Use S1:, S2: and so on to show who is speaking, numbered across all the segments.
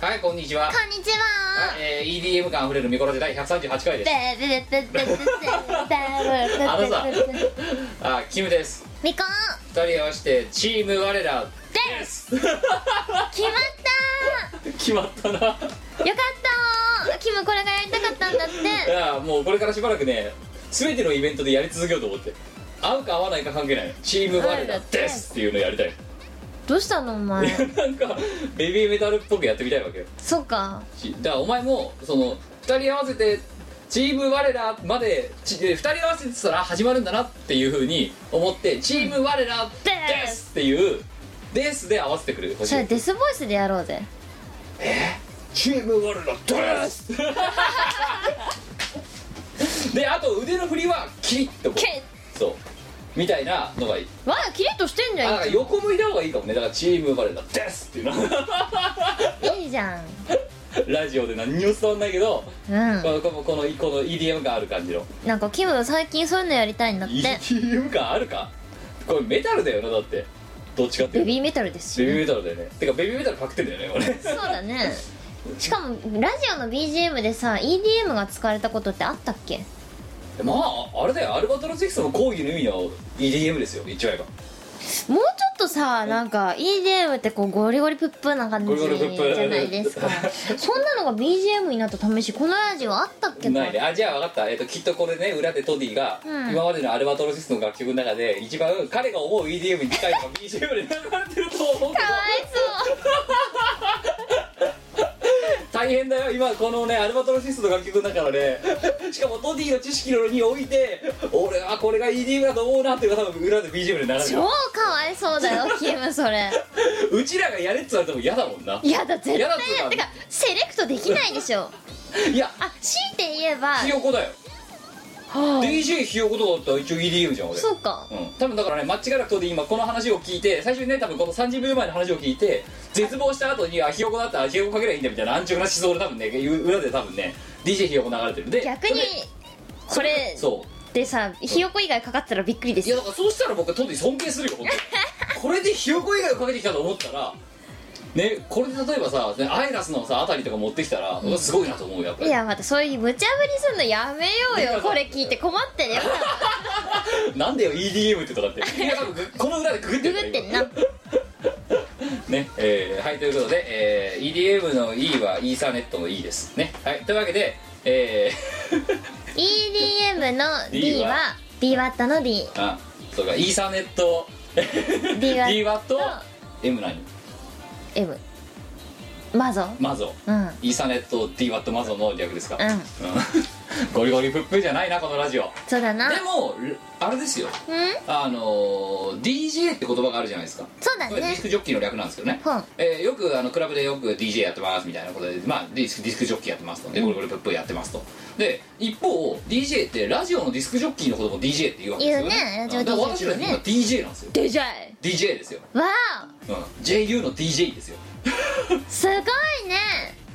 S1: はいこんにちは、は
S2: こんにち
S1: い
S2: は。
S1: えー EDM 感あふれる見頃で第138回です
S2: あ
S1: のさあキムです
S2: みこ
S1: 二人合わせてチーム我ら
S2: です決まっ
S1: 決まったな
S2: たよかったキムこれがやりたかったんだっ
S1: い
S2: て
S1: やもうこれからしばらくね全てのイベントでやり続けようと思って合うか合わないか関係ないチーム我らですっていうのやりたい
S2: どうしたのお前
S1: なんかベビーメタルっぽくやってみたいわけよ
S2: そうか
S1: しだからお前もその2人合わせてチーム我らまで2人合わせてたら始まるんだなっていうふうに思ってチーム我ら
S2: で
S1: ですすっていうですで合わせてくる
S2: それデスボイスでやろうぜ
S1: チーム我らです であと腕の振りはキリッとこう
S2: け
S1: そうみたいなのがいい
S2: わあキリッとしてんじ
S1: あなん
S2: ゃ
S1: か
S2: んい
S1: 横向いた方がいいかもねだからチーム我らですっていうの
S2: つもいいじゃん
S1: ラジオで何にも伝わんないけど
S2: うん
S1: このこのこのこの EDM 感ある感じの
S2: なんかキム最近そういうのやりたいんだって
S1: EDM 感あるかこれメタルだよなだってどっちかってい
S2: ベ
S1: うと
S2: ビーメタルです
S1: ベビー
S2: し
S1: メタルだよねてかベビーメタルパクってんだよね俺
S2: そうだねしかもラジオの BGM でさ EDM が使われたことってあったっけ
S1: まああれだよアルバトロスィクスの講義の意味の EDM ですよ言っちまえば
S2: もうちょっとさなんか EDM ってこうゴリゴリプップな感じ
S1: ゴリゴリプップ
S2: じゃないですかそんなのが BGM になった試しこのラジオあったっけか
S1: ないねあじゃあ分かった、えっときっとこれね裏でトディが、
S2: うん
S1: 今までのアルバトロシスの楽曲の中で一番彼が思う EDM に近いのが BGM で流れてると思うけ
S2: かわ
S1: ど
S2: いそう
S1: 大変だよ今このねアルバトロシスの楽曲の中のねしかもトディの知識のにおいて俺はこれが EDM だと思うなっていうのが多分裏で BGM で流れて
S2: 超かわいそ うだよキムそれ
S1: るうちらがやれっつ言われても嫌だもんない
S2: やだ絶対
S1: や
S2: や
S1: だってな
S2: てかセレクトできないでしょ
S1: いや
S2: あ強いて言えば
S1: ひよこだよ
S2: はあ
S1: DJ ひよことかだったら一応 EDM じゃん俺
S2: そうか
S1: うん、多分だからね間違いなくとで今この話を聞いて最初にね多分この30秒前の話を聞いて絶望した後にあひよこだったらひよこかけりゃいいんだみたいな安直な思想で多分ね裏で多分ね DJ ひよこ流れてるんで
S2: 逆にこ
S1: それ
S2: れ
S1: そう
S2: でさひよこ以外かかってたらびっくりで
S1: い
S2: す
S1: や
S2: よ
S1: だからそうしたら僕はとで尊敬するよ本当 にこれでひよこ以外をかけてきたと思ったらねこれで例えばさねアイラスのさあたりとか持ってきたら、僕はすごいなと思うよやっぱ
S2: い
S1: り
S2: やまたそういう無茶ぶりすんのやめようよこれ聞いて困ってるよ
S1: なんでよ EDM ってとかっていや多分ぐこの裏でググって
S2: グ
S1: るか
S2: グ
S1: ら
S2: ってん
S1: 今
S2: な
S1: ねえーはいということで、えー EDM の E はイーサネットの E ですねはいというわけでえ
S2: EDM の D
S1: D は
S2: は D ワットの D
S1: ー、 あそうかイーサネット
S2: D ワ
S1: D ワッ
S2: ッ
S1: ト
S2: ト
S1: M 何
S2: M マゾ
S1: マゾ
S2: うんうん
S1: イーサネット D ワットマゾの略ですか、うん ゴリゴリプップじゃないなこのラジオ
S2: そうだなうん
S1: でもあれですよあのー DJ って言葉があるじゃないですか
S2: そうだ
S1: これディ
S2: ね
S1: スクジョッキーの略なんですけどね、
S2: うん
S1: えーよくあのクラブでよく DJ やってますみたいなことで、まあ、ディスクディスクジョッキーやってますとでゴリゴリプップやってますとで一方 DJ ってラジオのディスクジョッキーのことも DJ って言うわけですよね
S2: 言うねラジオ
S1: うんだから私
S2: DJ
S1: ら今 DJ なんですよ
S2: デジャ
S1: DJ ですよ、
S2: イわ
S1: うん、JU の DJ ですよ
S2: おすごいね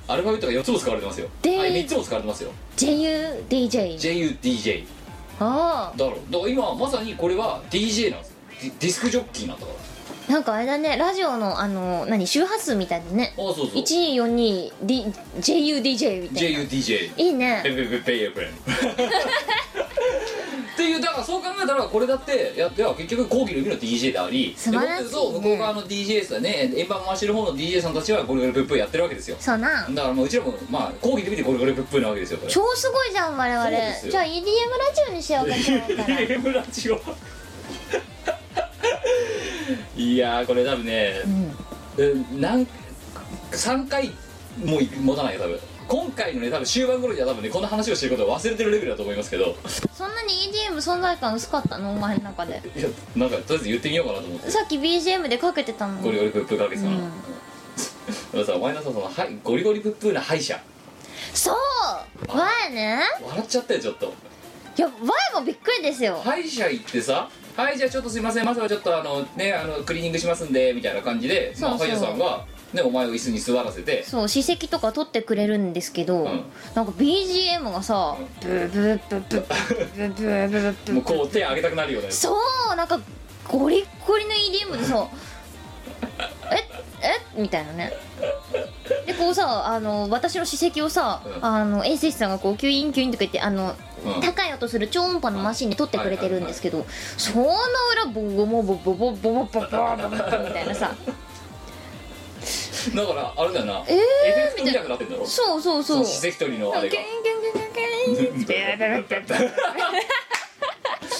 S1: アルファベットが4つも使われてますよ、
S2: で
S1: はい、3つも使われてますよ
S2: JUDJ
S1: JUDJ
S2: おお
S1: だろだから今まさにこれは DJ なんですよディディスクジョッキーなんだからあ
S2: なんかあれだねラジオのあの何周波数みたいなね
S1: そうそう
S2: 1242JUDJ みたいな
S1: JUDJ
S2: いいね
S1: ペペペペペ っていうだからそう考えたらこれだってやっては結局講義の意味の DJ であり
S2: 素晴らしいね
S1: でもっと言うと向こう側の DJ さんね円盤回してる方の DJ さんたちはゴリゴリプップやってるわけですよ
S2: そうな
S1: だからもううちらもまあ講義で見てゴリゴリプップなわけですよこれ
S2: 超すごいじゃん我々
S1: そうですよ
S2: じゃあ EDM ラジオにしようか今日から
S1: FM ラジオいやーこれ多分ね、
S2: うん
S1: うん、なん3回もい持たないよ多分今回のね多分終盤頃には多分ねこんな話をしてることは忘れてるレベルだと思いますけど
S2: そんなに EDM 存在感薄かったのお前の中で
S1: いやなんかとりあえず言ってみようかなと思って
S2: さっき BGM でかけてたの
S1: ゴリ
S2: に
S1: ゴリプップかけてたの、
S2: うん
S1: だからさお前のさそのはいゴリゴリプップな歯医者
S2: そうわやね
S1: 笑っちゃったよちょっと
S2: いやわやもびっくりですよ
S1: 歯医者行ってさ「はいじゃあちょっとすいませんまずはちょっとあのねあのクリーニングしますんで」みたいな感じでまあ
S2: そうそう
S1: 歯医者さんが、ね、お前を椅子に座らせて
S2: そう歯石とか取ってくれるんですけど、
S1: ん
S2: なんか BGM がさ、
S1: うん
S2: ブーブーブーブーブーブーブーブーブ
S1: も
S2: ー
S1: うこう手上げたくなるよね
S2: そうなんかゴリッゴリの EDM でさええみたいなねででこうさあの私の史跡をさ、
S1: うん
S2: あの衛生士さんがこうキュインキュインとか言ってあの、
S1: うん
S2: 高い音する超音波のマシンで撮ってくれてるんですけど、その裏ボボボボボボボボボボボボボみたいなさ
S1: だからあれだよな
S2: えー
S1: エフェクトみたいになってんだろ
S2: そうそう
S1: そ
S2: そう
S1: の史跡取りのあ
S2: キュイ
S1: れ
S2: ンキ
S1: が
S2: ュインキュインキュインキュインって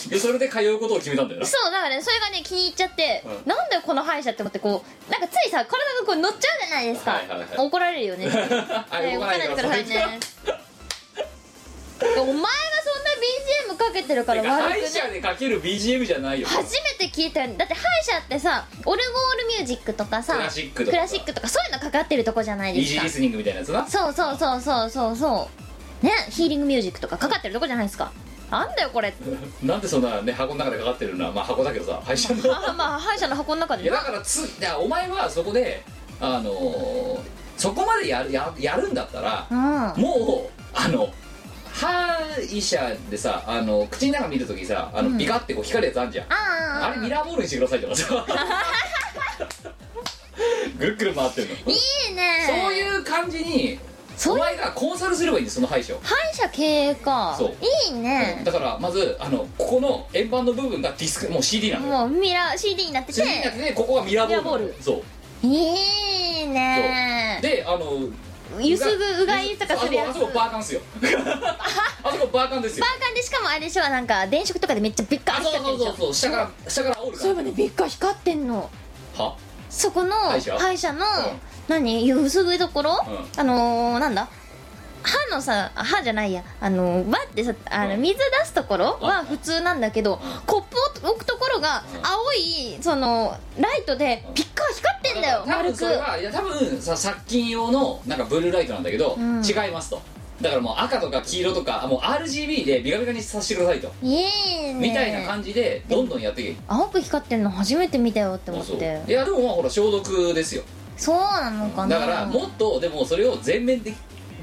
S1: でそれで通うことを決めたんだよな
S2: そうだからねそれがね気に入っちゃって、
S1: う
S2: なんだよこの歯医者って思ってこうなんかついさ体がこう乗っちゃうじゃないですか、
S1: はいはいはい
S2: 怒られるよ ね
S1: あ
S2: ね
S1: 動かないでください
S2: 動かないでくださいねお前がそんな BGM かけてるから
S1: てか歯
S2: 悪
S1: 医
S2: く
S1: 者
S2: ね
S1: でかける BGM じゃないよ
S2: 初めて聞いたよだって歯医者ってさオルゴールミュージックとかさ
S1: クラシックとか
S2: ラシックとかそういうのかかってるとこじゃな
S1: イ
S2: いで
S1: ー
S2: す
S1: ジー
S2: か
S1: リスニングみたいなやつな
S2: そうそうそうそうそうそうねヒーリングミュージックとかかかってるとこじゃないですかなんだよこれ
S1: なんでそんなね箱の中でかかってるのはまあ箱だけどさ歯医 者の
S2: まあまあ歯医者の箱の中
S1: い
S2: で
S1: や
S2: な
S1: だからついやお前はそこであのーそこまでやるややるんだったら
S2: う、ん
S1: もうあの歯医者でさあの口の中見るときさあの、
S2: うん
S1: ビカってこう光るやつあんじゃん
S2: ああ
S1: あれミラーボールにしてくださいとか さぐるぐる回ってるの
S2: いいね
S1: そういう感じに
S2: そ
S1: お
S2: ういう
S1: 前がコンサルすればいいんですその歯医者を
S2: 歯医者経営か
S1: そう
S2: いいね
S1: だからまずあのここの円盤の部分がディスクもう CD なのよ
S2: もうミラー CD になってて
S1: CD になっててここがミラーボールなの
S2: ミラーボール
S1: そう
S2: いいね
S1: であの
S2: ゆすぐうがいとかするや
S1: あ
S2: つ
S1: そこあそこバーカンっ すよあそこバーカンですよ
S2: バーカンでしかもあれでしょなんか電飾とかでめっちゃビッカ
S1: あ
S2: ー光
S1: そ
S2: っ
S1: う
S2: て
S1: そ
S2: る
S1: うそう
S2: でしょ
S1: そう下から下から煽るか
S2: そういえば
S1: ら
S2: ねビッカー光ってんの
S1: は
S2: そこの
S1: 歯医者
S2: 歯医者の何ゆすぐいところ
S1: う
S2: あのーなんだ歯のさ歯じゃないやあのーバッてさあの
S1: うん
S2: 水出すところは普通なんだけどコップを置くところが
S1: うん
S2: 青いそのライトでピッカー光ってんだよ
S1: 多
S2: 丸
S1: 分
S2: く
S1: それはいや多分さ殺菌用のなんかブルーライトなんだけど、
S2: うん
S1: 違いますとだからもう赤とか黄色とかもう RGB でビカビカにさせてくださいと、
S2: いいね
S1: みたいな感じでどんどんやっていけ
S2: 青く光ってんの初めて見たよって思っ
S1: そう
S2: て
S1: いやでもまあほら消毒ですよ
S2: そうなのかな
S1: だからもっとでもそれを全面的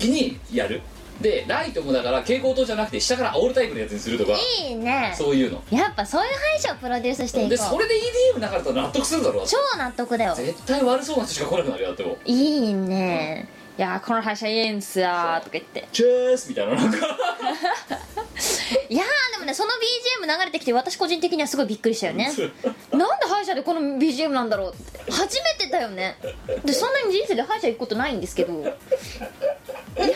S1: にやるでライトもだから蛍光灯じゃなくて下から煽るタイプのやつにするとか
S2: いいね
S1: そういうの
S2: やっぱそういう歯医者をプロデュースしてい
S1: で
S2: こ
S1: そうれで EDM 流れたら納得するだろう
S2: 超納得だよ
S1: 絶対悪そうな人しか来なくなるよだってもう
S2: いいねいやーこの歯医者いいんすよーとか言って
S1: チェースみたいななんか
S2: いやーでもねその BGM 流れてきて私個人的にはすごいびっくりしたよねなんで歯医者でこの BGM なんだろうって初めてだよねでそんなに人生で歯医者行くことないんですけどいや今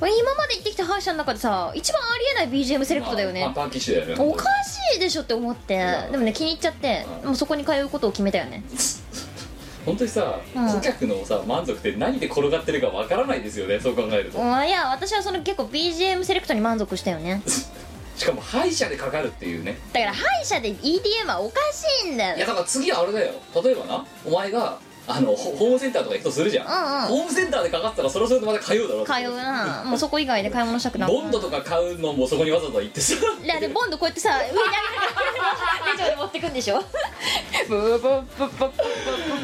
S2: まで行ってきた歯医者の中でさ一番ありえない BGM セレクトだよ
S1: まあ
S2: ね
S1: パンキッシュだよね
S2: おかしいでしょって思ってでもね気に入っちゃって
S1: うん
S2: もうそこに通うことを決めたよね
S1: 本当にさ、
S2: うん
S1: 顧客のさ満足って何で転がってるかわからないですよねそう考えると、
S2: うんいや私はその結構 BGM セレクトに満足したよね
S1: しかも歯医者でかかるっていうね
S2: だから歯医者で EDM はおかしいんだ
S1: いや
S2: よ
S1: だから次はあれだよ例えばなお前があのホホームセンターとか行くとするじゃん、
S2: うん
S1: ホームセンターでかかったらそれはそれでまた通うだろ
S2: 通うなもうそこ以外で買い物したくなる
S1: ボンドとか買うのもそこにわざわざ行ってさ
S2: いやでボンドこうやってさ上に上げながら手帳で持ってくんでしょブーブーブーブーブー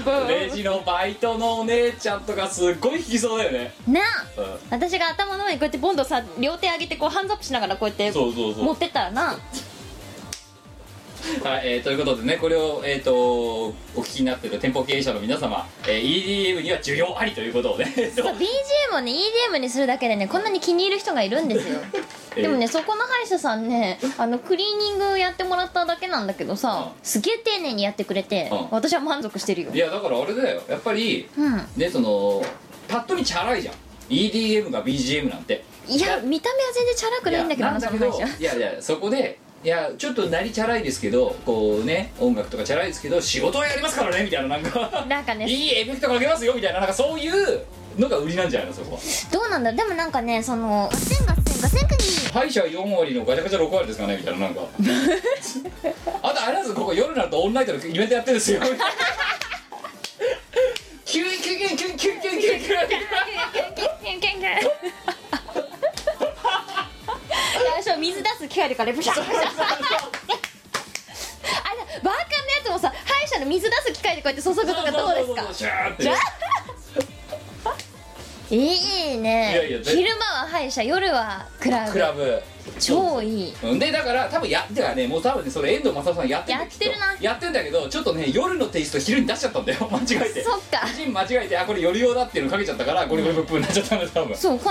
S2: ブーブ
S1: レジのバイトのお姉ちゃんとかすっごい引きそうだよね、
S2: ーなあ
S1: うん、
S2: 私が頭の上にこうやってボンドさ両手上げてこうハンズアップしながらこうやって
S1: そうそうそう
S2: 持ってったらな
S1: はい、えーということでねこれを、えー、とお聞きになってる店舗経営者の皆様、えー EDM には需要ありということをね
S2: そう BGM をね EDM にするだけでねこんなに気に入る人がいるんですよ
S1: えー
S2: でもねそこの歯医者さんねあのクリーニングやってもらっただけなんだけどさ
S1: う
S2: すげえ丁寧にやってくれて
S1: うん
S2: 私は満足してるよ
S1: いやだからあれだよやっぱり
S2: うん
S1: ねそのパッと見チャラいじゃん EDM が BGM なんて
S2: いや見た目は全然チャラくないんだけ
S1: い
S2: ど
S1: や
S2: あ
S1: な
S2: の
S1: んだけ
S2: 歯医
S1: ど
S2: 者
S1: いやいやそこでいやちょっとなりチャラいですけどこうね音楽とかチャラいですけど仕事はやりますからねみたいななんか
S2: なんかね
S1: いいエフェクトかけますよみたいななんかそういうのが売りなんじゃないのそこは
S2: どうなんだろうでもなんかねそのガッセンガッセンガッセンクニー
S1: 歯医者は4割のガチャガチャ6割ですかねみたいななんかあとあれなんですよここ夜になるとオンライトのイベントやってるんですよキュンキュンキュンキュンキュンキュンキュンキュン
S2: 最初水出す機械でからブシャブシャあれバーカンのやつもさ歯医者の水出す機械でこうやって注ぐとかどうですか
S1: シャーって
S2: じゃあいい
S1: いやいや
S2: ね
S1: ぜ
S2: 昼間は歯医者夜はクラ
S1: ク
S2: ブ
S1: ラブ
S2: 超いい
S1: うんでだから多分やってはねもう多分ねそれ遠藤正雄さんやってんだよ
S2: やってるな
S1: きっとやってんだけどちょっとね夜のテイスト昼に出しちゃったんだよ間違えて
S2: そっか
S1: 人間違えてあこれ夜用だっていうのかけちゃったからゴリゴリブップになっちゃったんだよ多分
S2: そうこの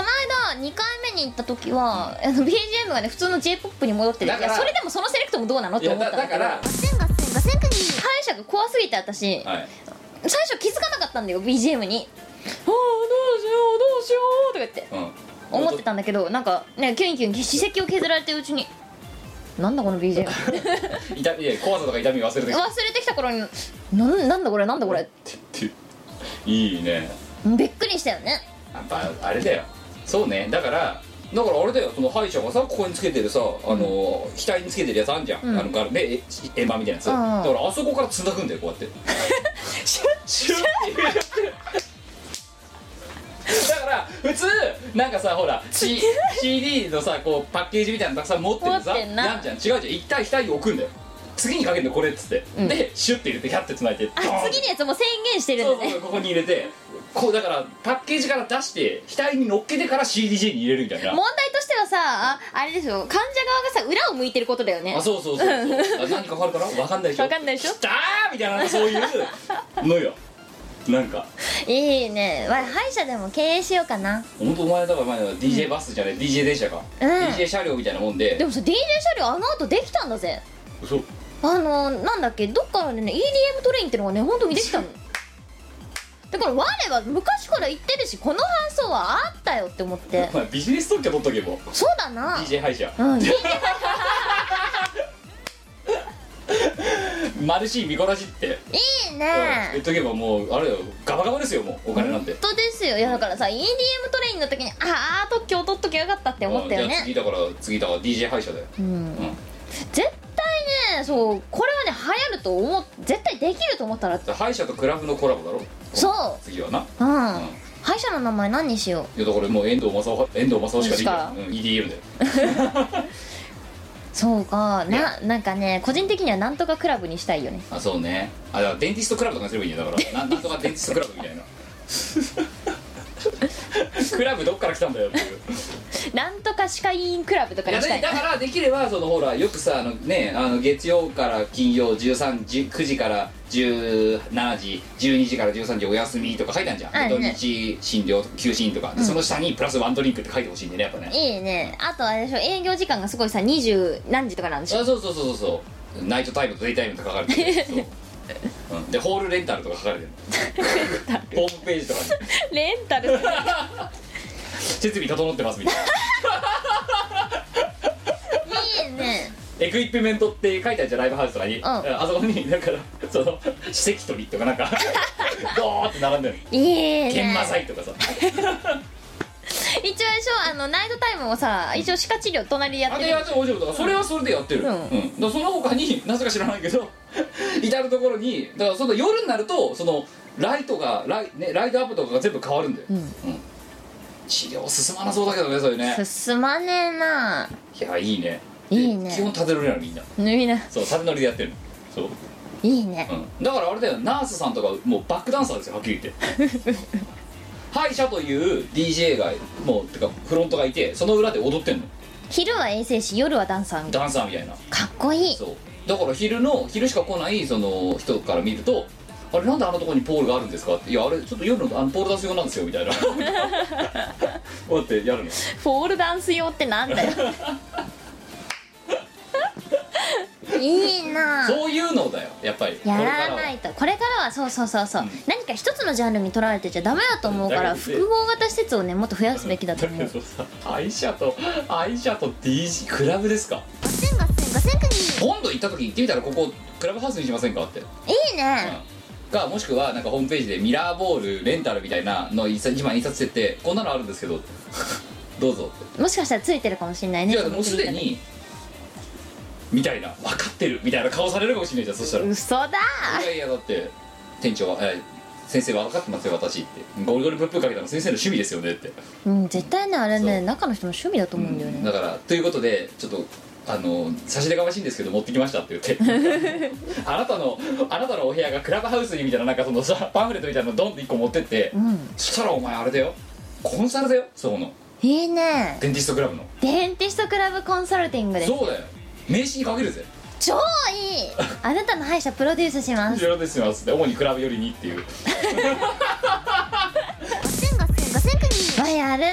S2: 間2回目に行った時は、あの BGM がね普通の j p o p に戻ってる
S1: だ
S2: い
S1: から
S2: やそれでもそのセレクトもどうなのっ
S1: い
S2: て
S1: や
S2: 思った
S1: だ
S2: ん
S1: だか
S2: だけど
S1: ら、
S2: 歯医者が怖すぎて私、
S1: はい、
S2: 最初気づかなかったんだよ BGM に「ああどうしようどうしよう」とか言って
S1: うん
S2: 思ってたんだけどなんかねキュンキュン歯石を削られてるうちに「なんだこの BGM」忘 れ
S1: 痛みいや怖さとか痛み忘れてきた
S2: てきた頃に「なんなんだこれなんだこれ
S1: っていう いいね」
S2: びっくりしたよね
S1: やっぱあれだよそうねだからだからあれだよその歯医者がさここにつけてるさあの、額につけてるやつあんじゃん、
S2: うん
S1: あのガルねえエマみたいなやつ、
S2: うん
S1: だからあそこからつんだくんだよこうやってシュッシュッだから普通なんかさほら、C、CD のさこうパッケージみたいなのたくさん持ってるさ
S2: 持ってんな
S1: なんじゃん違うじゃん一体額に置くんだよ次にかけるのこれっつって、
S2: うん
S1: でシュッて入れてキャッてつないでド
S2: あ
S1: ーンって
S2: 次のやつもう宣言してる
S1: そうん
S2: だ
S1: そうそ
S2: ね
S1: うここに入れてこうだからパッケージから出して額に乗っけてから CDJ に入れるみたいな
S2: 問題としてはさああれですよ患者側がさ裏を向いてることだよね
S1: あそうそうそうそうあ何かかるかなわかんないでしょ
S2: わかんないでしょ
S1: きたーみたいなそういうのよなんか
S2: いいねわ歯医者でも経営しようかな
S1: 本当お前だから前の DJ バスじゃない、DJ 電車か、
S2: うん
S1: DJ 車両みたいなもんで
S2: でもさ DJ 車両あの後できたんだぜ
S1: そう
S2: あのなんだっけどっからでね EDM トレインってのがね本当にでき たのだから我は昔から言ってるしこの発想はあったよって思って
S1: お前ビジネス特許取っとけも
S2: そう だな
S1: DJ 歯医者
S2: うん、DJ
S1: マルシー見こなしって、
S2: い
S1: う
S2: い
S1: ん言
S2: ね
S1: っとけばもうあれよガバガバですよもうお金なんて
S2: 本当ですよいやだからさ EDM トレインの時にああ特許を取っときゃよかったって思ったよ
S1: うんじゃあ
S2: ね
S1: 次だから次だから DJ 歯医者だよ
S2: うん
S1: うん
S2: 絶対ねそうこれはね流行ると思っ絶対できると思ったら
S1: 歯医者とクラブのコラボだろ
S2: そ
S1: 次はな
S2: ううん歯医者の名前何にしよう
S1: いやだからもう遠藤正雄遠藤正雄しかできない、うん、EDM で
S2: そうかななんかね個人的にはなんとかクラブにしたいよね
S1: あそうねあだからデンティストクラブとかにすればいいんだよだからななんとかデンティストクラブみ たいなクラブどっから来たんだよっていう
S2: なんとか歯科医院クラブとか
S1: い
S2: に
S1: や
S2: した
S1: だ
S2: い
S1: だからできればそのほらよくさあのねあの月曜から金曜13時9時から17時12時から13時お休みとか書いてあるじゃん、
S2: はいはい
S1: 土日診療とか休診とかで、その下にプラスワンドリンクって書いてほしいんでねやっぱね
S2: いいねあとあれでしょ営業時間がすごいさ20何時とかなんで しょ
S1: あそうそうそうそうそうナイトタイムとデイタイムとか書かれてるそううん、でホールレンタルとか書かれてるホームページとかに
S2: レンタル
S1: 設備整ってますみたいない
S2: いね
S1: エクイピメントって書いてあるじゃんライブハウスとかに、あそこにだからその史跡取りとかなんかドーって並んでる
S2: いいね
S1: 研磨剤とかさ
S2: 一応でしょあのナイトタイムもさ一応歯科治療隣でやっ
S1: あ
S2: て
S1: れ
S2: る
S1: やっても大丈夫とかそれはそれでやってる、
S2: うん
S1: だからその他になぜか知らないけど 至る所にだからその夜になるとそのライトがライ,、ね、ライトアップとかが全部変わるんだよ、
S2: うん
S1: 治療進まなそうだけどねそれね
S2: 進まねえない
S1: やいいね
S2: いいね
S1: で基本縦乗りなのみんな
S2: ぬみな
S1: そう縦乗りでやってるのそう、
S2: いいね
S1: うん、だからあれだよナースさんとかもうバックダンサーですよはっきり言って 歯医者という DJ がもうてかフロントがいてその裏で踊ってんの
S2: 昼は衛生士夜はダンサーみたい
S1: ダンサーみたいな
S2: なかっこいい
S1: そうだから昼の昼しか来ないその人から見ると「あれなんであのとこにポールがあるんですか?」って「いやあれちょっと夜のあのポールダンス用なんですよ」みたいな こうやってやるの
S2: フォールダンス用ってなん だよいいなあ
S1: そういうのだよやっぱり
S2: やら
S1: これから
S2: な
S1: はい
S2: とこれからはそうそうそうそう、
S1: うん
S2: 何か一つのジャンルにとらわれてちゃダメだと思うか
S1: だ
S2: ら
S1: けどね
S2: 複合型施設をねもっと増やすべきだと
S1: だ
S2: 思
S1: け
S2: う
S1: どさ愛車と愛車と DJ クラブですか今度行った時行ってみたらここクラブハウスにしませんかって、
S2: いいね
S1: がもしくはなんかホームページでミラーボールレンタルみたいなの一一枚印刷しててこんなのあるんですけど どうぞって
S2: もしかしたらついてるかもしれない
S1: い
S2: ね
S1: やもうすでにみたいな分かってるみたいな顔されるかもしれないじゃんそしたら
S2: 嘘だ
S1: いやいやだって店長は「え先生は分かってますよ私」って「ゴリゴリブップかけたの先生の趣味ですよね」って
S2: うん絶対ねあれ
S1: そ
S2: ね
S1: う
S2: 中の人の趣味だと思うんだよね、
S1: だからということでちょっとあの差し出がましいんですけど持ってきましたって言って あなたのあなたのお部屋がクラブハウスにみたいななんかそのさパンフレットみたいなのドンって1個持ってって、
S2: うん
S1: そしたらお前あれだよコンサルだよそこの
S2: いいね
S1: デンティストクラブの
S2: デンティストクラブコンサルティングです
S1: そうだよ名刺にかけるぜ
S2: 超いいあなたの歯医者プロデュースし
S1: 「
S2: ます
S1: ゼロですよ」つって主にクラブよりにっていう
S2: わやる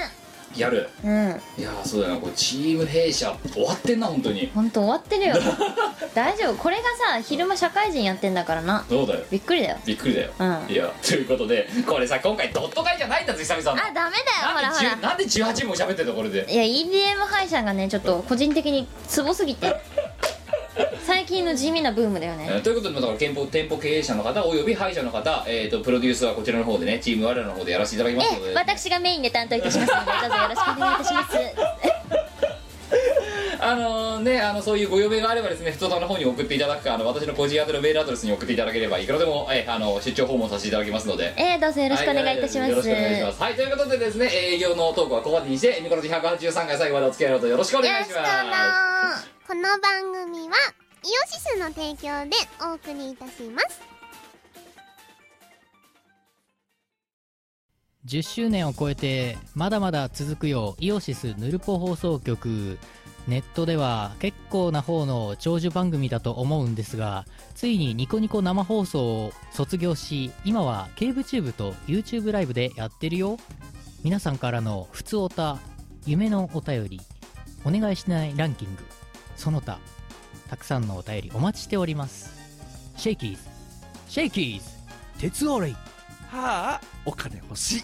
S1: やる
S2: うん
S1: いやーそうだよなこれチーム弊社終わってんな本当に
S2: ほんと終わって るよ大丈夫これがさ昼間社会人やってんだからな
S1: そうだよ
S2: びっくりだよ
S1: びっくりだよ、
S2: うん
S1: いやということでこれさ今回ドット会じゃないんだぜ久々の
S2: あダメだよほ
S1: な
S2: ら
S1: ん
S2: ほ
S1: で10
S2: ら
S1: なんで18も喋ってるところで
S2: いや EDM 歯医者がねちょっと個人的にツボすぎ て最近の地味なブームだよ
S1: え
S2: ね
S1: ーということで、まあだから店舗店舗経営者の方および歯医者の方、えー、とプロデュースはこちらの方でねチーム我らの方でやらせていただきますの
S2: え
S1: で、
S2: 私がメインで担当いたしますのでどうぞよろしくお願いいたします
S1: あのねあのそういうご要命があればですね太田の方に送っていただくかあの私の個人宛てのメールアドレスに送っていただければいくらでも、えーあの出張訪問させていただきますので
S2: えどうぞよろしくお願いいたしま
S1: は
S2: す
S1: よろしくお願いしますはいということでですね営業のトークはここまでにしてミコロジ183回最後までお付き合いのほどよろしくお願いします
S3: この番組はイオシスの提供でお送りいたします
S4: 10周年を超えてまだまだ続くようイオシスヌルポ放送局ネットでは結構な方の長寿番組だと思うんですがついにニコニコ生放送を卒業し今はケーブチューブと YouTube ライブでやってるよ皆さんからの普通おた夢のお便りお願いしないランキングその他たくさんのお便りお待ちしておりますシェイキーズシェイキーズ鉄オレ
S5: はあお金欲しい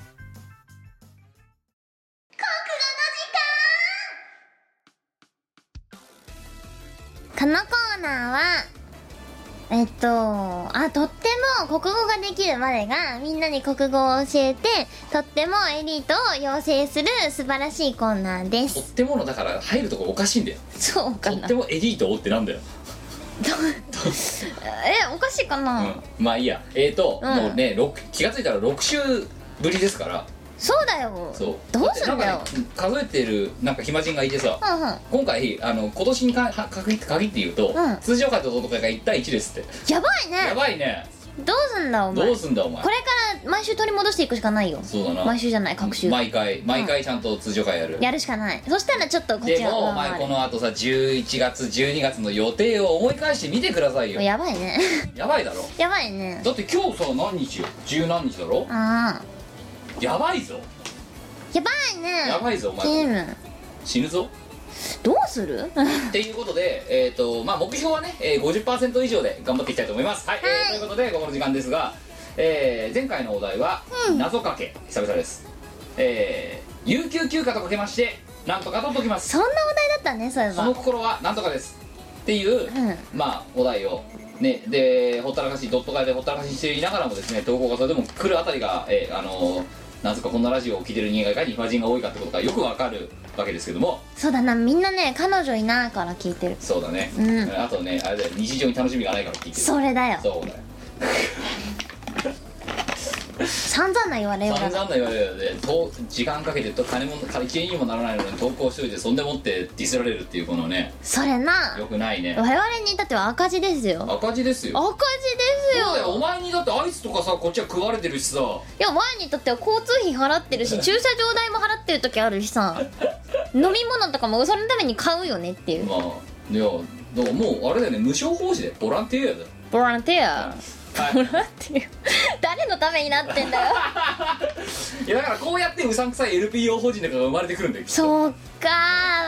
S2: このコーナーはえっとあとっても国語ができるまでがみんなに国語を教えてとってもエリートを養成する素晴らしいコーナーで
S1: とっ
S2: す
S1: てものだから入るとこおかしいんだよ
S2: そうか
S1: とっ
S2: な
S1: てもエリートってなんだよ、
S2: えおかしいかな、
S1: うん、まあいいやえっ、ー、と、
S2: うん
S1: もうね六気がついたら6週ぶりですから
S2: そうだよ
S1: そう
S2: どうすんだよ
S1: ってなんかね、数えてるなんか暇人がいてさ
S2: うんうん
S1: 今回あの今年にかは限って限って言うと、
S2: うん
S1: 通常回と同等回が1対1ですって、
S2: やばい
S1: や
S2: ね
S1: ばいね
S2: どうすんだお前
S1: どうすんだお前
S2: これから毎週取り戻していくしかないよ
S1: そうだな
S2: 毎週じゃない各週
S1: 毎回毎回ちゃんと通常回やる、
S2: やるしかないそしたらちょっとこっ
S1: で
S2: ちは
S1: もお
S2: 上
S1: 前
S2: 回
S1: こ
S2: る
S1: のあとさ11月12月の予定を思い返してみてくださいよや
S2: やばいね
S1: ばいだろ
S2: やばいね
S1: だって今日さ何日よ十何日だろ
S2: ああ
S1: やばいぞ
S2: やばいね
S1: やばいぞお
S2: チ
S1: 前
S2: ーム
S1: 死ぬぞ
S2: どうする
S1: っていうことで、えーとまあ、目標はね、えー、50%以上で頑張っていきたいと思いますはい、えーということでここの時間ですが、えー前回のお題は「謎かけ」久々ですえー、有給休暇とかけましてなんとかと解きます
S2: そんなお題だったねそういえ
S1: そ
S2: ば
S1: の心はなんとかですっていう、
S2: うん
S1: まあお題をねでほったらかしドット会でほったらかししていながらもですね投稿がそれでも来るあたりが、えーあのーなぜかこんなラジオを聞いてる人間がいかに暇人が多いかってことがよくわかるわけですけども
S2: そうだなみんなね彼女いないから聞いてる
S1: そうだね、
S2: うん
S1: あとねあれだよ日常に楽しみがないから聞いてる
S2: それだよ
S1: そうだよ
S2: 散々な言われよう
S1: 散
S2: だ
S1: 々
S2: な
S1: な言われるのでと時間かけてと金も金金にもならないのに投稿しといてそんでもってディスられるっていうこのね
S2: それな
S1: よくないね
S2: 我々に至っては赤字ですよ
S1: 赤字ですよ
S2: 赤字です
S1: そうだよお
S2: よ
S1: 前にだってアイスとかさこっちは食われてるしさ
S2: いやお前にとっては交通費払ってるし駐車場代も払ってる時あるし さ飲み物とかもそのために買うよねっていう
S1: まあいやだからもうあれだよね無償奉仕でボランティアやだよ
S2: ボランティア
S1: はい
S2: ボランティア 誰のためになってん だよ
S1: いやだからこうやってうさんくさい NPO 法人とかが生まれてくるんだよきっと
S2: そうか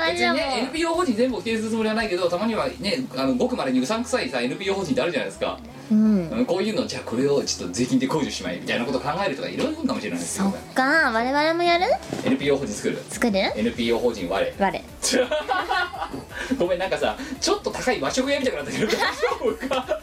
S2: マ
S1: 別
S2: ジは
S1: に
S2: もう
S1: ね NPO 法人全部を否定するつもりはないけどたまにはねあのごくまでにうさんくさいさ NPO 法人ってあるじゃないですか、
S2: うん
S1: うんこういうのじゃあこれをちょっと税金で控除しまえみたいなことを考えるとかいろいろかもしれないですけ
S2: そ
S1: ど
S2: っか我々もやる
S1: NPO 法人作る
S2: 作る
S1: NPO 法人我
S2: 我
S1: ごめんなんかさちょっと高い和食屋みたいになってるけど大丈夫か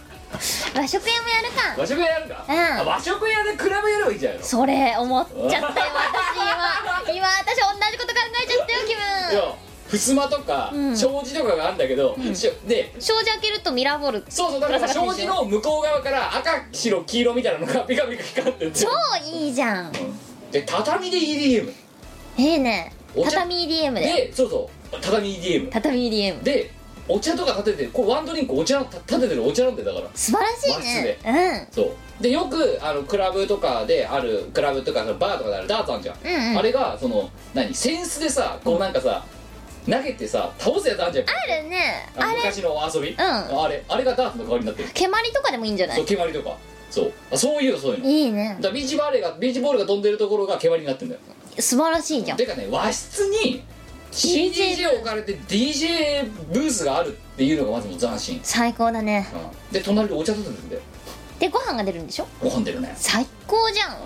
S2: 和食屋もやるか
S1: 和食屋やるか、
S2: うん
S1: あ和食屋でクラブやればいいじゃんよ
S2: それ思っちゃったよ私今今私同じこと考えちゃったよ気
S1: いや
S2: 分
S1: ふすまとか、
S2: うん
S1: 障子とかがあるんだけど、しょで
S2: 障子開けるとミラーボール
S1: そうそうだから障子の向こう側から赤白黄色みたいなのがピカピカ光ってて
S2: 超いいじゃん
S1: で畳で EDM
S2: ええね
S1: お茶
S2: 畳 EDM で
S1: でそうそう畳 EDM
S2: 畳 EDM
S1: でお茶とか立ててるこれワンドリンクお茶た立ててるお茶なんでだから
S2: 素晴らしいね
S1: そうでよくあのクラブとかであるクラブとかそのバーとかであるダーツあるじゃん、
S2: うんうん
S1: あれがその何センスでさこうなんかさ投げてさ倒すやつあるじゃん
S2: うんあるね
S1: あの
S2: あれ
S1: 昔のお遊び、あれあれがダーツの代わりになってる
S2: 蹴鞠とかでもいいんじゃな
S1: そう
S2: い
S1: 蹴鞠とかそうあそういうのそういうのだ
S2: いいね
S1: からビーチバレーがビーチボールが飛んでるところが蹴鞠になってんだよ
S2: 素晴らしいじゃん
S1: てかね和室に CDJ 置かれて DJ ブースがあるっていうのがまずもう斬新、
S2: 最高だね
S1: うん、で隣でお茶立ててんだよ
S2: でご飯が出るんでしょ
S1: ご飯出るね
S2: 最高じゃん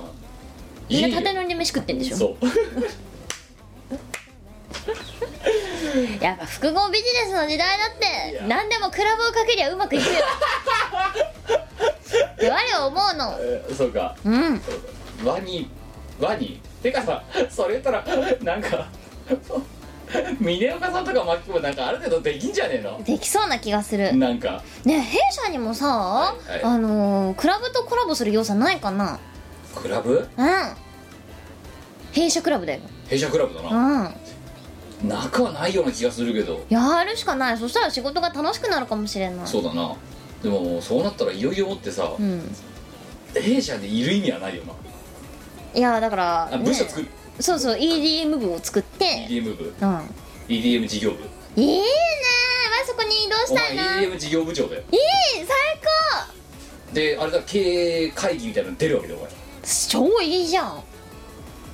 S2: みんな縦
S1: よ
S2: 乗りで飯食ってんでしょ
S1: そう
S2: やっぱ複合ビジネスの時代だって何でもクラブをかけりゃうまくいくよ って我は思うの
S1: えーそう か
S2: うん
S1: ワニワニてかさそれ言ったらなんか峰岡さんとかマキもなんかある程度できんじゃねえ
S2: できそうな気がする
S1: のなんか
S2: ねえ弊社にもさ、
S1: いはい
S2: あのークラブとコラボする要素ないかな
S1: クラブ
S2: うん弊社クラブだよ
S1: 弊社クラブだ
S2: う
S1: な、
S2: ん
S1: なくはないような気がするけど
S2: やるしかないそしたら仕事が楽しくなるかもしれない
S1: そうだなでもそうなったらいよいよもってさ、
S2: うん
S1: 弊社でいる意味はないよない
S2: やだから、
S1: あ
S2: ね
S1: 部署作る、
S2: そうそう EDM 部を作って、
S1: EDM 部
S2: うん、
S1: EDM 事業部
S2: いいねまあそこに移動
S1: お
S2: したいな
S1: 前
S2: いい
S1: EDM 事業部長だよ
S2: 最高
S1: であれだ経営会議みたいなの出るわけでお前
S2: 超いいじゃん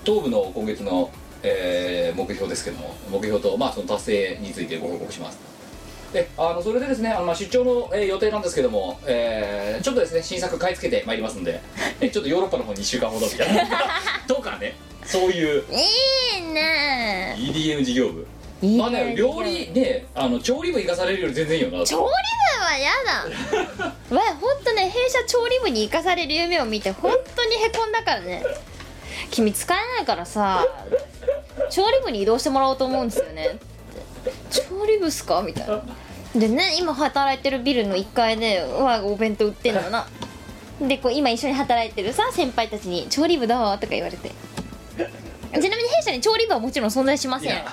S1: 東部の今月の、えー目標ですけども目標と、まあ、その達成についてご報告しますであのそれでですねあの、まあ、出張の、えー予定なんですけども、えーちょっとですね新作買い付けてまいりますんで、えちょっとヨーロッパの方に1週間ほどみた いなどうかねそういう
S2: いいね
S1: EDM 事業部
S2: いい
S1: まあね料理ねあの調理部行かされるより全然いいよな
S2: 調理部はや だわいほんとね弊社調理部に行かされる夢を見て本当にへこんだからね君使えないからさ調理部に移動してもらおうと思うんですよね調理部っすかみたいなでね今働いてるビルの1階でわいがお弁当売ってんのなでこう今一緒に働いてるさ先輩たちに「調理部だわ」とか言われてちなみに弊社に調理部はもちろん存在しま
S1: い
S2: せん
S1: や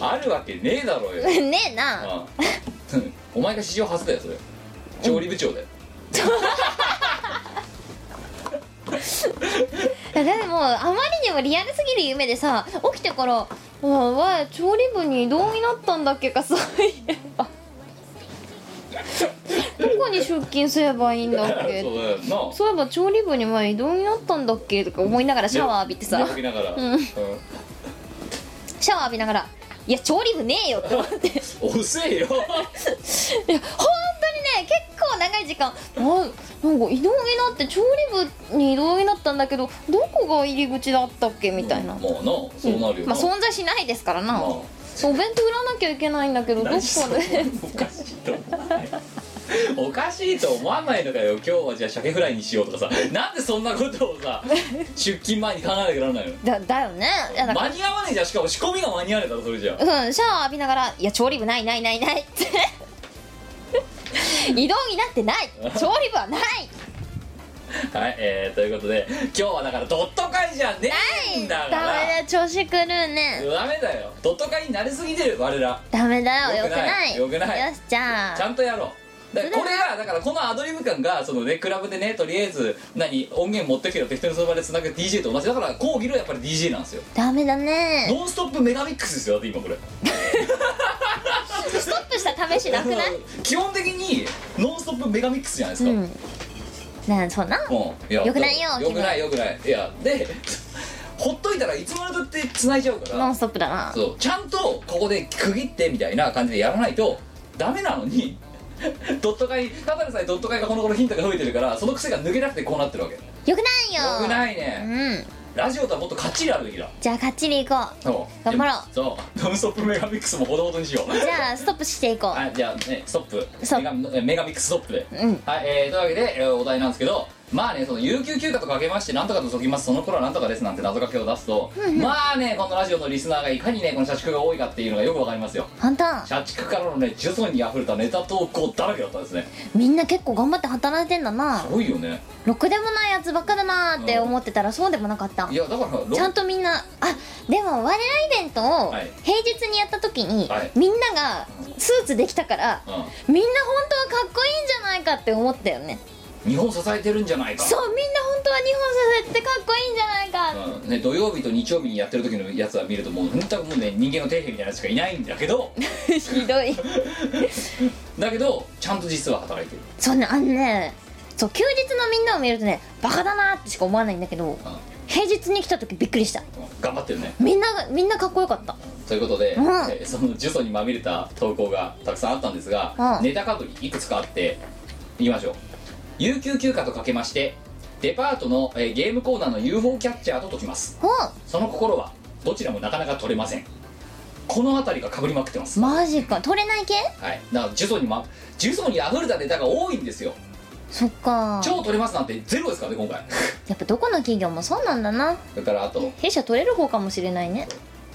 S1: あるわけねえだろうよ
S2: ねえな
S1: ああお前が史上初だよそれ調理部長だよ、
S2: いやでもあまりにもリアルすぎる夢でさ起きてから「うわわ調理部に異動になったんだっけかそういえばどこに出勤すればいいんだっけ
S1: そうだよな
S2: そういえば調理部に前異動になったんだっけとか思いながらシャワー浴びてさ
S1: 寝起きながら、
S2: うんシャワー浴びながら「いや調理部ねえよ」って思っていや
S1: 遅えよ
S2: 本当にね結構長い時間「あなんか異動になって調理部に異動になったんだけどどこが入り口だったっけ?」みたいな。
S1: まあなそうなるよな、
S2: まあ存在しないですからな、
S1: まあ
S2: お弁当売らなきゃいけないんだけどどこ
S1: 何それ
S2: で
S1: おかしいと思わないおかしいと思わないのかよ今日はじゃあ鮭フライにしようとかさなんでそんなことを さ出勤前に考えなきゃならないの
S2: だだよねいやだか
S1: 間に合わねえじゃんしかも仕込みが間に合わねえだろそれじゃ
S2: らうんシャワー浴びながら「いや調理部ないないないない」って移動になってない調理部はない
S1: あはいえー、ということで今日はだからドット会じゃねえんだか
S2: ダ
S1: ら
S2: メだ調子狂うね
S1: ダメだよドット会になりすぎてる我ら
S2: ダメだ
S1: よ
S2: よよく
S1: く
S2: な
S1: ないいよくない
S2: よしじゃあ
S1: ちゃんとやろうだからこれがだからこのアドリブ感がそのねクラブでねとりあえず何音源持ってけど適当にその場で繋げて DJ と同じだから講義のやっぱり DJ なんですよ
S2: ダメだね
S1: ノンストップメガミックスですよだって今これ
S2: ストップした試しなくない
S1: 基本的にノンストップメガミックスじゃないです
S2: う
S1: か、
S2: んなそうな
S1: うんいや
S2: よくないよ
S1: よくないよくないいやでほっといたらいつまでだって繋いじゃうか
S2: ノン
S1: ら
S2: ストップだな
S1: そうちゃんとここで区切ってみたいな感じでやらないとダメなのに ドット会ただでさえドット会がこの頃ヒントが増えてるからその癖が抜けなくてこうなってるわけよ
S2: よくないよ
S1: くない
S2: い
S1: ね、
S2: うん
S1: ラジオとはもっとかっちりあるべきだ
S2: じゃあかっちりいこう
S1: そう
S2: 頑張ろ
S1: うそうノンストップメガミックスもほどほどにしよう
S2: じゃあストップしていこう
S1: はい、じゃあねストップ
S2: そう
S1: メガメガミックスストップで、
S2: うん
S1: はい、えーというわけで、えーお題なんですけど、まあねその有給休暇とかけましてなんとかと解きますその頃はなんとかですなんて謎かけを出すとまあねこのラジオのリスナーがいかにねこの社畜が多いかっていうのがよくわかりますよ
S2: 本当
S1: 社畜からのね呪詛にあふれたネタ投稿だらけだったんですね
S2: みんな結構頑張って働いてんだな
S1: すごいよね
S2: ろくでもないやつばっかだなーって思ってたらそうでもなかった
S1: いやだからろ
S2: ちゃんとみんなあでも我らイベントを
S1: はい
S2: 平日にやった時に、
S1: はい
S2: みんながスーツできたから、
S1: うん
S2: みんな本当はかっこいいんじゃないかって思ったよね
S1: 日本支えてるんじゃないか
S2: そうみんな本当は日本支えてかっこいいんじゃないか、
S1: うんね、土曜日と日曜日にやってる時のやつは見るともう本当はもうね人間の底辺みたいなやつしかいないんだけど
S2: ひどい
S1: だけどちゃんと実は働いてる
S2: そんなあのねそう休日のみんなを見るとねバカだなってしか思わないんだけど
S1: うん
S2: 平日に来た時びっくりした
S1: うん頑張ってるね
S2: みんながみんなかっこよかった
S1: ということで、
S2: うん
S1: えーその呪詛にまみれた投稿がたくさんあったんですが、
S2: うん
S1: ネタかぶりいくつかあっていきましょう有給休暇とかけましてデパートの、えーゲームコーナーの UFO キャッチャーと解きます
S2: ほ
S1: その心はどちらもなかなか取れませんこの辺りがかぶりまくってます
S2: うマジか取れない系
S1: はいだから呪詛にま呪詛にあふれたネタが多いんですよ
S2: そっか
S1: 超取れますなんてゼロですからね今回
S2: やっぱどこの企業もそうなんだな
S1: それからあと
S2: 弊社取れる方かもしれないね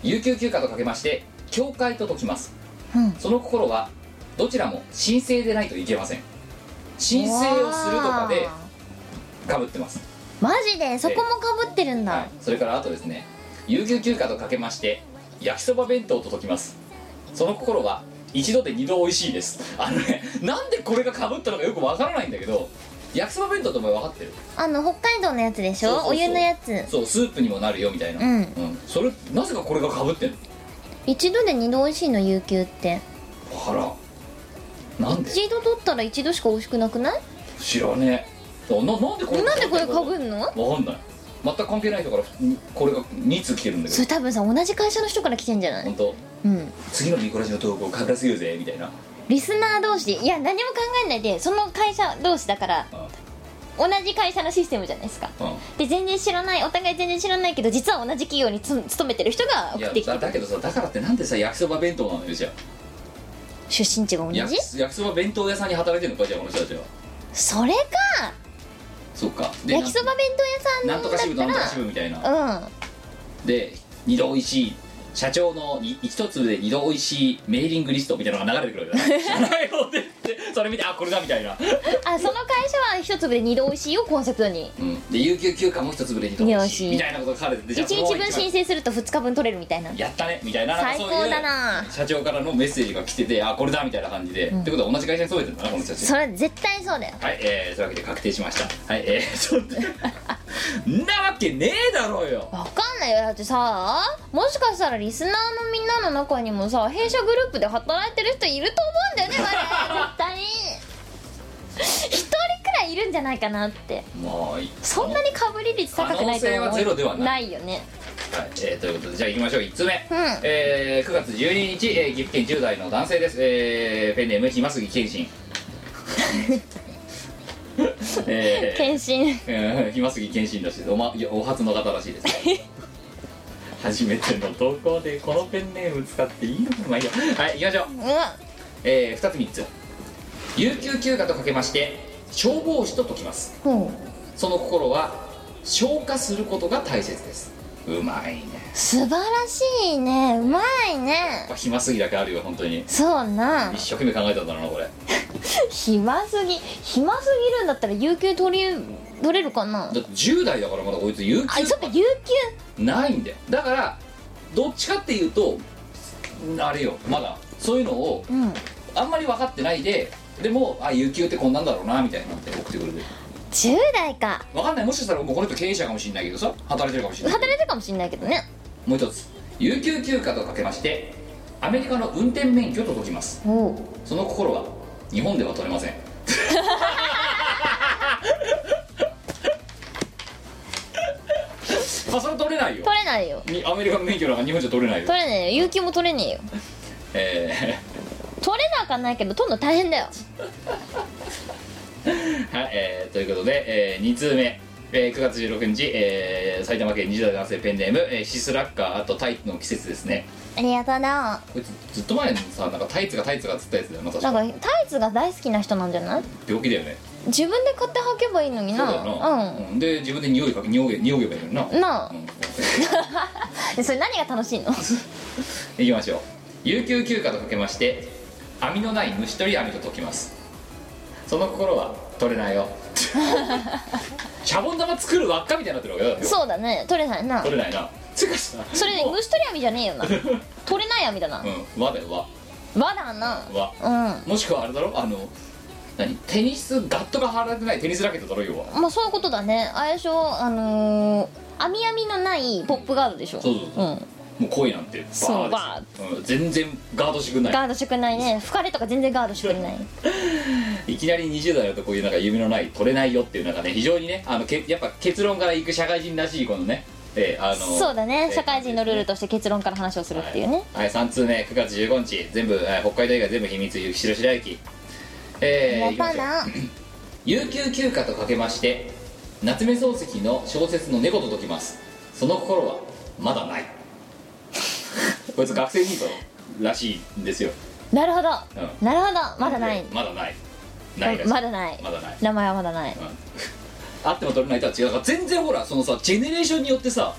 S1: 有給休暇とかけまして教会と解きます
S2: うん
S1: その心はどちらも申請でないといけません申請をするとかで
S2: わあ
S1: かぶってます、
S2: マジでそこもかぶってるんだ、
S1: はい、それからあとですね有給休暇とかけまして焼きそば弁当と解きますその心は一度で二度美味しいですあのねなんでこれがかぶったのかよくわからないんだけど焼きそば弁当ってお前分かってる
S2: あの北海道のやつでしょ
S1: そうそうそう
S2: お湯のやつ
S1: そうスープにもなるよみたいな
S2: うん
S1: それなぜかこれがかぶってんの
S2: 一度で二度美味しいの有給って
S1: あらなんで
S2: 一度取ったら一度しか美味しくなくない
S1: 知らねえななんでこれ
S2: なんでこれかぶんの
S1: わかんない全く関係ない人からんこれが2通来てるんだけ
S2: それ
S1: ど
S2: 多分さ同じ会社の人から来てんじゃない
S1: 本当
S2: うん
S1: 次のミコラジの投稿かぶらすぎるぜみたいな
S2: リスナー同士でいや何も考えないでその会社同士だから同じ会社のシステムじゃないですか
S1: うん
S2: で全然知らないお互い全然知らないけど実は同じ企業につ勤めてる人が
S1: い
S2: 送っ
S1: や
S2: てき
S1: だ
S2: て
S1: だ
S2: る
S1: けどさだからってなんでさ焼きそば弁当なのよじゃ
S2: 出身地が
S1: あ
S2: 同
S1: 焼
S2: じ
S1: き焼きそば弁当屋さんに働いてるのかじゃあこの人たちは
S2: それか
S1: そっかで
S2: 焼きそば弁当
S1: な
S2: 屋
S1: んなんとか
S2: さ
S1: 支部
S2: ん
S1: となんと
S2: だ
S1: か
S2: っ
S1: 支部みたいな
S2: たらうん
S1: で二度おいしい社長のに一つで二度おいしいメーリングリストみたいなのが流れてくるわけ だ知らないよって言ってそれ見てあこれだみたいな、
S2: あその会社は一粒で二度美味しいをコンセプトに
S1: うん、で有給休暇も一つぶれ二度おいしいみ
S2: 二度おいしい
S1: たいなことが書かれててじゃ
S2: 1
S1: あその
S2: 日分
S1: 一番
S2: 申請すると2日分取れるみたいな
S1: やったねみたいななんか
S2: 最
S1: そう
S2: 高
S1: いう
S2: だな
S1: 社長からのメッセージが来ててあこれだみたいな感じで、ってことは同じ会社に勤めてるんだなこの人たち
S2: それ絶対そうだよ
S1: はいえー、そういうわけで確定しましたはいえー、 そんなんなわけねえだろうよ
S2: わかんないよだってさもしかしたらリスナーのみんなの中にもさ弊社グループで働いてる人いると思うんだよね我々絶対に一人くらいいるんじゃないかなって
S1: もういい
S2: そんなにかぶり率高くないと思
S1: 可能性
S2: う
S1: はゼロではない
S2: ないよね
S1: はい、えーということでじゃあ行きましょう1つ目、
S2: ん
S1: えー9月12日、えー、岐阜県10代の男性です、えー、ペンネーム暇すぎ謙信えー
S2: 検診
S1: えー暇すぎ謙信らしいですお,、ま、いやお初の方らしいです初めての投稿でこのペンネーム使っていいのかまあいいやはい行きましょう
S2: うわ
S1: えー、2つ3つ有給休暇とかけまして消防士と解きます
S2: ほ
S1: その心は消化することが大切ですうまいね
S2: う素晴らしいねうまいね
S1: やっぱ暇すぎだけあるよ本当に
S2: そうな
S1: 一生懸命考えたんだろうなこれだ
S2: 暇すぎ暇すぎるんだったら有給取り取れるかな
S1: って10代だからまだこいつ有
S2: あそっか
S1: 給
S2: 有給
S1: ないんだよだからどっちかっていうとあれよまだそういうのを
S2: うん
S1: あんまり分かってないででもあ有給ってこんなんだろうなみたいになって送ってくれてる
S2: 10代か
S1: 分かんないもしかしたらもうこの人経営者かもしれないけどさ働いてるかもしれない
S2: 働いてるかもしれないけどね
S1: もう一つ有給休暇とかけましてアメリカの運転免許と解きます
S2: おう
S1: その心は日本では取れませんまあそれは取れないよ
S2: 取れないよ
S1: にアメリカの免許なんか日本じゃ取れないよ
S2: 取れないよ有給も取れねえよ
S1: え
S2: 取れなあかんないけど取るの大変だよ
S1: ー はい、えーということで、え2通目えー9月16日、えー埼玉県二代男性ペンネーム、えーシスラッカーあとタイツの季節ですね
S2: ありがとうな
S1: こいつずっと前にさなんかタイツがタイツがっつったやつだよな確
S2: な
S1: か
S2: んかタイツが大好きな人なんじゃない
S1: 病気だよね
S2: 自分で買って履けばいいのに
S1: そ
S2: な
S1: うだよな、
S2: う
S1: うんで自分で匂いかけ匂い匂いばいいのにな、
S2: んなあ
S1: うん、
S2: え それ何が楽しい の
S1: いきましょう有給休暇とかけまして網のない虫取り網と解きますその心は取れない よシャボン玉作る輪っかみたいになってるわけだよ
S2: そうだね取れないな
S1: 取れないなつうかさ
S2: それ
S1: もう
S2: 虫取り網じゃねえよな 取れない網だな
S1: うん輪だよ
S2: まだな
S1: 輪輪
S2: うん
S1: もしくはあれだろあの何テニスガットが張られてないテニスラケットだろ要は
S2: まあそういうことだねあれでしょあのー、網網のないポップガードでしょ
S1: そうそうそうんもう恋なんてバーです
S2: そうバ
S1: うん、全然ガードしてくんな
S2: ガードしてくれないね吹かれとか全然ガードしてくれない
S1: いいきなり20代だとこういうなんか夢のない取れないよっていうなんかね非常にねあのけやっぱ結論からいく社会人らしいこのねえーあの
S2: そうだね
S1: えー
S2: 社会人のルールとして結論から話をするっていうね
S1: はい、3通目9月15日全部、えー北海道以外全部秘密雪城白雪えー、
S2: や
S1: いきま
S2: ば
S1: しょう
S2: な
S1: 有給休暇とかけまして夏目漱石の小説の猫と解きますその心はまだない こいつ学生ニートらしいんですよ
S2: なるほど
S1: う
S2: なるほどまだない
S1: まだないないらしい
S2: まだない
S1: まだない
S2: 名前はまだない
S1: うん あっても取れないとは違うだから全然ほらそのさジェネレーションによってさ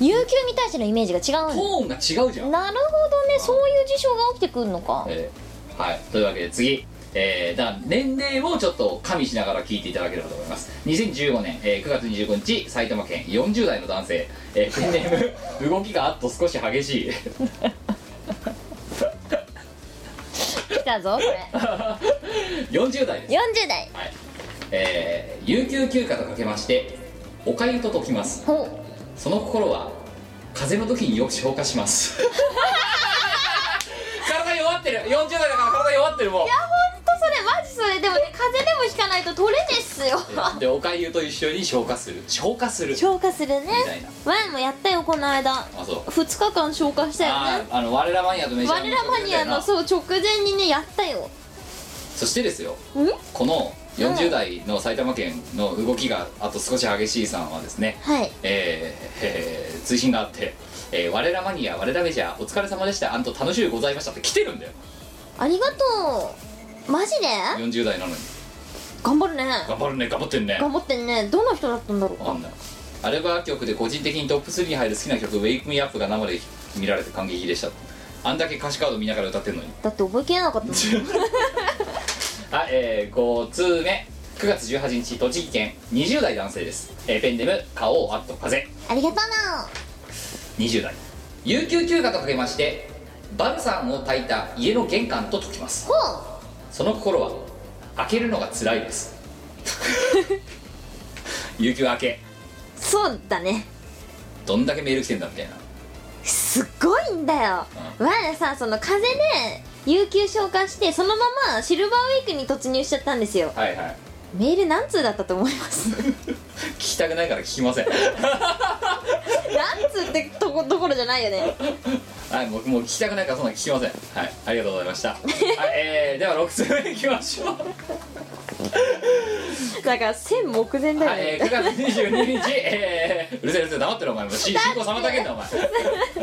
S2: 有給に対してのイメージが違う
S1: ト
S2: んだ
S1: ーンが違うじゃん
S2: なるほどねそういう事象が起きてくるのか
S1: えーはいというわけで次えー、だから年齢をちょっと加味しながら聞いていただければと思います2015年、えー9月25日埼玉県40代の男性、えー、ペンネーム動きがあっと少し激しい
S2: 来たぞこれ
S1: 40代です、
S2: 40代
S1: はいえー、有給休暇とかけましておかゆと解きます
S2: ほう
S1: その心は風邪の時によく消化します 体弱ってる40代だから体弱ってるもう
S2: 本当それマジそれでもね風邪でもひかないと取れねっすよ
S1: でおかゆと一緒に消化する消化するみ
S2: 消化するね
S1: たいな
S2: 前もやったよこの間
S1: あそう
S2: 2日間消化したよ
S1: あ
S2: ね
S1: ーあの我らマニアとメジャー
S2: 我らマニアの
S1: そ
S2: そう直前にねやったよ
S1: そしてですよ
S2: ん
S1: この
S2: う
S1: 40
S2: ん
S1: 代の埼玉県の動きがあと少し激しいさんはですね
S2: はい
S1: えーえー、追伸があって、えー我らマニア我らメジャーお疲れ様でしたあんと楽しゅうございましたって来てるんだよ
S2: ありがとうマジで
S1: 40代なのに
S2: 頑張るね
S1: 頑張るね頑張ってんね
S2: 頑張ってんねどんな人だったんだろう
S1: わか
S2: か
S1: んないアルバー曲で個人的にトップ3に入る好きな曲「Wake Me Up」が生で見られて感激でしたあんだけ歌詞カード見ながら歌ってん のに
S2: だって覚えきれなかったもん
S1: はい、えー、5通目9月18日栃木県20代男性です、えーペンネーム「顔をあっと風
S2: ありがとう」
S1: 20代有給休暇とかけましてバルサンを炊いた家の玄関と解きます
S2: なほ
S1: その心は開けるのが辛いです 有給明け
S2: うそうだね
S1: どんだけメール来てんだみたいな
S2: すごいんだよ我さその風邪で有給消化してそのままシルバーウィークに突入しちゃったんですよ
S1: はいはい
S2: メール何通だったと思います
S1: 聞きたくないから聞きません
S2: 何通ってとこどころじゃないよね
S1: はい、もうもう聞きたくないからそんなの聞きませんはいありがとうございま した、はいえー、では6通目いきましょう
S2: だから線目前だよ
S1: はい、えー、
S2: ね
S1: 9月22日、えー、うるせえうるせえ黙ってろお前 もうし進行妨げんなお前、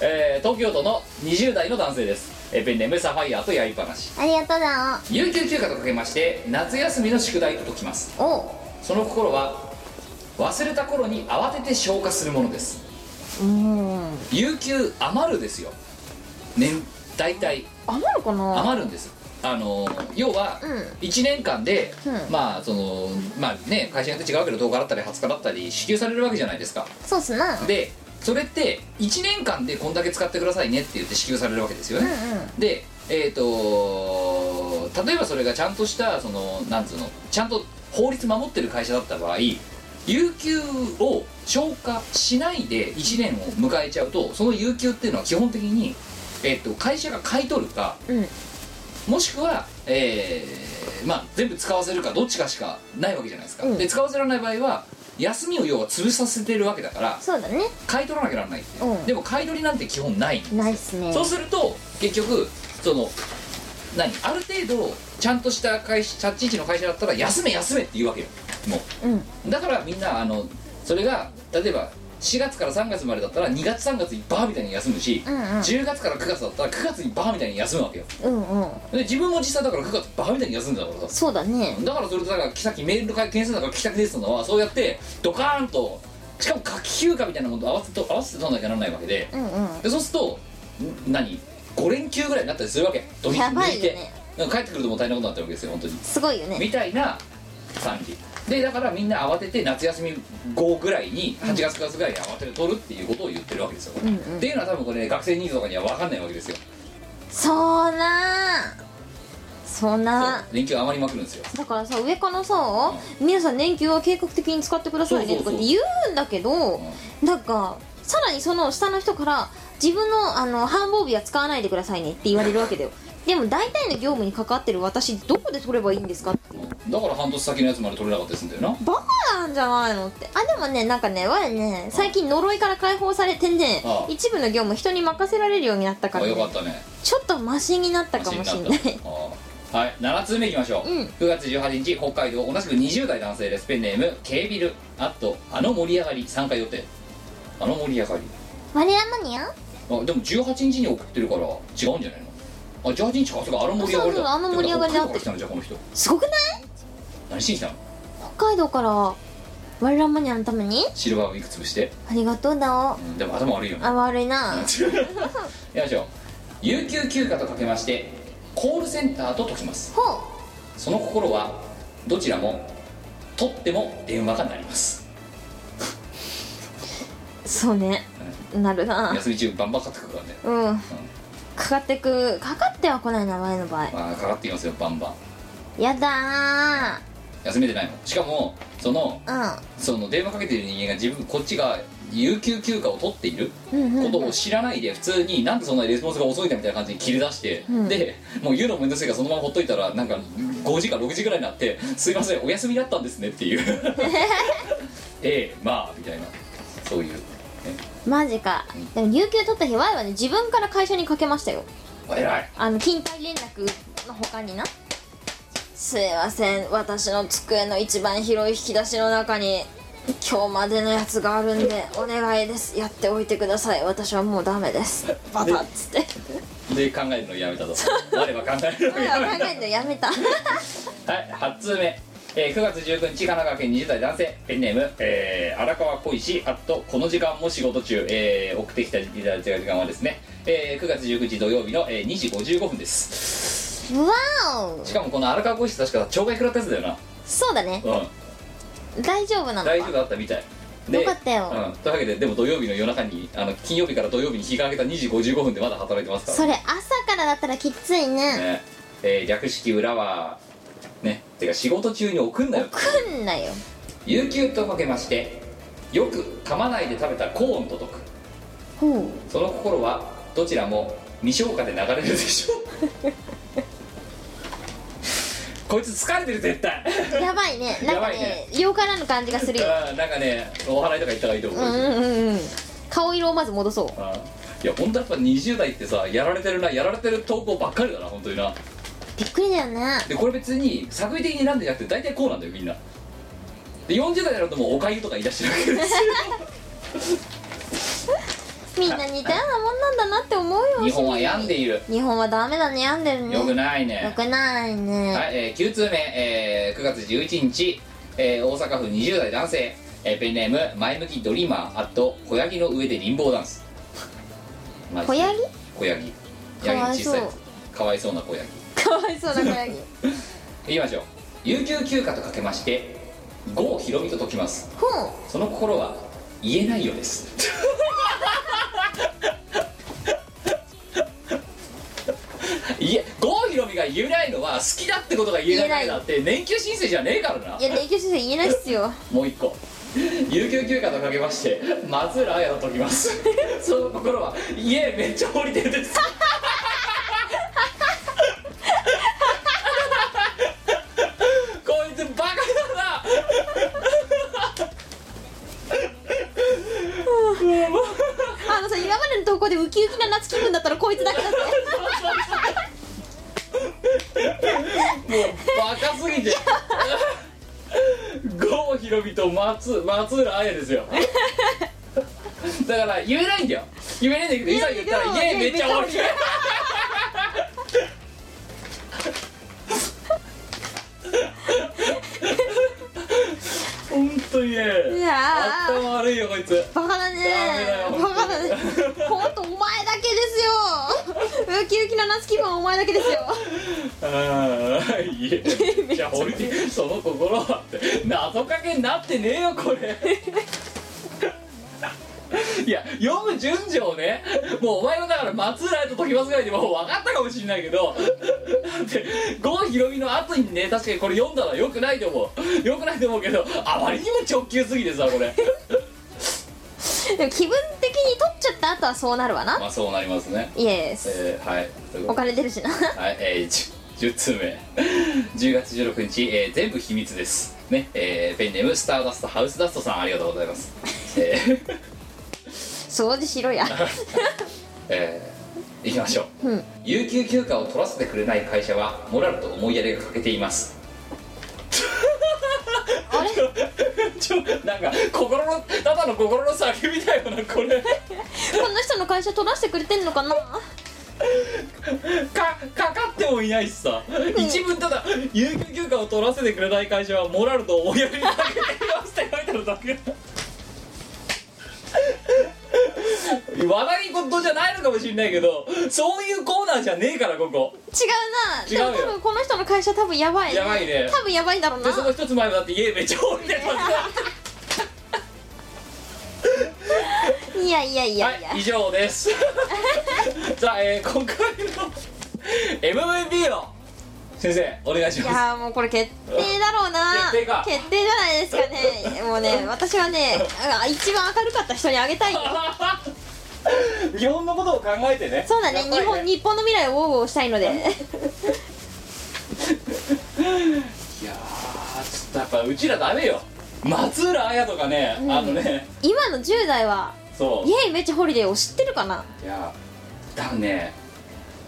S1: えー、東京都の20代の男性です、えーペンネームサファイアとやりっぱなし
S2: ありがとうだ
S1: 有給休暇とかけまして夏休みの宿題と解きます
S2: おお
S1: その心は忘れた頃に慌てて消化するものです
S2: うん
S1: 有給余るですよ年大体
S2: 余るかな
S1: 余るんですあの要は
S2: うん
S1: 1年間で、
S2: うん
S1: まあそのまあね会社によって違うけど10日だったり20日だったり支給されるわけじゃないですか
S2: そうっすな
S1: でそれって1年間でこんだけ使ってくださいねって言って支給されるわけですよ
S2: うん
S1: ね、
S2: う
S1: でえっ、と例えばそれがちゃんとしたそのなんつうのちゃんと法律守ってる会社だった場合有給を消化しないで1年を迎えちゃうとその有給っていうのは基本的に、えー、と会社が買い取るか
S2: んうん
S1: もしくは、えーまあ、全部使わせるかどっちかしかないわけじゃないですか、
S2: うん
S1: で使わせられない場合は休みを要は潰させてるわけだから
S2: そうだね
S1: 買い取らなきゃならないっていう、
S2: うん
S1: でも買い取りなんて基本ないんですよ
S2: ないっすね
S1: そうすると結局その何ある程度ちゃんとした会社立ち位置の会社だったら休め休めって言うわけよも
S2: うん
S1: うだからみんなあのそれが例えば4月から3月までだったら2月3月にバーみたいに休むし、10月から9月だったら9月にバーみたいに休むわけよ
S2: うんうん
S1: で自分も実際だから9月バーみたいに休んでたからさ
S2: そうだね
S1: だからそれでだからさっきメールの回件数だから来たくですのはそうやってドカーンとしかも夏季休暇みたいなものと合わせと合わせて取んなきゃならないわけで
S2: うんうん
S1: でそうするとん何5連休ぐらいになったりするわけ土日
S2: やば
S1: 抜い
S2: いよ
S1: て、
S2: ね
S1: なんか帰ってくるともう大変なことになってるわけですよ本当に
S2: すごいよね
S1: みたいな感じでだからみんな慌てて夏休み後ぐらいに8月9月ぐらいに慌てて取るっていうことを言ってるわけですよ、
S2: うんうん
S1: っていうのは多分これね学生ニーズとかには分かんないわけですよ
S2: そうなーそうな
S1: 連休余りまくるんですよ
S2: ーだからさ上からさ皆さん年休は計画的に使ってくださいね
S1: そうそ
S2: とか
S1: う
S2: っ
S1: そう
S2: て言うんだけどなんかさらにその下の人から自分のあの繁忙日は使わないでくださいねって言われるわけだよでも大体の業務に関わってる私どこで取ればいいんですかっていう
S1: だから半年先のやつまで取れなかったりするんだよな
S2: バカなんじゃないのってあでもねなんかねわやね最近呪いから解放されてね
S1: ああ
S2: 一部の業務人に任せられるようになったから、
S1: あよか
S2: ね
S1: っ、たね
S2: ちょっとマシになったかもしれない
S1: マシになったあはい7通目いきましょう、
S2: うん
S1: 9月18日北海道同じく20代男性ですペンネーム K ビルあとあの盛り上がり参加予定あの盛り上がり
S2: 我らマニア
S1: あでも18日に送ってるから違うんじゃないのあ18日かそうかあの盛り上がりだ
S2: そうそうあの盛り上がりだっ
S1: 北海道から
S2: て
S1: 来たのじゃあこの人
S2: すごくない
S1: 何しに来たの
S2: 北海道から我らマニアのために
S1: シルバーウィーク潰して、
S2: ありがとうだお
S1: うんでも頭 悪いよね
S2: あ悪いな
S1: よいしょ有給休暇とかけましてコールセンターと解きます
S2: ほ
S1: その心はどちらも取っても電話がなります
S2: うそうねなるな
S1: 休み中バンバンかかってくるからね、
S2: うんかかってくかかってはこないな前の場合
S1: まあ、かかってきますよバンバン
S2: やだ
S1: 休めてないのしかもその
S2: ー
S1: その電話かけてる人間が自分こっちが有給休暇を取っている
S2: うんうん
S1: こ
S2: うん
S1: とを知らないで普通になんでそんなレスポンスが遅いんだみたいな感じに切り出して、
S2: うん
S1: でもう言うのもめんどくせえからそのままほっといたらなんか5時か6時ぐらいになって「すいませんお休みだったんですね」っていう ええまあみたいなそういう、ね、
S2: マジかでも有給取った日ワイはね自分から会社にかけましたよ
S1: 偉い
S2: あの緊急連絡の他になすいません私の机の一番広い引き出しの中に今日までのやつがあるんでお願いですやっておいてください私はもうダメですバタッつって
S1: で考えるのやめたと我は考えるの
S2: 俺
S1: や
S2: は
S1: め
S2: 考えるのやめた
S1: たはい8通目えー9月19日神奈川県20代男性ペンネーム、えー荒川小石あとこの時間も仕事中、えー送ってきていただいた時間はですね、えー9月19日土曜日の、えー2時55分です
S2: わお
S1: しかもこの荒川浩司確か懲戒食らったやつだよ
S2: そうだね
S1: な、うん、
S2: 大丈夫なのか
S1: 大丈夫だったみたい
S2: よかったよ
S1: うん、というわけででも土曜日の夜中にあの金曜日から土曜日に日が明けた2時55分でまだ働いてますから
S2: それ朝からだったらきついね
S1: ねえー略式裏はねてか仕事中に送んなよ
S2: 来んなよ
S1: 有給とかけましてよく噛まないで食べたコーンと解く
S2: ほう
S1: その心はどちらも未消化で流れるで しょうこいつ疲れてる絶対
S2: やばいねな
S1: や
S2: んか
S1: ば
S2: ね
S1: いね
S2: よからぬ感じがするよ
S1: うんなんかねお祓いとか行った方がいいと思う、
S2: うんうんうんうん顔色をまず戻そう
S1: いや本当やっぱ20代ってさやられてるなやられてる投稿ばっかりだな本当にな
S2: びっくりだよね
S1: でこれ別に作為的になんでじゃなくて大体こうなんだよみんなで40代になるともうおかゆとか言い出してるわけ ですよ
S2: みんな似たようなもんなんだなって思うよ
S1: 日本は病んでいる
S2: 日本はダメだね病んでるね
S1: よくないね
S2: よくないね、
S1: はい、えー9通目、えー9月11日、えー大阪府20代男性、えーペンネーム前向きドリーマーあと小ヤギの上でリンボーダンスマジで
S2: 小ヤギ
S1: 小ヤギ
S2: かわいそう
S1: ヤギの小さいやつかわいそうな小ヤギ
S2: かわいそうな子ヤギ
S1: いきましょう有給休暇とかけまして郷ひろみと解きます
S2: ほう
S1: その心は言えないようです いえ郷ひろみが言えないのは好きだってことが言えないだって年休申請じゃねえからない
S2: や勉強先生言えないっすよ
S1: もう一個有給休暇とかけまして松浦綾と解きます その心は家めっちゃ降りてる ですこいつバカだな
S2: あのさ今までの投稿でウキウキな夏気分だったらこいつだけだって
S1: バカすぎて郷ひろみと松松浦綾ですよだから言えないんだよ言えないんだけどいざ言ったら「イエーめっちゃ大きい」 本当にね
S2: いやー
S1: 頭悪いよこいつ
S2: バカだね
S1: ダメだよ
S2: バカだねほんとお前だけです よウキウキな夏気分はお前だけ ですよ
S1: ああ いえめっちゃ掘りてその心はって謎かけになってねえよこれ いや読む順序をねもうお前のだから松浦と時松ぐらいでもう分かったかもしれないけどだって郷ひろみの後にね確かにこれ読んだらよくないと思うよくないと思うけどあまりにも直球すぎてさこれ
S2: でも気分的に取っちゃった後はそうなるわな
S1: まあそうなりますね
S2: イエス
S1: えー、はいという
S2: お
S1: ことで
S2: 金出る しな
S1: はい、えー、10, 10通目 10月16日、えー全部秘密ですねえーペンネームスターダストハウスダストさんありがとうございます えー
S2: 掃除しろや
S1: えー、いきましょう、
S2: うん
S1: 有給休暇を取らせてくれない会社はモラルと思いやりが欠けています
S2: あれ
S1: ちょなんか心のただの心の叫びだよなこれ
S2: この人の会社取らせてくれてんのかな
S1: かかかってもいないしさ、一文ただ「有給休暇を取らせてくれない会社はモラルと思いやりに欠けています」って書いてあるだけ話題事じゃないのかもしれないけどそういうコーナーじゃねえからここ
S2: 違う
S1: 違う
S2: な
S1: よ
S2: でも多分この人の会社多分やばい
S1: やばいね
S2: 多分やばいんだろうな
S1: でその一つ前もだって家めっちゃ多いんだよ
S2: いやいやい
S1: は
S2: や
S1: い
S2: いや、
S1: 以上です さあ、えー今回の MVP を先生お願いし
S2: い
S1: ます
S2: やーもうこれ決定だろうな
S1: 決定か
S2: 決定じゃないですか ねもうね私はねあ一番明るかった人にあげたいよ
S1: 日本のことを考えてね
S2: そうだね
S1: やっぱ
S2: 日
S1: り
S2: 本日本の未来をウォーウォーしたいので
S1: いやーちょっとやっぱうちらダメよ松浦綾とかね、あのね
S2: 今の10代は
S1: そう
S2: イエイめっちゃホリデーを知ってるかない
S1: やだからね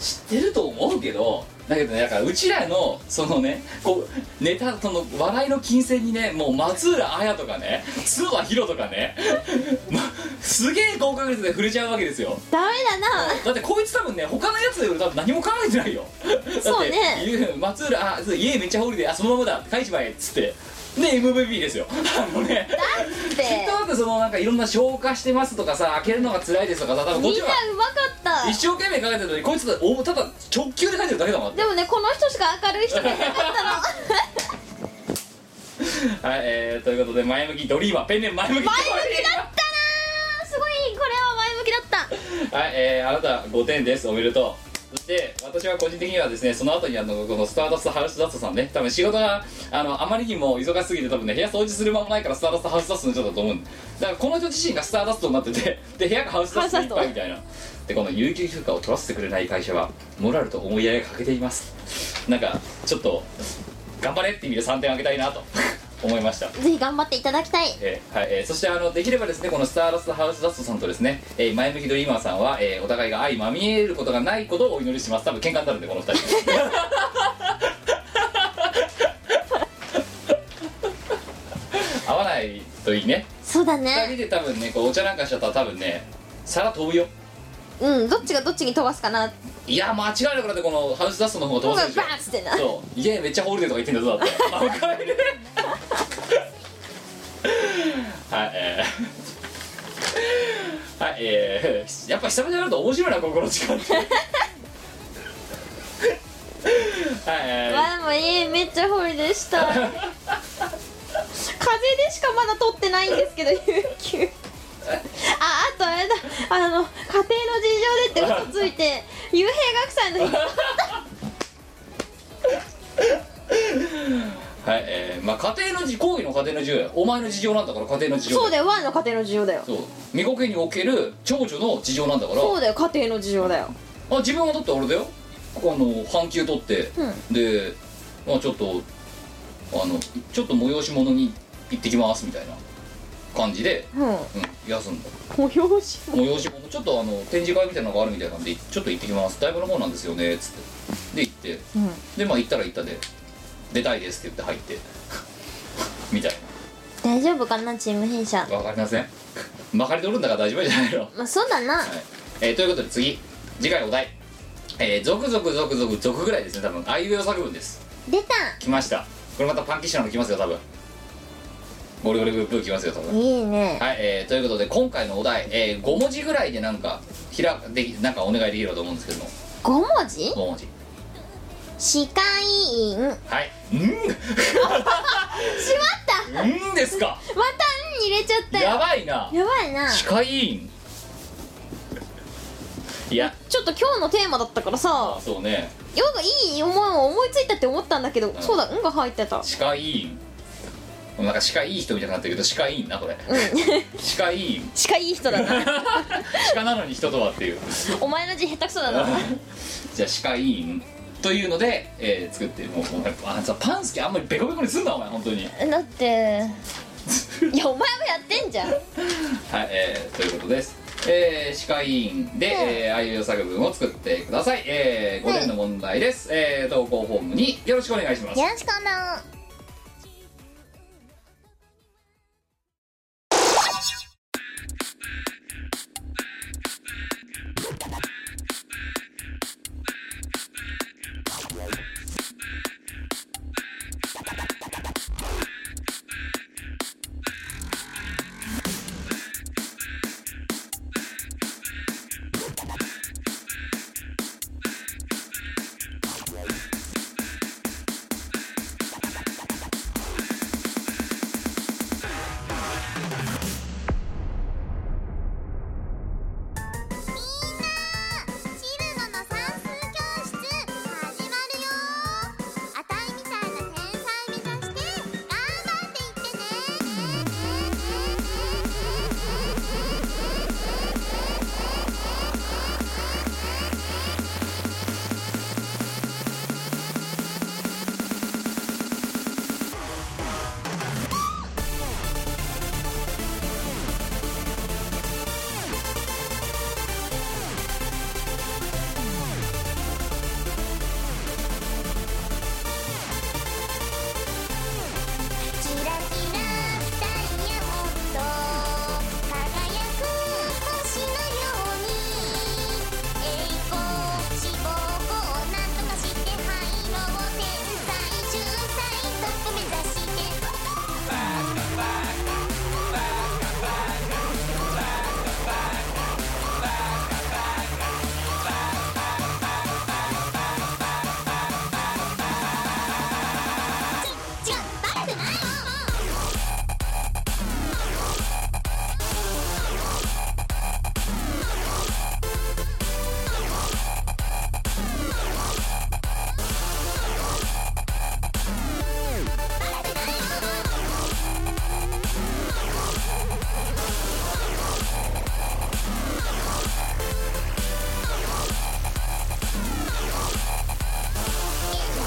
S1: 知ってると思うけどだけどねだからうちらのそのねこうネタその笑いの金銭にねもう松浦綾とかね諏訪ひろとかね、 ますげえ合格率で触れちゃうわけですよ
S2: ダメだな
S1: だってこいつ多分ね他のやつより多分何も考えてないよ
S2: そうね
S1: だって言う松浦あそう家めっちゃホリデーあそのままだ返しまえっつってで MVP ですよあのね
S2: って
S1: きっとだってそのなんかいろんな消化してますとかさ開けるのが辛いですとかさ多分こっ
S2: みん
S1: ち
S2: な
S1: は
S2: うまかった
S1: 一生懸命かけてるのにこいつだっておただ直球で書いてるだけだもん
S2: でもねこの人しか明るい人がいなか ったの
S1: はいえー、ということで前向きドリーマーペンネーム前向きドリーマー
S2: あーすごいこれは前向きだった
S1: はい、えー、あなた5点ですおめでとうそして私は個人的にはですねその後にあのこのスターダストハウスダストさんね多分仕事があのあまりにも忙しすぎて多分ね部屋掃除する間もないからスターダストハウスダストの人だと思うんだだからこの人自身がスターダストになって てで部屋がハウスダストでいっぱいみたいなでこの有給休暇を取らせてくれない会社はモラルと思いやりが欠けていますなんかちょっと頑張れって意味で3点あげたいなと思いました
S2: ぜひ頑張っていただきたい
S1: えーはいえーそしてあのできればですねこのスターダストハウスダストさんとですね、えー前向きドリーマーさんは、えーお互いが相まみえることがないことをお祈りします多分喧嘩になるんでこの二人合わないといいね
S2: そうだ
S1: 二
S2: ね
S1: 人で多分ねこうお茶なんかしちゃったら多分ね皿飛ぶよ
S2: うんどっちがどっちに飛ばすかない
S1: や間違いなくだってこのハウスダストの方が飛ば
S2: 僕
S1: せるで
S2: がバーンっつってな
S1: しょそういやめっちゃホールデーとか言ってんだぞだってあおかえりはいえーはいえーやっぱ久々になると面白いな心の力ってはいえー
S2: わあもうええめっちゃホリで した風邪でしかまだ取ってないんですけど有給ああとあれだあの家庭の事情でって嘘ついて幽閉学祭 の日
S1: はいえーまあ家庭の事行為の家庭の事情やお前の事情なんだから家庭の事情
S2: そうだよワンの家庭の事情だよ
S1: そう未国における長女の事情なんだから
S2: そうだよ家庭の事情だよ
S1: あ自分はだってあれだよあの半休取って、
S2: う
S1: で、まあ、ちょっとあのちょっと催し物に行ってきますみたいな感じで、
S2: うん
S1: うん、休んだ
S2: 模様し
S1: 催し物ちょっとあの展示会みたいなのがあるみたいなんでちょっと行ってきますだいぶの方なんですよねっつってで行って
S2: うん
S1: でまあ行ったら行ったで出たいですって言って入ってみたい
S2: 大丈夫かなチーム弊社
S1: なわかりませんまかり通るんだから大丈夫じゃないの、はい
S2: まあそうだな
S1: えーということで次次回お題えー、続々続々続々ぐらいですね多分あいうえお作文です
S2: 出た
S1: 来ましたこれまたパンキッシュなの来ますよ多分ゴリゴリブーブー来ますよ多分
S2: いいね
S1: はい、えーということで今回のお題、え5文字ぐらいでなんかひらできなんかお願いできればと思うんですけども
S2: 5文字
S1: 5文字
S2: 歯科医院
S1: はいうん
S2: しまっ
S1: うんですか
S2: たまた「ん」入れちゃったよ
S1: やばいな
S2: やばいな
S1: 歯科医院いや
S2: ちょっと今日のテーマだったからさ
S1: あそうね
S2: よくいい思いを思いついたって思ったんだけど、
S1: ん
S2: そうだ「ん」が入ってた
S1: 歯科医院なんか歯科いい人みたいになってるけど歯科医院なこれ
S2: うん
S1: 歯科医院
S2: 歯科いい人だ な
S1: 歯科なのに人とはっていう
S2: お前の字下手くそだな
S1: じゃあ歯科医院というので、えー作ってもうもうやっぱあさパン好きあんまりベコベコにすんなお前本当に
S2: だ っていやお前もやってんじゃん
S1: はい、えーということです。えー、歯科医院で、えー、あいうえお作文を作ってください。えー、5点の問題です。えー、投稿フォームによろしくお願いします。
S2: ろしくお願い
S6: シルノの算数教室始まるよあたいみたいな天才目指して頑張っていってねキラキラダイヤモンド輝く星のように栄光志望校なんとかして灰色を天才秀才トップ目指して違うバカじゃないよ東京にはない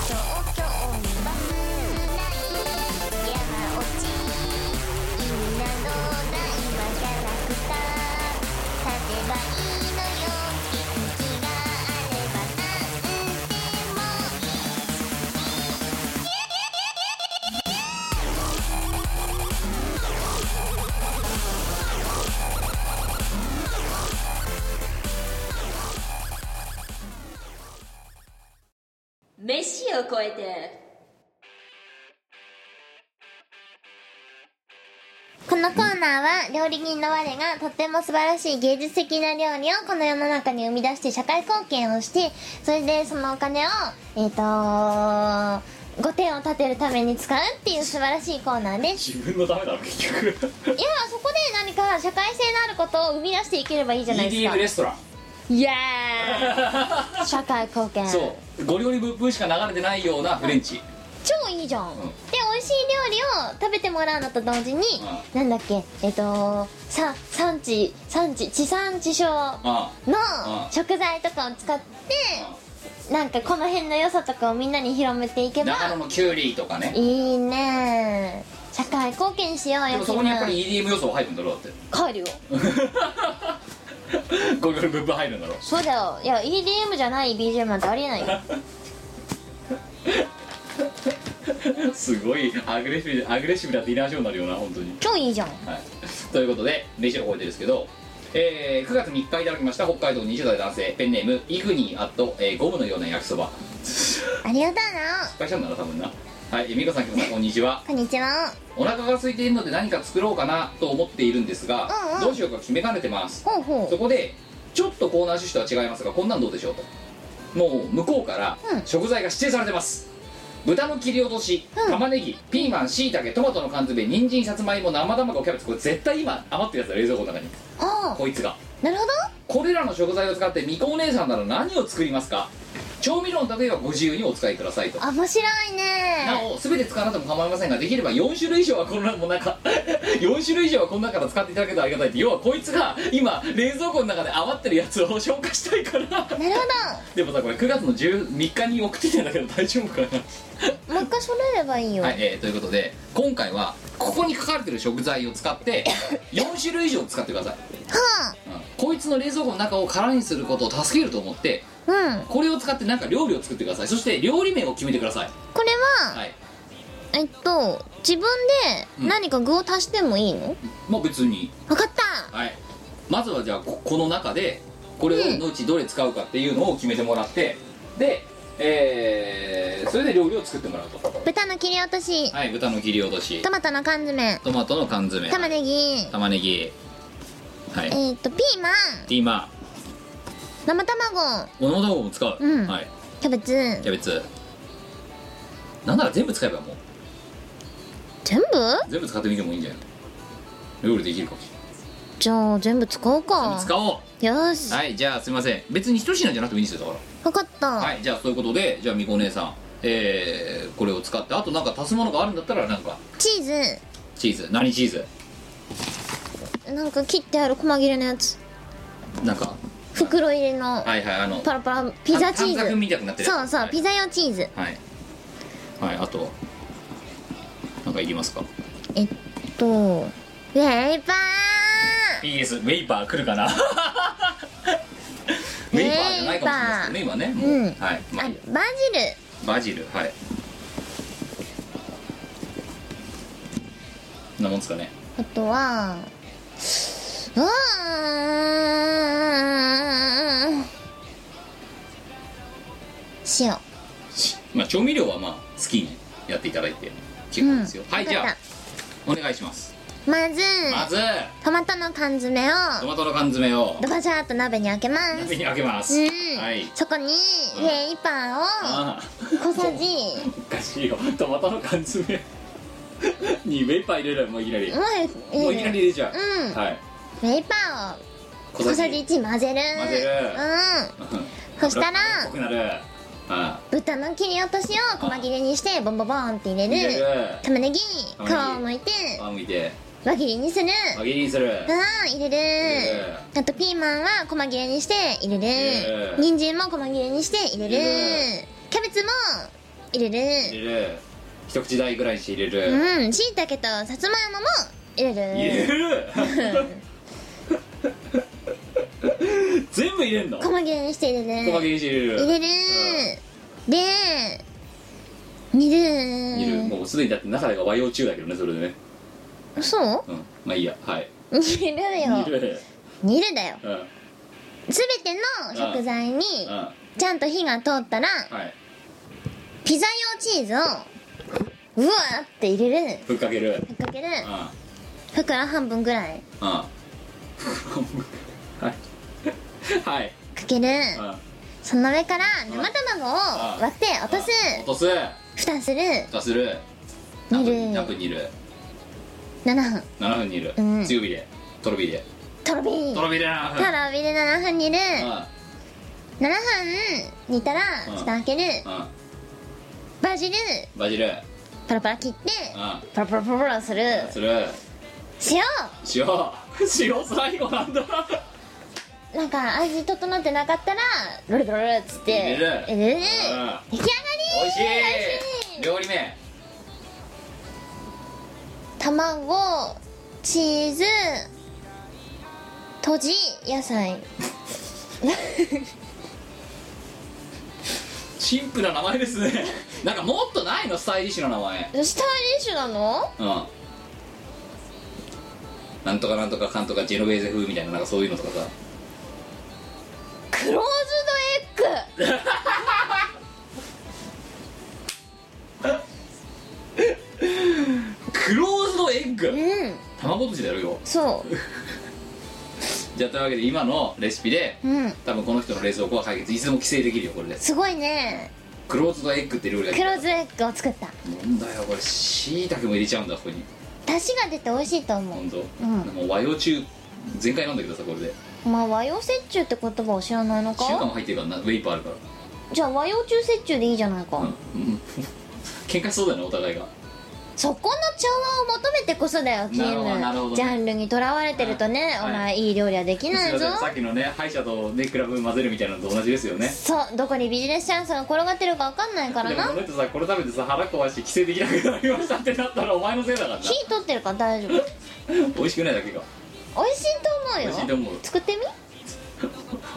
S6: 山落ちみんなのないわキャラクター勝てばいいのよ気づきがあればなんでもいい
S2: 飯を超えて
S6: このコーナーは料理人の我がとっても素晴らしい芸術的な料理をこの世の中に生み出して社会貢献をしてそれでそのお金をえっ、と5点を立てるために使うっていう素晴らしいコーナーです
S1: 自分のためだろ、結局。
S6: いやそこで何か社会性のあることを生み出していければいいじゃないです
S1: EDM
S6: か
S1: レストラン。
S2: イエ
S6: 社会貢献
S1: そう。ゴリゴリブーブーしか流れてないようなフレンチ。
S6: 超いいじゃん、
S1: ん
S6: で美味しい料理を食べてもらうのと同時に、なんだっけえっ、とさ産地産地地産地消
S1: あ
S6: の
S1: うん
S6: 食材とかを使ってなんかこの辺の良さとかをみんなに広めていけ
S1: あ。
S6: ば
S1: 長野のキュウリとかね。
S6: いいね社会貢献しよう
S1: で
S6: よ
S1: もそこにやっぱ
S6: 君
S1: り EDM 要素が入るんだろ、だって。
S2: 帰るよ
S1: ゴリゴリブーブー入るんだろ。
S2: そうだよいや EDM じゃない BGM なんてありえないよ
S1: すごいアグレッシブアグレッシブだっていらんしょになるよな本当に
S6: 超いいじゃん
S1: はい、ということで飯を超えてですけど、えー9月3日いただきました北海道20代男性ペンネームイグニーアット、えーゴムのような焼きそば失
S6: ありがとうな
S1: 敗したんだな多分なはいえー美香さん今さんこんにちは
S6: こんにちは
S1: お腹が空いているので何か作ろうかなと思っているんですが、
S6: うんうん
S1: どうしようか決めかねてます
S6: ほうほ
S1: そこでちょっとコーナー趣旨とは違いますがこんなんどうでしょうともう向こうから
S6: うん
S1: 食材が指定されてます、豚の切り落とし、
S6: うん
S1: 玉ねぎピーマンしいたけトマトの缶詰人参さつまいも生卵キャベツこれ絶対今余ってるやつだ冷蔵庫の中に
S6: うあ
S1: こいつが
S6: あなるほど
S1: これらの食材を使ってみこお姉さんなら何を作りますか調味料の例えばご自由にお使いくださいと
S6: あ面白いね
S1: なお全て使わなくても構いませんができれば4種類以上はこの中もうなんか 4種類以上はこの中から使っていただけたらありがたいって要はこいつが今冷蔵庫の中で余ってるやつを消化したいから
S6: なる
S1: でもさこれ9月の13日に送ってきたんだけど大丈夫か
S6: ほどもう一回揃えればいいよ、
S1: なはい、えーということで今回はここに書かれてる食材を使って4種類以上使ってください、うんこいつの冷蔵庫の中を空にすることを助けると思って
S6: うん
S1: これを使ってなんか料理を作ってくださいそして料理名を決めてください
S6: これは、
S1: はい
S6: えっと自分で何か具を足してもいいの、
S1: まあ別に
S6: 分かった
S1: はい、まずはじゃあここの中でこれをのうちどれ使うかっていうのを決めてもらってで、えーそれで料理を作ってもらうと
S6: 豚の切り落とし
S1: はい豚の切り落とし
S6: トマトの缶詰
S1: トマトの缶詰
S6: 玉ねぎ
S1: 玉ねぎはい
S6: えっとピーマン
S1: ピーマ
S6: 生卵
S1: ンおの卵も使う、
S6: うん
S1: はい
S6: キャベツ
S1: キャベツなんなら全部使えばもう
S6: 全部
S1: 全部使ってみてもいいんじゃない料理できるかもし
S6: じゃあ全部使おう
S1: れない
S6: か
S1: 使お
S6: よし
S1: うはいじゃあすいません別に一品じゃなくてもいいんですよだから
S6: 分かった、
S1: はいじゃあそういうことでじゃあみこお姉さんえー、これを使ってあとなんか足すものがあるんだったらなんか
S6: チー
S1: チーズ何チーズ
S6: ズなんか切ってある細切れのやつ
S1: なんか
S6: 袋入りの
S1: はいはいあの
S6: パラパラピザチ
S1: 短冊
S6: ー
S1: みたくなって
S6: ズ
S1: る
S6: そうそ
S1: は
S6: う
S1: い
S6: ピザ用チーズ
S1: はい、はい、あとはなんかいりますか
S6: えっとウェイパ
S1: PS ウェイパー来る かなウェイパーじゃないかもしれないですけどね今ねもう、
S6: うん
S1: はい、
S6: ー
S1: まあ
S6: あ
S1: い
S6: バ
S1: い
S6: ジル
S1: バジルはいこんなもんですかね
S6: あとはうーん塩
S1: まあ調味料はまあ好きにやっていただいて結構ですよ、はいじゃ
S6: わ
S1: あ
S6: かっ
S1: お願いします、
S6: たまず
S1: まず
S6: トマトの缶詰を
S1: トマトの缶詰を
S6: ドバジャーっと鍋に開けます
S1: 鍋に開けます、
S6: うん、
S1: はい
S6: そこにウ
S1: うん
S6: ェイパーを
S1: ああ
S6: 小さじ
S1: おかしいよトマトの缶詰にウェイパー入れるもういきなり、
S6: もう
S1: もういきなり入れちゃう、
S6: うん
S1: はい
S6: ウェイパーを
S1: 小
S6: 小さじ1混
S1: 混
S6: ぜる
S1: ぜる
S6: うんそしたら
S1: 濃くなるあ
S6: うん豚の切り落としを細切れにしてボンボンボンって入
S1: 入
S6: れ
S1: れ
S6: る
S1: る
S6: 玉ねぎ皮を
S1: 玉ねぎ
S6: 剥いて
S1: あむいて
S6: 輪切りにする
S1: 輪切りにする
S6: うん入れる
S1: 入れ
S6: あとピーマンは細切れにして入
S1: 入
S6: れ
S1: れ
S6: る
S1: る
S6: 人参も細切れにして入
S1: 入
S6: れるキャベツも入れる
S1: 入れる一口大ぐらいにして入れる、
S6: うんしいたけとさつまいもも入
S1: 入
S6: れ
S1: れ
S6: る
S1: る全部入れんの細
S6: 細切れにして入れる
S1: 切りにして入れる
S6: 入れるで煮
S1: いる
S6: る
S1: もうすでにだって中でが和洋中だけどねそれでね
S6: そ
S1: うんまあいいやはいう
S6: 煮る
S1: い
S6: よ
S1: る
S6: 煮るだよ
S1: うんうん
S6: すべての食材に
S1: は
S6: ちゃんと火が通ったら
S1: い
S6: ピザ用チーズをうわーって入れる
S1: ふっかける
S6: ふっかける
S1: うんうん
S6: 袋半分ぐらい
S1: はいはい
S6: かける
S1: うん
S6: その上から生卵を割って落とす
S1: 落とす
S6: 蓋する
S1: 蓋する
S6: 煮
S1: 何
S6: る
S1: 分何分煮る
S6: 7分
S1: 7分煮る
S6: うん
S1: 強火でとろ火で
S6: とろびー
S1: とろ火で7
S6: とろ
S1: 分
S6: 火で7分煮る
S1: う
S6: 7分煮たら
S1: うん
S6: 蓋開ける
S1: んうん
S6: バジル
S1: バジルうん
S6: パラパラ切ってパラパラパラパラする
S1: する
S6: 塩
S1: 塩塩最後なんだ
S6: なんか味整ってなかったらロルロルっつって
S1: 入れる
S6: 入れる
S1: う
S6: 出来上がり
S1: 美味し
S6: 美味し
S1: い
S6: い
S1: 料理名
S6: 卵チーズとじ野菜
S1: シンプルな名前ですねなんかもっとないのスタイリッシュな名前
S6: スタイリッシュなの
S1: うんなんとかなんとかかんとかジェノベーゼ風みたいななんかそういうのとかさ
S6: クローズドエッグ
S1: クローズドエッグ
S6: うん
S1: 卵とじだよよ
S6: そ
S1: じゃあというわけで今のレシピで
S6: ううん
S1: 多分この人の冷蔵庫は解決いつでも規制できるよこれです
S6: ごいね
S1: クローズドエッグって料理が
S6: クローズドエッグを作った
S1: なんだよこれしいたけも入れちゃうんだここに
S6: 出汁が出て美味しいと思
S1: 本当。
S6: ん
S1: もう和洋中全開なんだけどさこれで
S6: うまあ和洋折衷って言葉を知らないの
S1: 中華も
S6: か
S1: 入ってるからなウェイパーあるから
S6: じゃあ和洋中折衷でいいじゃないか、
S1: うんうん喧嘩しそうだよねお互いが
S6: そこの調和を求めてこそだよキ
S1: なるほどなるほ
S6: ム
S1: ど
S6: ジャンルにとらわれてるとね、
S1: はい
S6: お前いい料理はできないぞ
S1: すいませんさっきのね歯医者とねクラブ混ぜるみたいなのと同じですよね
S6: そうどこにビジネスチャンスが転がってるか分かんないから
S1: でも
S6: な
S1: この人さこれ食べてさ腹壊して規制できなくなりましたってなったらお前のせいだ からな
S6: 火取ってるから 大丈夫美
S1: 美味しくないだけか
S6: 味しいと思う
S1: 美
S6: よ
S1: 味しいと思う
S6: 作って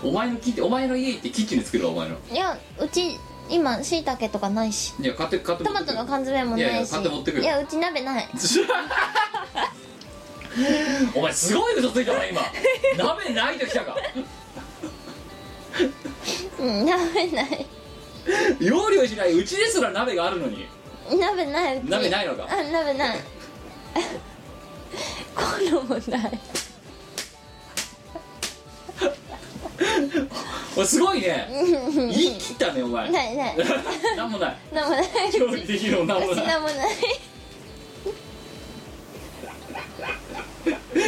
S1: お前のキッチンお前の家行ってキッチンで作るわお前の
S6: みいやうち今しいたけとかないし
S1: いや買って買って
S6: ト
S1: 持っ
S6: マ
S1: てくる
S6: トの缶詰もない
S1: い
S6: し
S1: やいや買って持ってくる
S6: いやうち鍋ない
S1: お前すごい嘘ついたな 今鍋ないときたか
S6: うん鍋ない
S1: 料理をしないうちですら鍋があるのに
S6: 鍋ないうち
S1: 鍋ないのか
S6: あ鍋ない コンロもない
S1: お前すごいね言い切ったねお前
S6: ないない
S1: なんもない
S6: なんもない
S1: 料理できるのなんも
S6: うち
S1: ない
S6: なんもない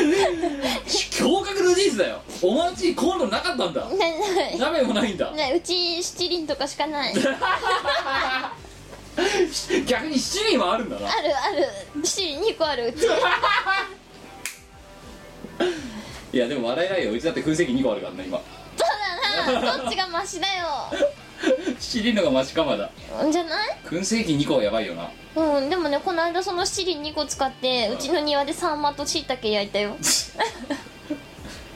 S1: 驚愕の事実だよお前んちコンロなかったんだ
S6: ないない
S1: 鍋もないんだ
S6: ないうち七輪とかしかないある
S1: 逆に七輪はあるんだな
S6: ある七輪2個あるう ち
S1: いやでも笑えないようちだって空席2個あるからね今
S6: そうだなどっちがマシだよ
S1: 七輪のがマシかまだ
S6: じゃない
S1: 燻製機2個はやばいよな
S6: うんでもねこの間その七輪2個使ってうちの庭でサンマとしいたけ焼 いたよ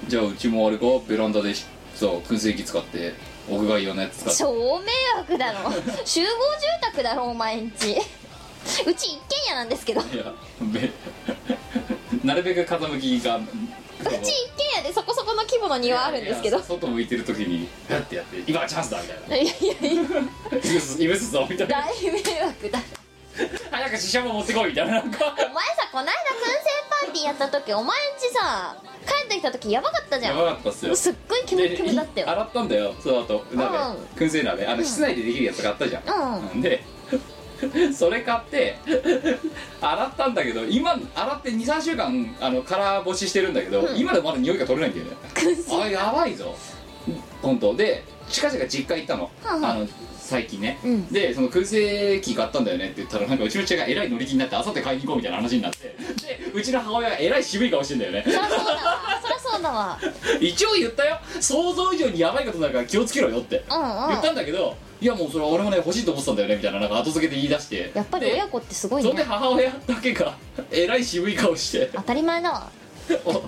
S1: じゃあうちもあれかベランダでしそう燻製機使って屋外用のやつ使って
S6: 超迷惑だろ集合住宅だろお前んちうち一軒家なんですけどう
S1: いやべ なるべく傾きがう
S6: ち一軒家でそこそこの規模の庭あるんですけどい
S1: 外向いてる時にやってやって今はチャンスだ みたいな
S6: やいやいや
S1: 許す許すぞみたいな
S6: 大迷惑だ
S1: 早く死者も持ってこいみたいななんか
S6: お前さこないだ燻製パーティーやった時お前んちさ帰ってきた時ヤバかったじゃ
S1: や
S6: ん
S1: ばかったっすよ
S6: すっごいキム
S1: で
S6: キムだったよ
S1: 洗ったんだよその後鍋
S6: うん
S1: 燻製鍋あの室内でできるやつがあったじゃん
S6: うん
S1: で それ買って洗ったんだけど今洗って23週間あの空干ししてるんだけど、
S6: うん
S1: 今でもまだ匂いが取れないんだよねあやばいぞ本当で近々実家行ったの,、
S6: はあはあ
S1: あの最近ね、
S6: うん
S1: でその燻製機買ったんだよねって言ったらなんかうちの父親がえらい乗り気になってあさって買いに行こうみたいな話になってでうちの母親がえらい渋い顔してんだよね
S6: そりゃそうだわそりゃそうだわ
S1: 一応言ったよ想像以上にやばいことだから気をつけろよって
S6: うんうん
S1: 言ったんだけどいやもうそれ俺もね欲しいと思ってたんだよねみたいななんか後付けで言い出して
S6: やっぱり
S1: で
S6: 親子ってすごい
S1: そんで
S6: ね
S1: 母親だけが えらい渋い顔して
S6: 当たり前だわ
S1: お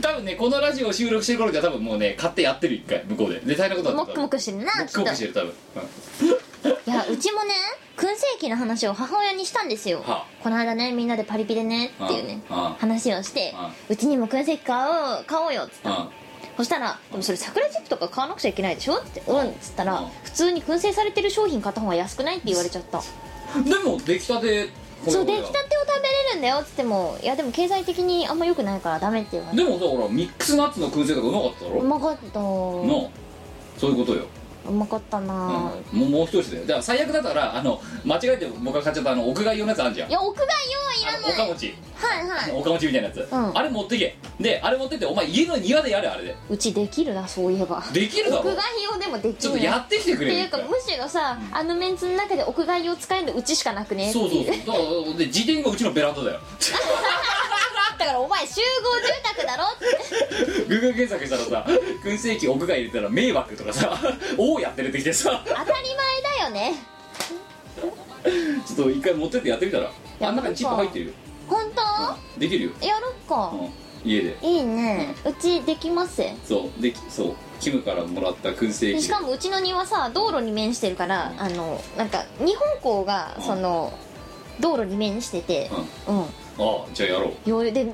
S1: 多分ねこのラジオを収録してる頃には多分もうね買ってやってる一回向こうでで大変なことだ
S6: も
S1: っ
S6: ったくもくしてるな
S1: モッ
S6: きっ
S1: ク
S6: と
S1: モックしてる多分、
S6: いやうちもね燻製機の話を母親にしたんですよ、
S1: は
S6: この間ねみんなでパリピでねっていうね
S1: うんうん
S6: 話をして
S1: うん
S6: うちにも燻製機買おう買おうよっつった
S1: うん
S6: のそしたら「でもそれ桜チップとか買わなくちゃいけないでしょ?」って「うん」っつったら
S1: うん
S6: 「普通に燻製されてる商品買った方が安くない?」って言われちゃった
S1: うんでも出来たてこれ
S6: そう出来たてを食べれるんだよっつっても「いやでも経済的にあんま良くないからダメ」って言われて
S1: でもさほらミックスナッツの燻製とかうまかっただ
S6: う
S1: ろ、
S6: まかったう
S1: のそういうことよ、
S6: まかった
S1: うん
S6: な、
S1: もうもう一つだよだから最悪だったらあの間違えて僕が買っちゃったあの屋外用のやつあるじゃん
S6: いや屋外用意い
S1: あ
S6: ら
S1: のおか
S6: ない
S1: もち
S6: はいはい
S1: おかもちみたいなやつ、
S6: ん
S1: あれ持ってけであれ持ってってお前家の庭でやれあれで
S6: うちできるなそういえば
S1: できるだ
S6: 屋
S1: ろ
S6: 外用でもできる
S1: ちょっとやってきてく
S6: っ
S1: れ
S6: て
S1: よ
S6: いうかむしろさ、あのメンツの中で屋外用使えるのうちしかなくねってい
S1: そうそうそうだからで自転がうちのベランダだよ
S6: だからお前集合住宅だろって
S1: Google 検索したらさ燻製機屋外入れたら迷惑とかさ 「おうやって出てきてさ
S6: 当たり前だよね
S1: ちょっと一回持ってってやってみたら
S6: や
S1: あん中にチップ入ってるよ
S6: 本
S1: できるよ、
S6: 当やろっか
S1: う、ん、家で
S6: いいねうちできます
S1: そうできそうキムからもらった燻製
S6: で
S1: 器
S6: しかもうちの庭さ道路に面してるからあのなんか日本校がその道路に面しててうん
S1: あじゃあやろう
S6: よで家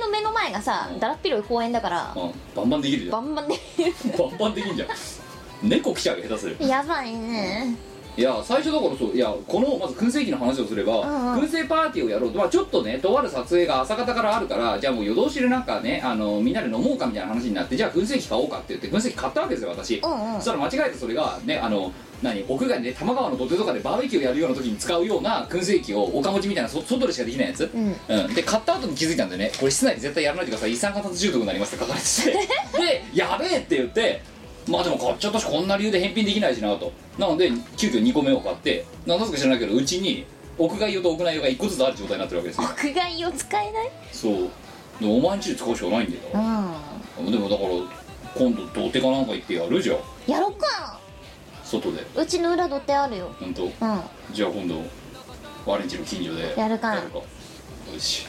S6: の目の前がさ
S1: うん
S6: だらっ広い公園だから
S1: あバンバンできるじゃ
S6: バ
S1: ん
S6: ンバ ンで
S1: バンバンできんじゃん猫来ちゃうよ下手する
S6: やばい ね
S1: いや最初だからそういやこのまず燻製器の話をすれば、
S6: うんうん
S1: 燻製パーティーをやろうと、まあ、ちょっとねとある撮影が朝方からあるからじゃあもう夜通しでなんかねあのみんなで飲もうかみたいな話になってじゃあ燻製器買おうかって言って燻製器買ったわけですよ私、
S6: うんうん
S1: そしたら間違えてそれがねあの何屋外で、ね、多摩川の土手とかでバーベキューやるような時に使うような燻製器をおかもちみたいなそ外でしかできないやつ、
S6: うん
S1: うん、で買った後に気づいたんでねこれ室内で絶対やらないでください一酸化炭素中毒になりますって書かれ ててでやべえって言ってまあでも買っちゃったしこんな理由で返品できないしなとなので急遽2個目を買って何だか知らないけどうちに屋外用と屋内用が1個ずつある状態になってるわけですよ
S6: 屋外を使えない
S1: そうでもお前んちで使うしかないんだよ
S6: う
S1: だか
S6: ん
S1: らでもだから今度土手かなんか行ってやるじゃん
S6: やろっか
S1: 外で
S6: うちの裏取ってあるよ
S1: 本当
S6: うん
S1: じゃあ今度我んちの近所で
S6: やるか
S1: よし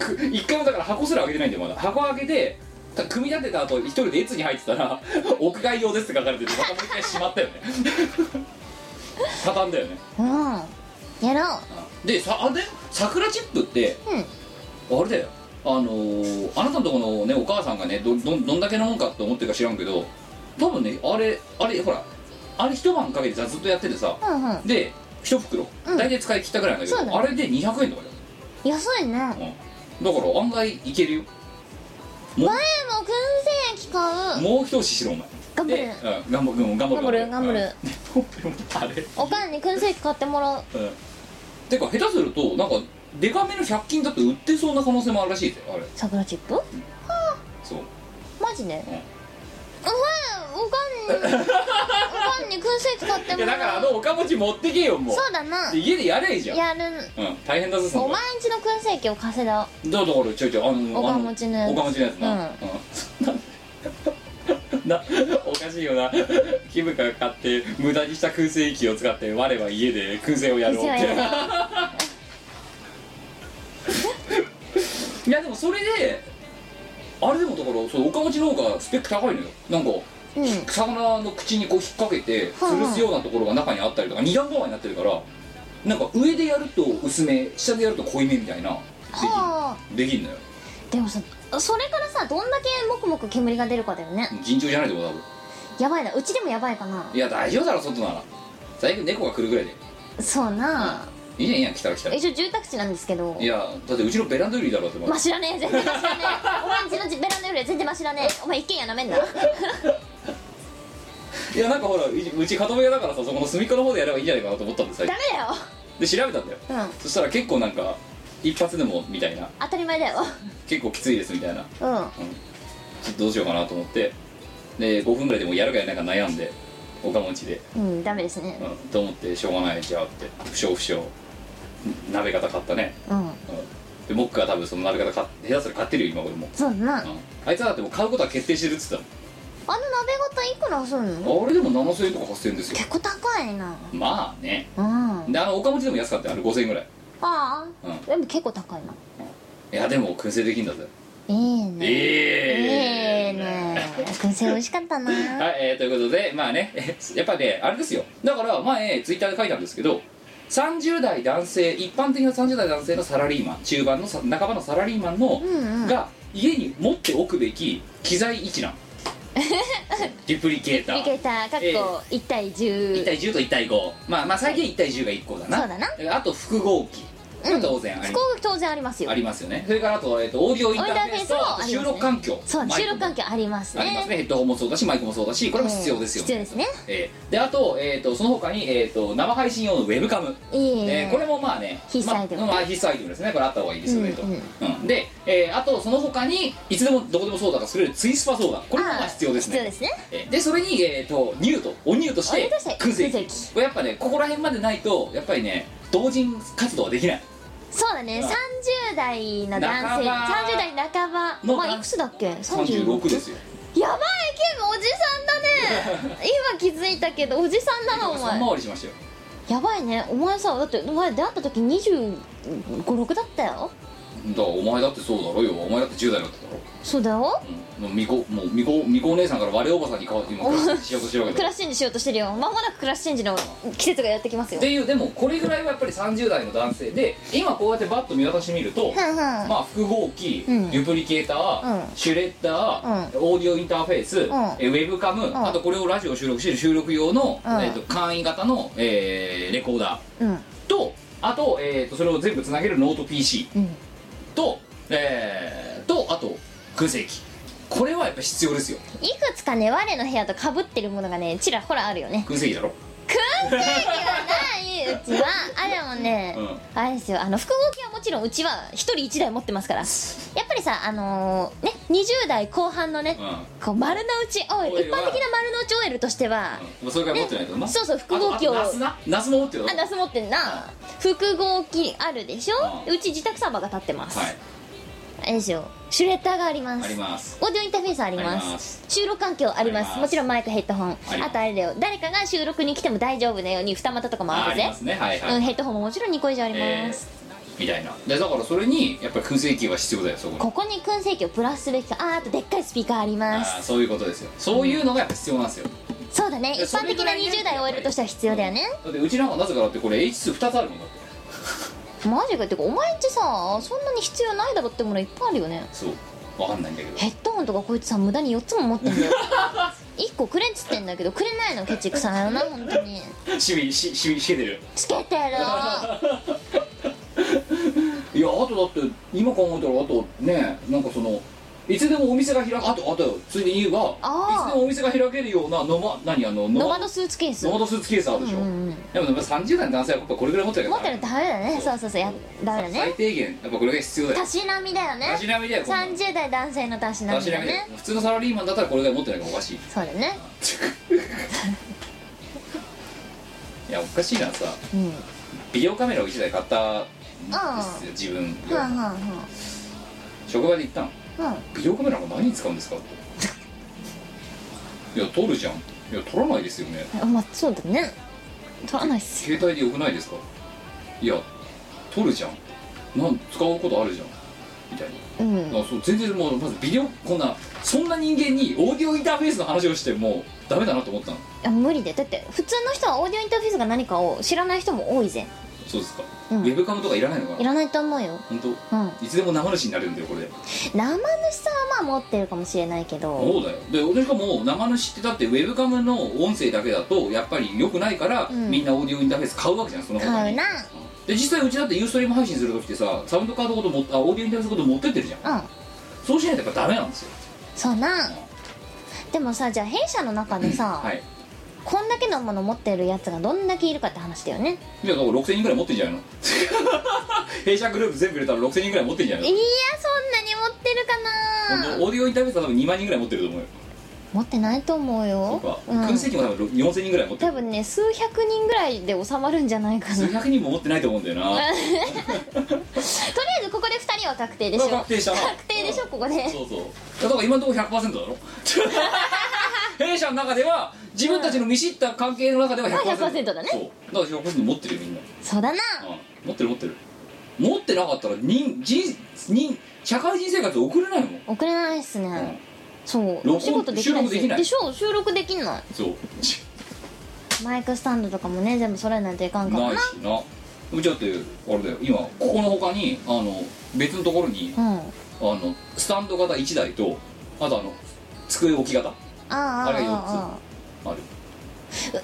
S1: く一回もだから箱すら開けてないんだよまだ箱開けてた組み立てた後一人でつに入ってたら 「屋外用です」って書かれててまたもう一回しまったよね 畳んだよね
S6: うんやろう
S1: でさあで桜チップって
S6: うん
S1: あれだよあのーあなたのとこのねお母さんがねどどんどんだけのもんかって思ってるか知らんけど多分ねあれあれほらあれ一晩かけてさずっとやっててさ
S6: うんうん
S1: で一袋、
S6: うん
S1: 大体使い切ったぐらいなんだ
S6: そ
S1: け
S6: うだ
S1: ど
S6: ね
S1: あれで200円とか
S6: 安いね前
S1: だよ、うん、だから案外いけるよ
S6: も燻製液買う
S1: もう一押ししろお前
S6: 頑張る
S1: で、うん、頑張るうん頑張る
S6: 頑張る頑張る
S1: うんあれ
S6: おかんに燻製液買ってもらう
S1: うんてか下手するとなんかデカめの100均だって売ってそうな可能性もあるらしいぜあれ
S6: 桜チップ
S1: そう
S6: マジで
S1: うん
S6: うんおかんにおかんに燻製機買って
S1: い
S6: も
S1: やだから
S6: ら
S1: あ
S6: う
S1: のおかもち持ってけよもう
S6: そうだな
S1: で家でやれいいじゃん
S6: やる
S1: うん大変だぞそ
S6: お
S1: の
S6: 前んちの燻製機を稼いだ
S1: だだからちょいちょいあの
S6: おかもちのや
S1: あ
S6: つ
S1: おかもちのやつな、
S6: うん
S1: うん なおかしいよなキムが買って無駄にした燻製器を使って我は家で燻製をやろうっ
S6: 燻製をや
S1: て いやでもそれであれでもだからそうおかもちの方がスペック高いのよなんか
S6: うん
S1: 魚の口にこう引っ掛けて
S6: はいはい
S1: 吊るすようなところが中にあったりとか二段構えになってるからなんか上でやると薄め下でやると濃いめみたいな
S6: はあ
S1: できんできんのよ
S6: でもさそれからさどんだけもくもく煙が出るかだよね
S1: 尋常じゃないと思う多分
S6: やばいなうちでもやばいかない
S1: や大丈夫だろ外なら最悪猫が来るぐらいで
S6: そうな
S1: うんいいじゃんいいじゃん来たら来たらい
S6: 一応住宅地なんですけど
S1: やだってうちのベランダよりいいだろうって思う
S6: まあ知らねえ全然まあ知らね えお前んちのベランダよりは全然まあ知らねえお前一軒家なめんない
S1: やなんかほらうちうち片親だからさそこの隅っこの方でやればいいんじゃないかなと思ったんで最
S6: ダ
S1: 初
S6: メだよ
S1: で調べたんだよ
S6: うん
S1: そしたら結構なんか一発でもみたいな
S6: 当たり前だよ
S1: 結構きついですみたいな
S6: うんうん
S1: ちょっとどうしようかなと思ってで5分ぐらいでもやるかやらないか悩んでおかもちで、
S6: うんダメですね
S1: うん、と思ってしょうがないじゃあって不詳不詳ん鍋型買ったね、
S6: うん
S1: うん、でモックが多分その鍋型買っ下手すら買ってるよ今俺も
S6: そうだなあ
S1: う
S6: の
S1: んあいつはだってもう買うことは決定してるっつって
S6: 鍋型いくらする
S1: た
S6: の
S1: もんあれでも7000円とか8000円ですよ
S6: 結構高いな
S1: まあね
S6: うんあ
S1: であの岡持ちでも安かったよあれ5000円ぐらい
S6: あ
S1: うん
S6: でも結構高いない
S1: やでも燻製できんだぜ
S6: いいね
S1: え
S6: いいね燻製美味しかった な
S1: はい、えーということでまあね やっぱねあれですよだから前ツイッターで書いたんですけど30代男性一般的な30代男性のサラリーマン中盤のさ半ばのサラリーマンの、
S6: うんうん
S1: が家に持っておくべき機材一 覧デュプリケータ
S6: リケ
S1: ー
S6: ーターかっ
S1: え
S6: こ1対
S1: 1
S6: 10
S1: 対10と1対5まあまあ最近1対10が1個だな
S6: そうだな
S1: あと複合機が当然あり
S6: 福岡当然ありますよ
S1: ありますよねそれからあと,、えー、とオーディオインターフェースと
S6: オーディオインターフェースも
S1: あと収録環境
S6: そ
S1: マ
S6: う
S1: イ
S6: 収
S1: クも
S6: 録環境あります
S1: あります
S6: ね
S1: ねヘッドホンもそうだしマイクもそうだしこれも必要ですよ、
S6: 必要ですね
S1: えーであと,、えー、とその他に、えー、と生配信用のウェブカム、
S6: いい
S1: えー
S6: ね
S1: これもまあね
S6: 必須アイテム
S1: ままあ、必須アイテムですねこれあった方がいいですよね、と、
S6: うんうん
S1: うんで、えーあとその他にいつでもどこでもソーダが作れるツイスパソーダこれもまあ必要ですね
S6: ああ必要ですね
S1: えーでそれに、えー、とニュートおニューとし
S6: おニュ
S1: て
S6: ーとして
S1: 燻製
S6: 燻製
S1: 機
S6: 機
S1: これやっぱねここら辺までないとやっぱりね同人活動はできない
S6: そうだね
S1: うん
S6: 30代の男性
S1: 半ば
S6: 30代半ば
S1: の
S6: まあいくつだっけ
S1: 36ですよ
S6: やばいケムおじさ んだね今気づいたけどおじさんだなお
S1: 3
S6: 前
S1: 回りしましたよ
S6: やばいねお前さだってお前出会った時2 5 6だったよ
S1: だお前だってそうだろよお前だって10代だっただろ
S6: そうだよ
S1: うんもうみこもうみこみこお姉さんから我おばさんに変わって今からしようとしてるわけ
S6: ク
S1: だ
S6: ラッシュチェンジしようとしてるよまもなくクラッシュチェンジの季節がやってきます
S1: っ
S6: よ
S1: ていうでもこれぐらいはやっぱり30代の男性で今こうやってバッと見渡してみると、
S6: ふんふん
S1: まあ複合機、
S6: うん
S1: デュプリケーター、
S6: うん
S1: シュレッダー、オーディオインターフェース、えウェブカム、
S6: ん
S1: あとこれをラジオ収録してる収録用の、
S6: うん
S1: えーと簡易型の、えーレコーダ
S6: うん
S1: ーとあと,、えー、とそれを全部つなげるノート PC
S6: うん
S1: と,、えーとあと空製機これはやっぱ必要ですよ
S6: いくつかね我の部屋とかぶってるものがねちらほらあるよね
S1: 空製機だろ
S6: ないうちはあでもね、あれですよあの複合機はもちろんうちは1人1台持ってますからやっぱりさあのーね20代後半のね、
S1: う
S6: こう丸の内 OL 一
S1: OL は
S6: 般的な丸の内 OL としては、
S1: ん、それから持ってないとな、
S6: ねそうそう複合機を
S1: あとあとナスなナスも持ってるよ
S6: あナス持ってんな複合機あるでしょ
S1: うん
S6: うち自宅サーバーが立ってます、
S1: はい
S6: あれですよシュレッダーがあります
S1: あります
S6: オーディオインターフェースあります
S1: あります
S6: 収録環境あります
S1: あります
S6: もちろんマイクヘッドホンあ
S1: ります
S6: とあれだよ誰かが収録に来ても大丈夫なように二股とかも
S1: あ
S6: ある
S1: り
S6: ぜ
S1: ますねはいはい、
S6: うん、ヘッドホンももちろん2個以上あります、
S1: えーみたいなでだからそれにやっぱり燻製機は必要だよそこに
S6: ここに燻製機をプラスすべきかあーあとでっかいスピーカーあり
S1: あ
S6: ま
S1: ー
S6: す
S1: そういうことですよそういうのがやっぱ必要なんですよ
S6: そうだね
S1: いや
S6: 一般的
S1: それぐ
S6: な
S1: らいね
S6: 20代 OL としては必要だよね
S1: だってうちなんかなぜかだってこれ H22 つあるもんだって
S6: マジかってかお前んちさそんなに必要ないだろってものいっぱいあるよね
S1: そうわかんないんだけ ど
S6: ヘッドホンとかこいつさ無駄に4つも持っ てんだよ1個くれっつってんだけどくれないのケチくさいよな本当に
S1: 趣味し趣味しけてる
S6: つけてる
S1: いやあとだって今考えたらあとねなんかそのいつでもお店が開けあとあとついでに言えば
S6: あ
S1: い
S6: ー
S1: つでもお店が開けるようなのま何あの
S6: ノバのスーツケース
S1: ノマドスーツケースあるでしょ、
S6: うんうんうん
S1: でもでも30代の男性はやっぱこれぐらい持ってる
S6: 持
S1: か
S6: って
S1: ら
S6: るとダメだねそうそうそうやダメだ
S1: 最
S6: ね
S1: 低限やっぱこれが必要だよ
S6: たしなみだよね
S1: たしなみだよこんなの
S6: 30代男性のたしなみ
S1: 確か
S6: だ
S1: に
S6: ね
S1: ね普通のサラリーマンだったらこれぐらい持ってないからおかしい
S6: そうだね
S1: いやおかしいなさ
S6: うんは
S1: ビデオカメラを1台買ったんですよ自分
S6: あはあ
S1: が職場で行ったの
S6: はあ
S1: ビデオカメラが何に使うんですかっていや撮るじゃんいや撮らないですよね
S6: うんまあそうだね取らないっす
S1: 携帯でよくないですかいや撮るじゃんなん使うことあるじゃんみたいな
S6: う
S1: あ
S6: ん
S1: そう全然もうまずビデオこんなそんな人間にオーディオインターフェースの話をしてもダメだなと思ったの
S6: いや無理でだって普通の人はオーディオインターフェースが何かを知らない人も多いぜ
S1: そうですか、
S6: うん
S1: ウェブカムとかいらないのか
S6: い
S1: な
S6: らないと思うよ
S1: 本当
S6: うん
S1: いつでも生主になれるんだよこれで
S6: 生主さんはまあ持ってるかもしれないけど
S1: そうだよで俺しかも生主ってだってウェブカムの音声だけだとやっぱり良くないから、
S6: うん
S1: みんなオーディオインターフェース買うわけじゃんその他
S6: 買う
S1: に
S6: な
S1: で実際うちだってユーストリーム配信するときってさサウンドカードごともあオーディオインターフェースごと持ってってるじゃん
S6: うん
S1: そうしないとやっぱダメなんですよ
S6: そうなでもさじゃあ弊社の中でさ、
S1: はい
S6: こんだけのもの持ってるやつがどんだけいるかって話だよね
S1: いやだから6000人ぐらい持ってんじゃないの 弊社グループ全部入れたら6000人ぐらい持ってんじゃないい
S6: や
S1: の
S6: そんなに持ってるか
S1: 本
S6: な
S1: 当オーディオインターフェースは多分2万人ぐらい持ってると思うよ
S6: 持ってないと思う
S1: と
S6: よ
S1: か
S6: うん
S1: 空席も多分4000人ぐらい持って
S6: 多
S1: る
S6: 分ね数百人ぐらいで収まるんじゃないかなと
S1: 数
S6: りあ
S1: 百人も持ってないと思うんだよな
S6: えずここで2人は確定でし
S1: こ
S6: ょ
S1: れは確定したな
S6: 確定でしょここで
S1: そうそうだから今のところ100%だろ 弊社の中では自分たちの見知った関係の中では100%,
S6: まあ100%だね
S1: そうだから100%持ってるよみんな、
S6: そうだな
S1: うん、持ってる持ってる持ってなかったら人人人社会人生活送れないもん、
S6: 遅れないっすね、そう
S1: 録音
S6: お仕事できな
S1: 収
S6: い
S1: 録できない
S6: しょ収録できな
S1: そう
S6: いマイクスタンドとかもね全部揃えないといかんから
S1: ない
S6: な
S1: しなうちだってあれだよ今ここの他にあの別のところに、
S6: うん
S1: あのスタンド型1台とあとあの机置き型
S6: あああ
S1: あれ
S6: ああ
S1: ある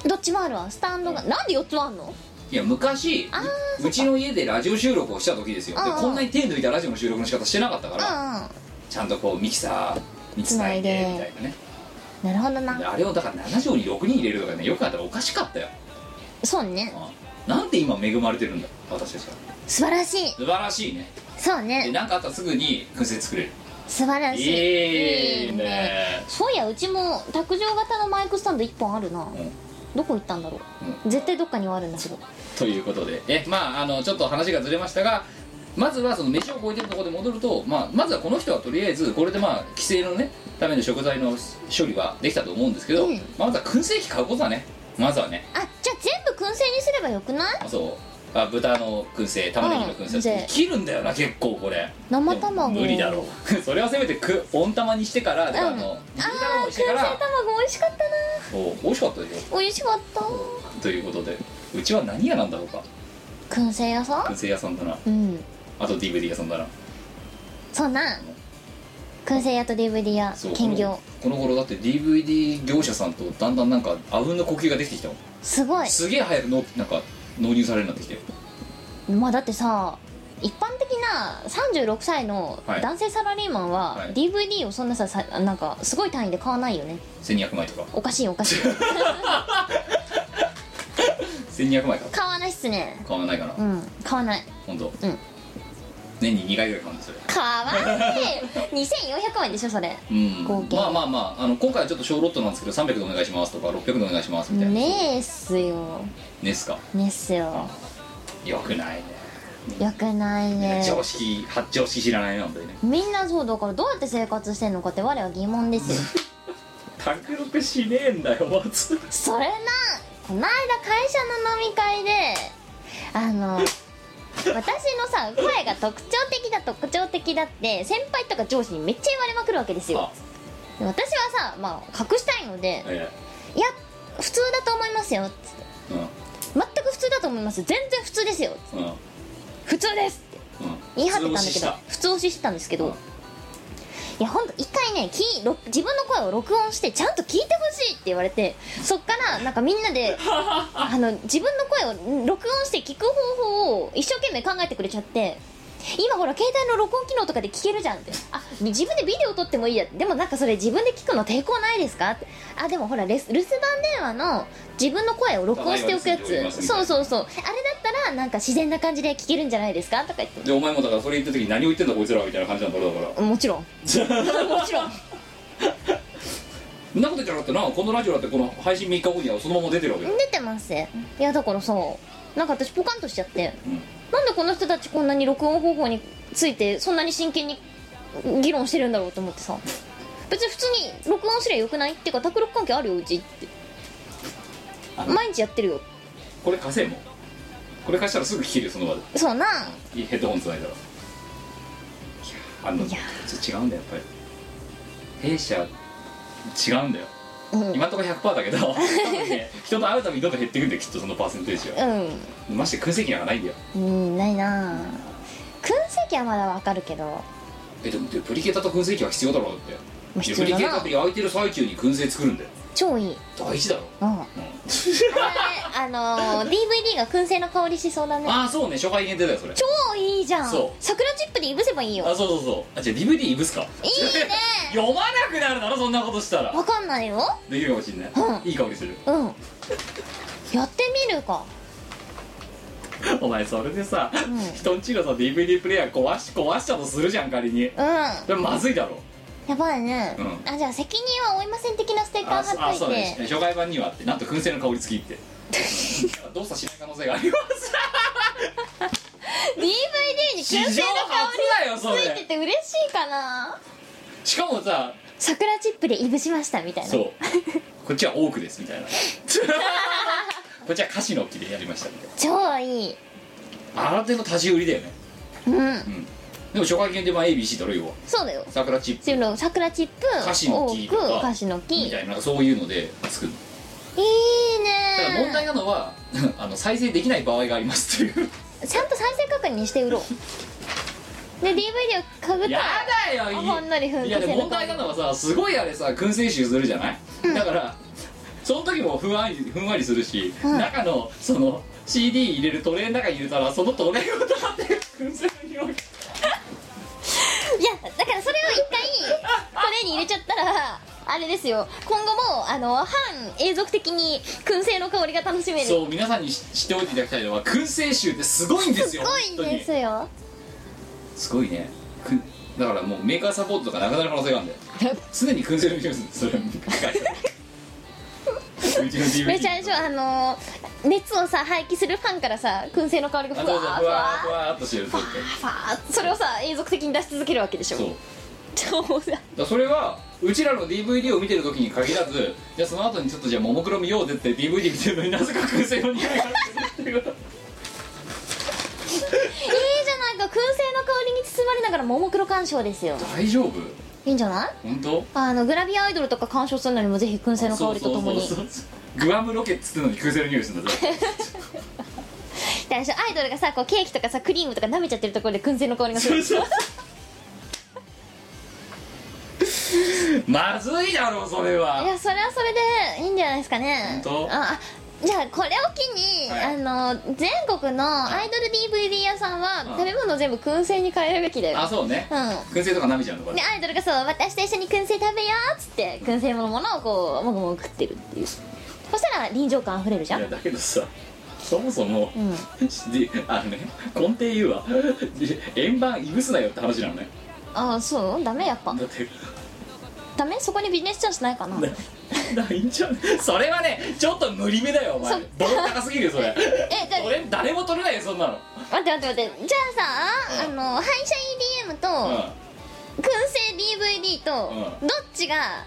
S6: あどっちもあるわスタンドがなんで4つもあんの
S1: いや昔
S6: あ
S1: ううちの家でラジオ収録をした時ですよで
S6: うんうん
S1: こんなに手抜いたラジオの収録の仕方してなかったから
S6: あ
S1: ちゃんとこうミキサーにつないで
S6: つない
S1: み
S6: で
S1: たいなね
S6: あなるほどな
S1: であれをだから7畳に6人入れるとかねよくあったらおかしかったよ
S6: そうね
S1: うんなんで今恵まれてるんだ私たちは
S6: 素晴らしい
S1: 素晴らしいね
S6: そう
S1: で
S6: ね
S1: 何かあったらすぐに燻製作れる
S6: 素晴らしい
S1: いい
S6: いいね
S1: ね
S6: そういやうちも卓上型のマイクスタンド1本あるな、
S1: ん
S6: どこ行ったんだろう、絶対どっかにはあるんだけど
S1: ということでえまああのちょっと話がずれましたがまずはその飯を超えてるところで戻ると、まあ、まずはこの人はとりあえずこれでまあ規制のねための食材の処理はできたと思うんですけど、
S6: うん
S1: まあまずは燻製機買うことだねまずはね
S6: あじゃあ全部燻製にすればよくない
S1: あそうあ豚の燻製玉ねぎの燻製
S6: うん
S1: 切るんだよな結構これ
S6: 生卵
S1: 無理だろう それはせめてく温玉にしてからとかあ
S6: うん
S1: の
S6: あ
S1: 煮
S6: あ
S1: 卵
S6: 燻
S1: にし
S6: 製
S1: てか
S6: 卵
S1: ら
S6: 美味しかった
S1: そう美味しかったでしょ
S6: な美味しかった
S1: ということでうちは何屋なんだろうか
S6: 燻製屋さ
S1: 燻製屋さんだなん
S6: うん
S1: あと DVD 屋さんだな
S6: そうな燻製屋と DVD 屋
S1: そう
S6: 兼業
S1: このこの頃だって DVD 業者さんとだんだんなんかあうんの呼吸ができてきたもん
S6: すごい
S1: すげえ早くのなんか納入されるようになってきてる
S6: まあだってさ一般的な36歳の
S1: はい
S6: 男性サラリーマン
S1: は
S6: はい DVD をそんなささなんかすごい単位で買わないよね
S1: 1200枚とか
S6: おかしい おかしい
S1: 1200枚か
S6: 買わないっすね
S1: 買わないかな
S6: うん買わない
S1: 本当
S6: うん
S1: 年に2回ぐらい買うんですよ
S6: 買わない2400円でしょそれ
S1: うん
S6: 合計
S1: まあまあまああの今回はちょっと小ロットなんですけど300でお願いしますとか600でお願いしますみたいな
S6: ねえっすよ
S1: ねっすか
S6: ねっすよ
S1: よくないね
S6: よくないね
S1: 常識発常識知らないね本当にね
S6: みんなそうだからどうやって生活してんのかって我は疑問ですよ
S1: 卓録しねえんだよまず
S6: それなこの間会社の飲み会であの私のさ声が特徴的だ特徴的だって先輩とか上司にめっちゃ言われまくるわけですよ
S1: あ
S6: で私はさまあ隠したいので
S1: え
S6: 「いや普通だと思いますよ」つって
S1: えうん
S6: 全く普通だと思います全然普通ですよ」
S1: うんうん
S6: 普通ですって言い張ってたんだけど普通押ししてたんですけ
S1: うん
S6: どいやほんと一回ね聞い録自分の声を録音してちゃんと聞いてほしいって言われてそっからなんかみんな であの自分の声を録音して聞く方法を一生懸命考えてくれちゃって今ほら携帯の録音機能とかで聞けるじゃんってあ自分でビデオ撮ってもいいやでもなんかそれ自分で聞くの抵抗ないですかってあでもほらレス留守番電話の自分の声を録音しておくや
S1: ただいま留守におりま
S6: つ
S1: すみたい
S6: そ
S1: な
S6: うそうそうあれだったらなんか自然な感じで聞けるんじゃないですかとか言って
S1: でお前もだからそれ言った時に何を言ってんだこいつらはみたいな感じなんだろうだから
S6: もちろんもちろん
S1: そんなこと言っちゃなくてなこのラジオだってこの配信3日後にはそのまま出てるわけだよ、
S6: 出てますいやだからさなんか私ポカンとしちゃって
S1: うん
S6: なんでこの人たちこんなに録音方法についてそんなに真剣に議論してるんだろうと思ってさ別に普通に録音すりゃよくないっていうか卓録関係あるようちって毎日やってるよ
S1: これ貸せもうこれ貸したらすぐ聞けるよその場で
S6: そうな
S1: ヘッドホンつないだらいやあの
S6: いや
S1: ちょ違うんだよやっぱり弊社違うんだよ
S6: うん
S1: 今んところ100%だけ ど多分ね人と会うたびにどんどん減っていくんだよきっとそのパーセンテージはまして空席なんかないんだよ
S6: うん、うん、ないな燻製機はまだわかるけど
S1: えでもデプリケーターと燻製機は必要だろうだって
S6: ま
S1: デ
S6: あ必
S1: プリ
S6: 要
S1: ケ
S6: だ
S1: ーターっ
S6: な
S1: て焼いてる最中に燻製作るんだよ
S6: 超いい
S1: 大事だろ、
S6: うんあ
S1: うん
S6: れあ のー DVD が燻製の香りしそうだね
S1: ああそうね初回限定だよそれ
S6: 超いいじゃん
S1: そう
S6: 桜チップでいぶせばいいよ
S1: あそうそうそうあじゃあ DVD いぶすか
S6: いいね
S1: 読まなくなるだろそんなことしたら
S6: わかんないよ
S1: できるかもしんない、
S6: うん
S1: いい香りする
S6: うんやってみるか
S1: お前それでさ、
S6: ん
S1: 人んちのさ DVD プレイヤー壊し壊したとするじゃん仮に
S6: うん
S1: でもまずいだろ
S6: やばいね、
S1: うん
S6: あじゃあ責任は負いません的なステッカー
S1: そ
S6: 貼っと
S1: そう
S6: い
S1: ね
S6: て
S1: 初回版にはあってなんと燻製の香り付きって 動作しない可能性があります
S6: DVD に
S1: 史上
S6: 燻製の香
S1: 初だよそ
S6: りついて
S1: れ
S6: て嬉しいかな
S1: しかもさ
S6: 桜チップでいぶしましたみたいな
S1: そうこっちはオークですみた いなこっちはカシの木でやりましたみたい
S6: 超いい
S1: なあら手の立ち売りだよね
S6: うん
S1: うんでも初回限定版 ABC だろ要は
S6: そうだよ
S1: 桜チップ
S6: そういうの桜チップ
S1: 菓子の木
S6: 多
S1: とか
S6: く菓子の木い
S1: み
S6: い
S1: た
S6: ね
S1: いなそういうので作るただ問題なのは あの再生できない場合がありますっていう
S6: ちゃんと再生確認して売ろうで DVD をかぶった
S1: や
S6: ら
S1: だよいい
S6: ほんのり噴火
S1: いやでも問題なのはさすごいあれさ燻製臭するじゃない、だからその時もふんわりふんわりするし、
S6: うん
S1: 中のその CD 入れるトレーの中に入れたらそのトレーを立って燻製の匂い
S6: いやだからそれを一回トレーに入れちゃったらあれですよ今後もあの半永続的に燻製の香りが楽しめるす
S1: そう皆さんにし知っておいていただきたいのは燻製臭ってすごいんですよ
S6: ごいんですよ
S1: 本当にすごいねくだからもうメーカーサポートとかなくなる可能性があるん だよ常に燻製の匂いするそれはうちの DVD
S6: めちゃでしょあの熱をさ排気するファンからさ燻製の香り
S1: あ
S6: がふ
S1: そ
S6: わ
S1: うそう
S6: ー
S1: ふ
S6: ふわ
S1: わーふわーっとしてるずっ
S6: ーふわーそれをさ永続的に出し続けるわけでし
S1: と
S6: ょ
S1: そう
S6: 超さ
S1: だからそれはうちらの DVD を見てる時に限らずじゃあその後にちょっとじゃあももクロ見ようぜって DVD 見てるのになぜか燻製の匂いがするっていう
S6: 鑑賞ですよ
S1: 大丈夫
S6: いいんじゃない
S1: 本当
S6: あのグラビアアイドルとか鑑賞するのにもぜひ燻製の香りとともに
S1: そうそうそうそうグアムロケっつってのに空製の匂いするんだぜ
S6: であれでしょアイドルがさこうケーキとかさクリームとか舐めちゃってるところで燻製の香りがす
S1: そ
S6: る
S1: うそう まずいだろそれ
S6: い
S1: は
S6: やそれはそれでいいんじゃないですかね
S1: 本当
S6: ああじゃあこれを機に、
S1: はい
S6: あの全国のアイドル DVD 屋さんは
S1: うん
S6: 食べ物全部燻製に変えるべきだよ
S1: あそうね
S6: う
S1: 燻製とか舐めちゃうのこ
S6: ん
S1: れ
S6: でアイドルがそう「私と一緒に燻製食べよう」っつって燻製ものものをこうもぐもぐ食ってるっていうそしたら臨場感あふれるじゃ
S1: い
S6: ん
S1: やだけどさそもそも、
S6: うん
S1: であのね根底言うわで円盤いぶすなよって話なのね
S6: ああそうダメやっぱ
S1: だって
S6: ダメそこにビジネスチャンスないかな
S1: なないんじゃねそれはねちょっと無理めだよお前ボロ高すぎるよそれ
S6: えじゃあ
S1: 俺誰も取れないよそんなの
S6: 待って待って待ってじゃあさ、
S1: うん
S6: あの廃車 EDM と
S1: う
S6: 燻製 DVD と、
S1: う
S6: どっちが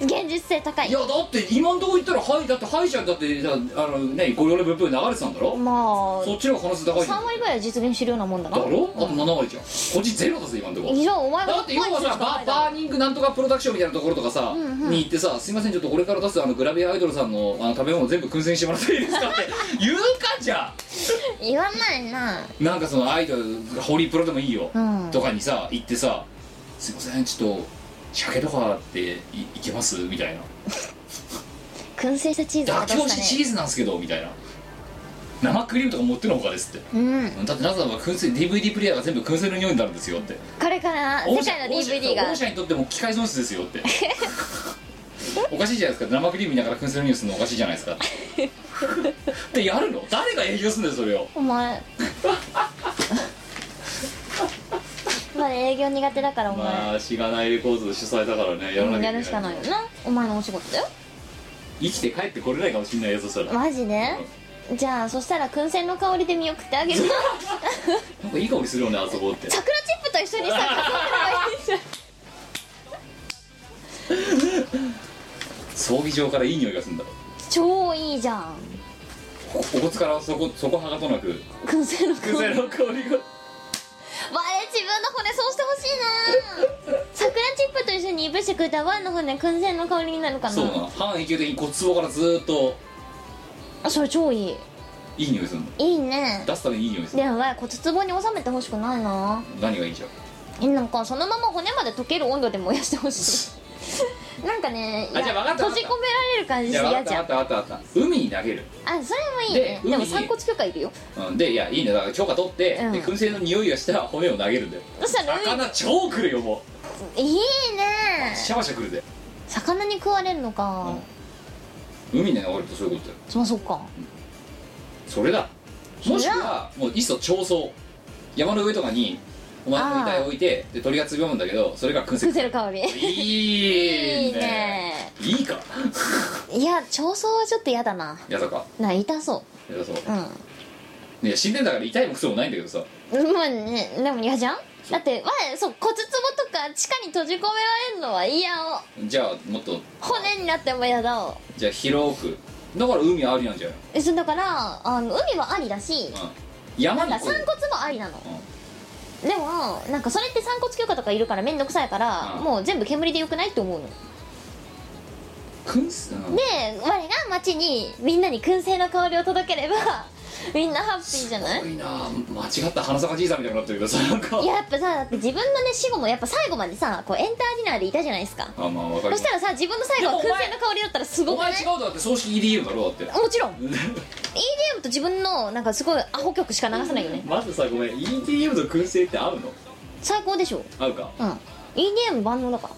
S6: 現実性高
S1: ん
S6: い
S1: いやだって今んとこ言ったらはいだって歯医者だってだあのねゴリゴリブッブー流れてたんだろ
S6: まあ
S1: そっちの方が可能性高いじゃ
S6: 3
S1: ん
S6: 割ぐらいは実現してるようなもんだな
S1: だろあと7割じゃんこっちゼロだぜ今んとこ
S6: 以上お前
S1: だって要はさババーニングなんとかプロダクションみたいなところとかさ、
S6: んうん
S1: に行ってさ「すいませんちょっとこれから出すあのグラビアアイドルさんのあの食べ物全部燻製にしてもらっていいですか?」って 言うかじゃ
S6: 言わないな
S1: あなんかそのアイドルホリプロでもいいよ、
S6: うん
S1: とかにさ行ってさ「すいませんちょっと鮭とかっていいけます?」みたいな
S6: 燻製したチ
S1: 「
S6: ーズが
S1: 妥
S6: ど
S1: 協
S6: う
S1: し
S6: し
S1: チーズなんですけど」みたいな「生クリームとか持ってのほかです」って
S6: たねう
S1: 「
S6: ん
S1: だってなぜならば燻製 DVD プレイヤーが全部燻製の匂いになるんですよ」って
S6: これから世界の
S1: 御社
S6: DVD が
S1: 御社にとっても機械損失ですよって おかしいじゃないですか生クリーム見ながら燻製のニュースのおかしいじゃないですかってってやるの誰が営業するんだよそれを
S6: お前 まだ営業苦手だからお前
S1: まあしがないレコーズ主催だからねやらなきゃ
S6: や
S1: いけない
S6: るしかないよなお前のお仕事だよ
S1: 生きて帰ってこれないかもしれないよそしたら
S6: マジでじゃあそしたら燻製の香りで見送ってあ げる
S1: なんかいい香りするよねあそこって
S6: 桜チップと一緒にさ飾ればいいじゃん
S1: 葬儀場からいい匂いがするんだ
S6: 超いいじゃん
S1: お骨からそこそこはがとなく
S6: 燻製の香り
S1: 燻
S6: わ
S1: 製の香りが
S6: れ自分の骨そうしてほしい な桜チップと一緒にいぶしてくれたワンの骨燻製の香りになるかな
S1: そうなの半永久的に骨壺からずーっと
S6: あそれ超いい
S1: いい匂いするの
S6: いいね
S1: 出すためにいい匂いする
S6: でもお前骨壺に収めてほしくないな
S1: 何がいいんじゃん
S6: えなんかそのまま骨まで溶ける温度で燃やしてほし いなんかねいや
S1: あじゃあ分かった
S6: 閉じ込められる感じ
S1: い
S6: して
S1: や
S6: 嫌
S1: 分
S6: じ
S1: か
S6: ゃ
S1: っ
S6: ん
S1: た分かった分かった分かった海に投げる
S6: あそれもいいね
S1: で
S6: で
S1: 海
S6: も
S1: に
S6: 散骨許可いるよ
S1: うん、でいやいいねだから許可取って、
S6: うん
S1: で燻製の匂いがしたら骨を投げるんだよ
S6: そしたら海
S1: 魚超来るよも
S6: いいうね
S1: シャバシャ来るで、
S6: 魚に食われるの
S1: う
S6: か
S1: ん、海に流れるとそういうことだよ
S6: そまあそっか
S1: それだ
S6: れ
S1: も
S6: だ
S1: しくはもういっそ調層山の上とかにお前の遺体を置いてで鳥がつび込むんだけどそれが燻
S6: 燻
S1: 製
S6: 製の香り
S1: い
S6: い
S1: い
S6: い
S1: ね
S6: ね
S1: いいか
S6: いや調層はちょっと嫌だな
S1: やだか
S6: な痛そ
S1: やだそう
S6: ううん
S1: いや死んでんだから痛いもクソもないんだけどさ
S6: まあねでも嫌じゃん
S1: そう
S6: だってわそう骨壺とか地下に閉じ込められるのは嫌を
S1: じゃあもっと
S6: 骨になっても嫌だを
S1: じゃあ広くだから海ありなんじゃない
S6: えそうだからあの海はありだし
S1: の、うん、
S6: な
S1: 山
S6: ん
S1: に
S6: だ
S1: こう
S6: 散骨もありなのでもなんかそれって散骨許可とかいるから面倒くさいから、
S1: うん
S6: もう全部煙でよくないって思うので
S1: うん燻製うん
S6: 我が町にみんなに燻製の香りを届ければ みんなハッピーじゃない
S1: すごいなあ間違った花坂じいさんみたいになってるけどさなんか
S6: いややっぱさだって自分のね死後もやっぱ最後までさこうエンターテイナーでいたじゃないですか
S1: あまあわか
S6: そ
S1: る
S6: したらさ自分の最後は燻
S1: でもお前
S6: 製の香りだったらすご
S1: お
S6: くな
S1: 前
S6: い
S1: 違うとだって葬式 EDM だろだって
S6: もちろん EDM と自分のなんかすごいアホ曲しか流さないよね
S1: まずさごめん EDM と燻製って合うの
S6: 最高でしょ
S1: 合うか
S6: うん EDM 万能だか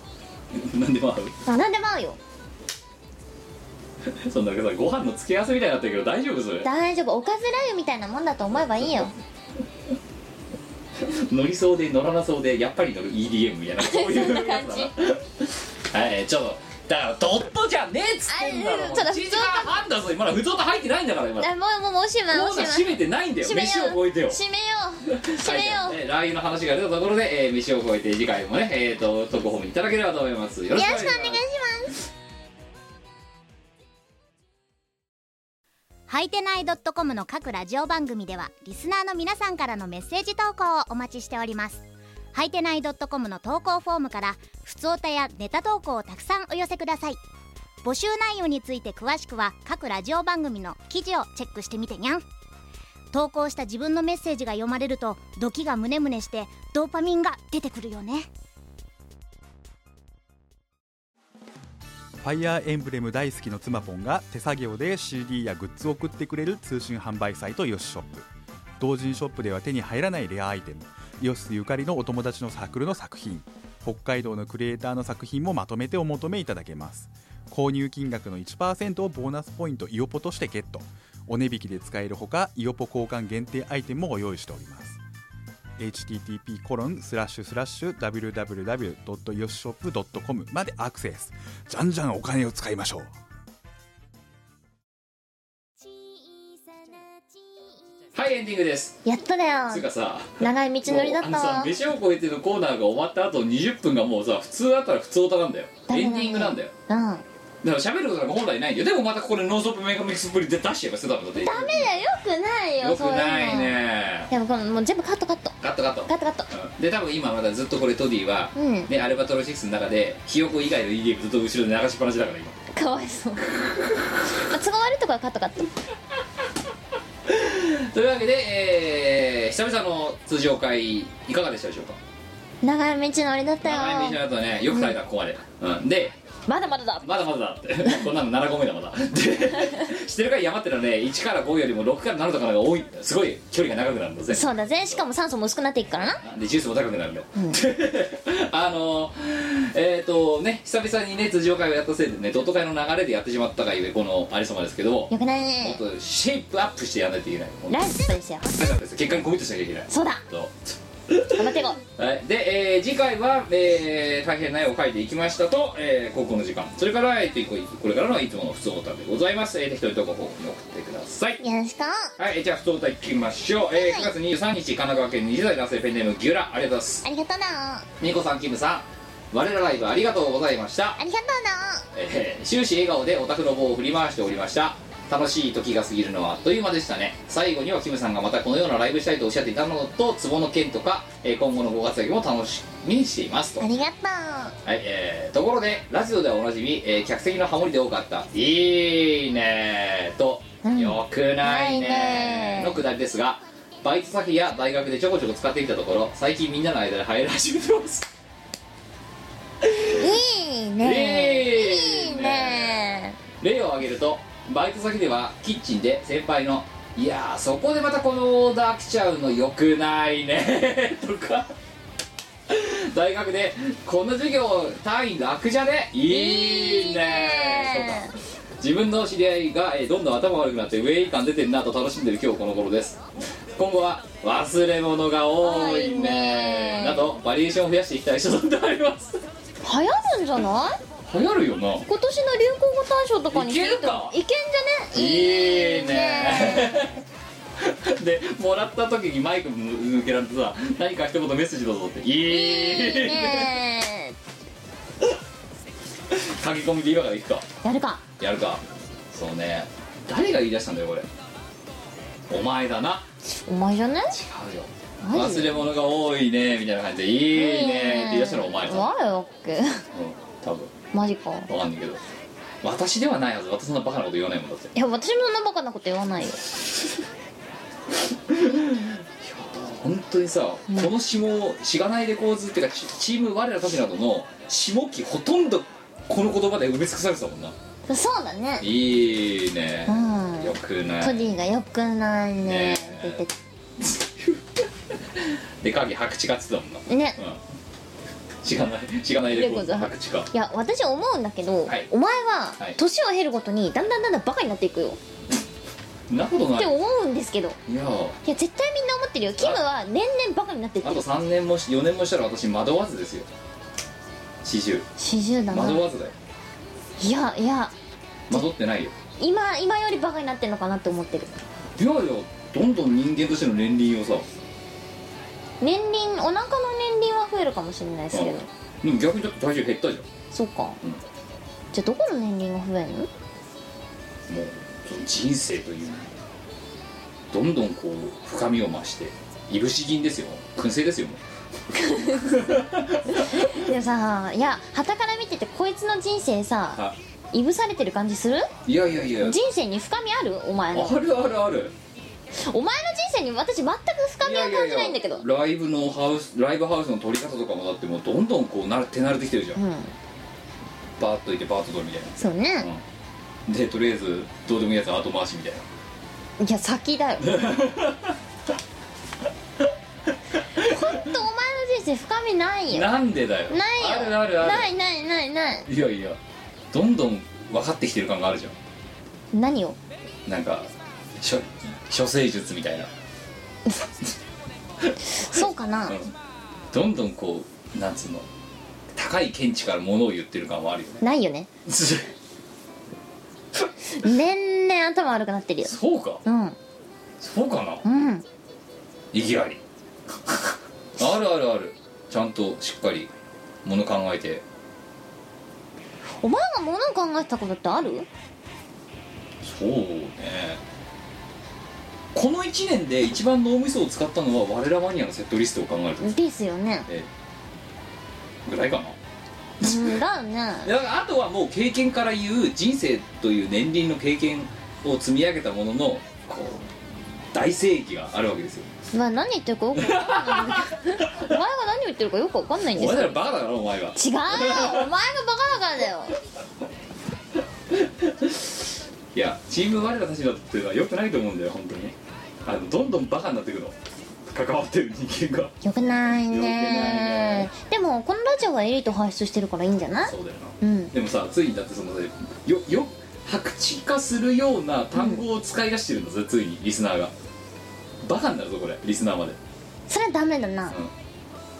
S1: なんでも合
S6: らあ何でも合うよ
S1: うそんだけさご飯の付け合わせみたいになってるけど大丈夫それ
S6: 大丈夫おかずラー油みたいなもんだと思えばいいよ
S1: 乗りそうで乗らなそうでやっぱり乗る EDM みたいなそういう
S6: そんな感じ
S1: やつだなはいちょっとだからドットじゃねえっつってんだろ
S6: あうんそうだ
S1: 1時間半だぞ今の普通と入ってないんだから今コ
S6: あもうもうもうおしまいお
S1: ー
S6: し
S1: ナ
S6: まい
S1: 閉めてないんだよ
S6: 閉めよ
S1: 飯を
S6: う
S1: 超えてよ
S6: 閉めよう閉めよう
S1: えーラー油の話が出たところで、えー飯を超えて次回もね、えー、と特報にいただければと思いますよろ
S6: よ
S1: し
S6: ろ
S1: くお願いしま
S6: しくお
S1: す
S6: 願いします
S3: はいてない .com の各ラジオ番組ではリスナーの皆さんからのメッセージ投稿をお待ちしておりますはいてない .com の投稿フォームからふつおたやネタ投稿をたくさんお寄せください募集内容について詳しくは各ラジオ番組の記事をチェックしてみてにゃん投稿した自分のメッセージが読まれるとドキがムネムネしてドーパミンが出てくるよね
S7: ファイアーエンブレム大好きの妻ポンが手作業で CD やグッズを送ってくれる通信販売サイトヨシショップ同人ショップでは手に入らないレアアイテムヨシスゆかりのお友達のサークルの作品北海道のクリエイターの作品もまとめてお求めいただけます購入金額の1%をボーナスポイントイオポとしてゲットお値引きで使えるほかイオポ交換限定アイテムもご用意しております http コロンスラッシュスラッシュ www.yoshop.com までアクセスじゃんじゃんお金を使いましょう
S1: はいエンディングです
S6: やっただ
S1: つう
S6: よ
S1: かさ
S6: 長い道のりだっ
S1: もうあの
S6: た
S1: さ飯を超えてのコーナーが終わった後20分がもうさ普通だったら普通歌なんだよ
S6: だね
S1: エンディングなんだよ
S6: うん
S1: だから喋ることなんか本来ないんだよでもまたここで「ノンストップメカミックスプリ」で出しちゃいますよダメだってダ
S6: ダメだよよくないよ
S1: よくない
S6: そういうの
S1: ね
S6: でもこのもう全部カットカット
S1: カットカット
S6: カットカット
S1: うんで多分今まだずっとこれトディは、
S6: うん
S1: ねアルバトロ6の中でひよこ以外の EDM ずっと後ろで流しっぱなしだから今
S6: かわいそうまあ都合悪いとこはカットカット
S1: というわけで、えー、久々の通常会いかがでしたでしょうか
S6: 長い道のりだった
S1: 長い道
S6: よ
S1: の後ねよく耐えたここまで、うん、で
S6: まだまだだ
S1: まだまだだって こんなの7個目だまだ でしてるから山ってのはね1から5よりも6から7とかの方が多いすごい距離が長くなるんだぜ
S6: そうだぜしかも酸素も薄くなっていくからな
S1: でジュースも高くなるの、 あのえっ、とね久々にね通常会をやったせいでねドット会の流れでやってしまったがゆえこのありさまですけども
S6: よくない
S1: っとシェイプアップしてやらないといけないもう
S6: ラストですよ
S1: だからです結果にコミットしなきゃいけない
S6: そうだ
S1: そう
S6: 頑張っていこ
S1: はい、で、えー次回は、えー大変な絵を描いていきましたと、えー高校の時間それから、えー、とここれからのいつもの普通オタでございます、えー、適当に投稿フォームに送ってくださいう
S6: よろしく
S1: はい、えーじゃあ普通オタいきましょう、えー9月23日神奈川県20代男性ペンネームギュラありがとうございます
S6: ありがとうな
S1: ニコさんキムさん我らライブありがとうございました
S6: ありがとう
S1: えー終始笑顔でオタクの棒を振り回しておりました楽しい時が過ぎるのはあっという間でしたね最後にはキムさんがまたこのようなライブしたいとおっしゃっていたのと壺の件とか、えー今後の5月先も楽しみにしていますと、
S6: なあ
S1: はい
S6: りがと
S1: えーところでラジオではおなじみ、えー客席のハモリで多かった「いいね」と「
S6: うん
S1: よくない
S6: ないね
S1: ね」のくだりですがバイト先や大学でちょこちょこ使っていたところ最近みんなの間で流行り始めてます
S6: ういいねいいね
S1: 例を挙げるとバイト先ではキッチンで先輩の「いやーそこでまたこのオーダー来ちゃうのよくないね」とか大学で「こんな授業単位楽じゃねいいね」とか自分の知り合いがえーどんどん頭悪くなってウェイ感出てんなと楽しんでる今日この頃です今後は忘れ物が多い
S6: 多いね
S1: ねなどバリエーションを増やしていきたい所存であります
S6: 流行るんじゃない
S1: 流行るよな
S6: 今年の流行語大賞とかに
S1: いけるか
S6: いけんじゃね
S1: いいねでもらった時にマイク向けられてさ何か一言メッセージどうぞって「い
S6: いい
S1: いね
S6: ね」
S1: 駆け込みで今から行くか
S6: やるか
S1: やるかそうね誰が言い出したんだよこれお前だな
S6: お前じゃね
S1: 違うよ
S6: マジ
S1: 忘れ物が多いねみたいな感じで「いいね」って言い出したのはお前だ、うん、
S6: 誰だっけ
S1: 多分
S6: マジか
S1: わかんないけど私ではないはず私そんなバカなこと言わないもんだって
S6: いや私もそんなバカなこと言わないよ
S1: 本当にさ、この下しがないレコーズっていうかチチーム我らたちなどの下期ほとんどこの言葉で埋め尽くされてたもんな
S6: そうだね
S1: いいね
S6: う、ん
S1: よくな
S6: ト
S1: い
S6: ディがよくないね
S1: ね
S6: って言っ
S1: で鍵白痴がつってたもんな
S6: てね
S1: うんしがないしがないレコーズ
S6: レコーズ
S1: 白痴か
S6: いや私思うんだけど、
S1: はい
S6: お前は
S1: はい
S6: 年を経るごとにだんだんだんだんバカになっていくよ
S1: んなこと
S6: っ
S1: ない
S6: て思うんですけど
S1: いや
S6: いや絶対みんな思ってるよキムは年々バカになっていって
S1: あと
S6: る
S1: 3年もし4年もしたら私惑わずですよ四十
S6: 40だな
S1: 惑わずだよ
S6: いやいや
S1: 惑ってないよ
S6: 今今よりバカになってるのかなって思ってる
S1: いやいやどんどん人間としての年輪をさ
S6: 年輪お腹の年輪は増えるかもしれないですけど、
S1: うんでも逆にだって体重減ったじゃん
S6: そうか、
S1: うん
S6: じゃあどこの年輪が増えるの
S1: もうその人生という どんどんこう深みを増していぶし銀ですよ燻製ですよもう
S6: でもさいや旗から見ててこいつの人生さ
S1: はい
S6: ぶされてる感じする
S1: いやいやいや
S6: 人生に深みあるお前のお前
S1: あるあるある
S6: の人生に私全く深みは感じないんだけど
S1: ややライブのハウスライブハウスの撮り方とかもだってもうどんどんこうなる手慣れてきてるじゃん、
S6: うん
S1: バーッといてバーッと撮るみたい
S6: そう
S1: な
S6: ね、
S1: うん、でとりあえずどうでもいいやつ後回しみたいない
S6: や先だよ ほんとお前の人生深みないよ
S1: なんでだよ
S6: ないよ
S1: あるあるある
S6: ないないないない
S1: いやいやどんどん分かってきてる感があるじゃ
S6: 何を
S1: んなんか処処世術みたいな、
S6: そうかな、
S1: うんどんどんこうなんつうの高い見地から物を言ってる感はあるよね
S6: ないよね年々頭悪くなってるよ
S1: そうか
S6: うん
S1: そうかな
S6: うん
S1: 意義ありあるあるあるちゃんとしっかりもの考えて
S6: お前が物を考えてたことってある
S1: そうねこの1年で一番脳みそを使ったのは我らマニアのセットリストを考えると
S6: ですよね
S1: えぐらいかな
S6: うんだよね
S1: だからあとはもう経験から言う人生という年輪の経験を積み上げたもののこう大聖域があるわけですよ
S6: お前何言ってるかよく分かんないんだけどお前が何言ってるかよく分かんないん
S1: お
S6: で
S1: 前
S6: す
S1: な
S6: よ
S1: らバカだろお前は
S6: 違うよお前がバカだからだよ
S1: いやチーム我らたちだっていうのはよくないと思うんだよ本当にあのどんどんバカになっていくの関わってる人間が
S6: よくないね
S1: よくないね
S6: でもこのラジオはエリート輩出してるからいいんじゃない
S1: そうだよな
S6: うん
S1: でもさついにだってそのねよよ白痴化するような単語を使い出してるんだぜ、ついにリスナーがバカになるぞこれリスナーまで
S6: それはダメだな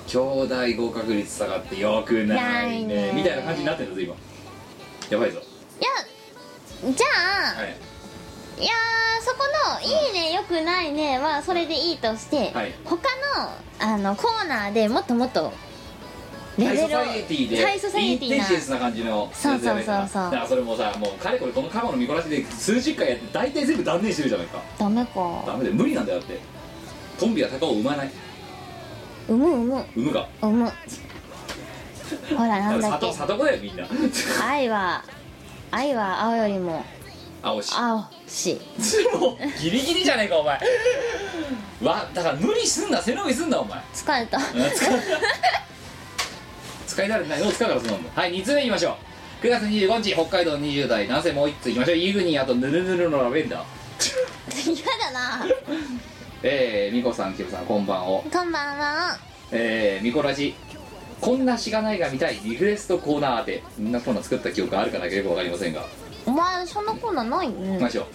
S1: 兄弟合格率下がってよくない
S6: ない
S1: ね
S6: ね
S1: みたいな感じになってるんだぞ今やばいぞ
S6: いやじゃあ、
S1: はい
S6: い、やーそこの「いいねよくないね」はそれでいいとして、
S1: はい
S6: 他のあのコーナーでもっともっと
S1: ハイソサイエティで
S6: ハイソサイエティ
S1: インテリ
S6: な
S1: ジェンスな感じの
S6: そうそうそうそう
S1: やつやねだからそれもさもうかれこれこのカモの見こなしで数十回やって大体全部断念してるじゃないか
S6: ダメか
S1: ダメだよ無理なんだよだってトンビは鷹を生まない
S6: うむうむ
S1: 産むか
S6: うむほら
S1: だ
S6: な
S1: か
S6: ん
S1: ら
S6: だっ
S1: 里
S6: け
S1: 里子だよ みんな
S6: 愛は愛は青よりも
S1: 青し
S6: 青し
S1: もうギリギリじゃねえかお前わだから無理すんな背伸びすんなお前
S6: 疲れた
S1: 使い慣れてない脳使うからそうなんだはい2通目いきましょう9月25日北海道20代男性もう1通いきましょうイグニーあとヌルヌルのラベンダー
S6: 嫌だな
S1: えー、みこさんきむさんこんばんを
S6: こんばんは
S1: えー、みこらじこんなしがないが見たいリクエストコーナー当てみんなこんな作った記憶があるかなければわかりませんが
S6: お前そんなコーナーないよ
S1: いきま
S6: ね
S1: しょう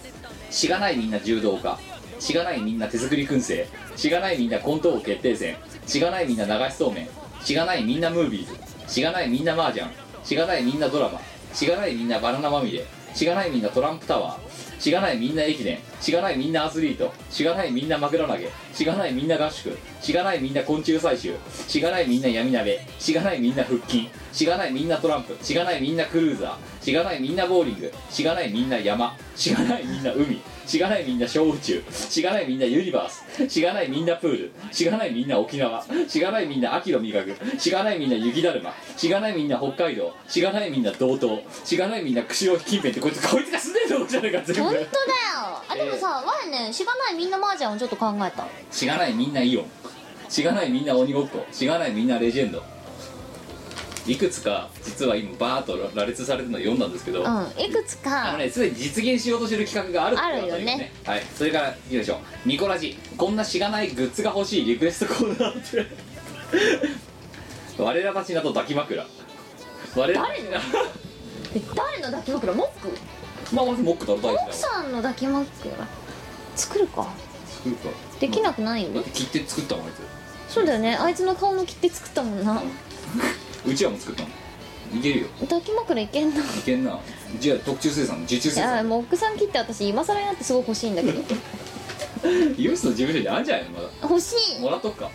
S1: しがないみんな柔道家しがないみんな手作り燻製しがないみんなコント王決定戦しがないみんな流しそうめんしがないみんなムービーズしがないみんな麻雀しがないみんなドラマしがないみんなバナナまみれしがないみんなトランプタワーしがないみんな駅伝しがないみんなアスリートしがないみんな枕投げしがないみんな合宿しがないみんな昆虫採集しがないみんな闇鍋しがないみんな腹筋しがないみんなトランプしがないみんなクルーザーしがないみんなボーリングしがないみんな山しがないみんな海しがないみんな小宇宙しがないみんなユニバースしがないみんなプールしがないみんな沖縄しがないみんな秋の味覚しがないみんな雪だるましがないみんな北海道しがないみんな道東しがないみんな釧路近辺ってこいつこいつが住んでるとこじゃないか全
S6: 本当
S1: 部
S6: だよあでもさ、わやねしがないみんな麻雀をちょっと考えた
S1: しがないみんなイオンしがないみんな鬼ごっこしがないみんなレジェンドいくつか実は今バーッと羅列されてるのを読んだんですけど、
S6: うんいくつ
S1: あの
S6: か
S1: ねすでに実現しようとしてる企画があるってことなんだ
S6: あるよね
S1: はいそれからよいしょニコラジこんなしがないグッズが欲しいリクエストコーナーって我らたちなど抱き枕我ら
S6: 誰のえ誰の抱き枕モック
S1: まあまずモックだろ大事
S6: 奥
S1: だ
S6: さんの抱き枕作るか
S1: 作るか
S6: できなくないよ
S1: だって
S6: ね
S1: 切って作ったもんあい
S6: そうだよねあいつの顔の切って作ったもんな
S1: つうちはもう作ったもんいけるよ
S6: 抱き枕いけんない
S1: いけんなじゃあ特注生産受注生
S6: や
S1: 産
S6: もう奥さん切って私今更になってすごい欲しいんだ けど
S1: ユースの事務所にあるんじゃないのまだ
S6: 欲しい
S1: もらっとくか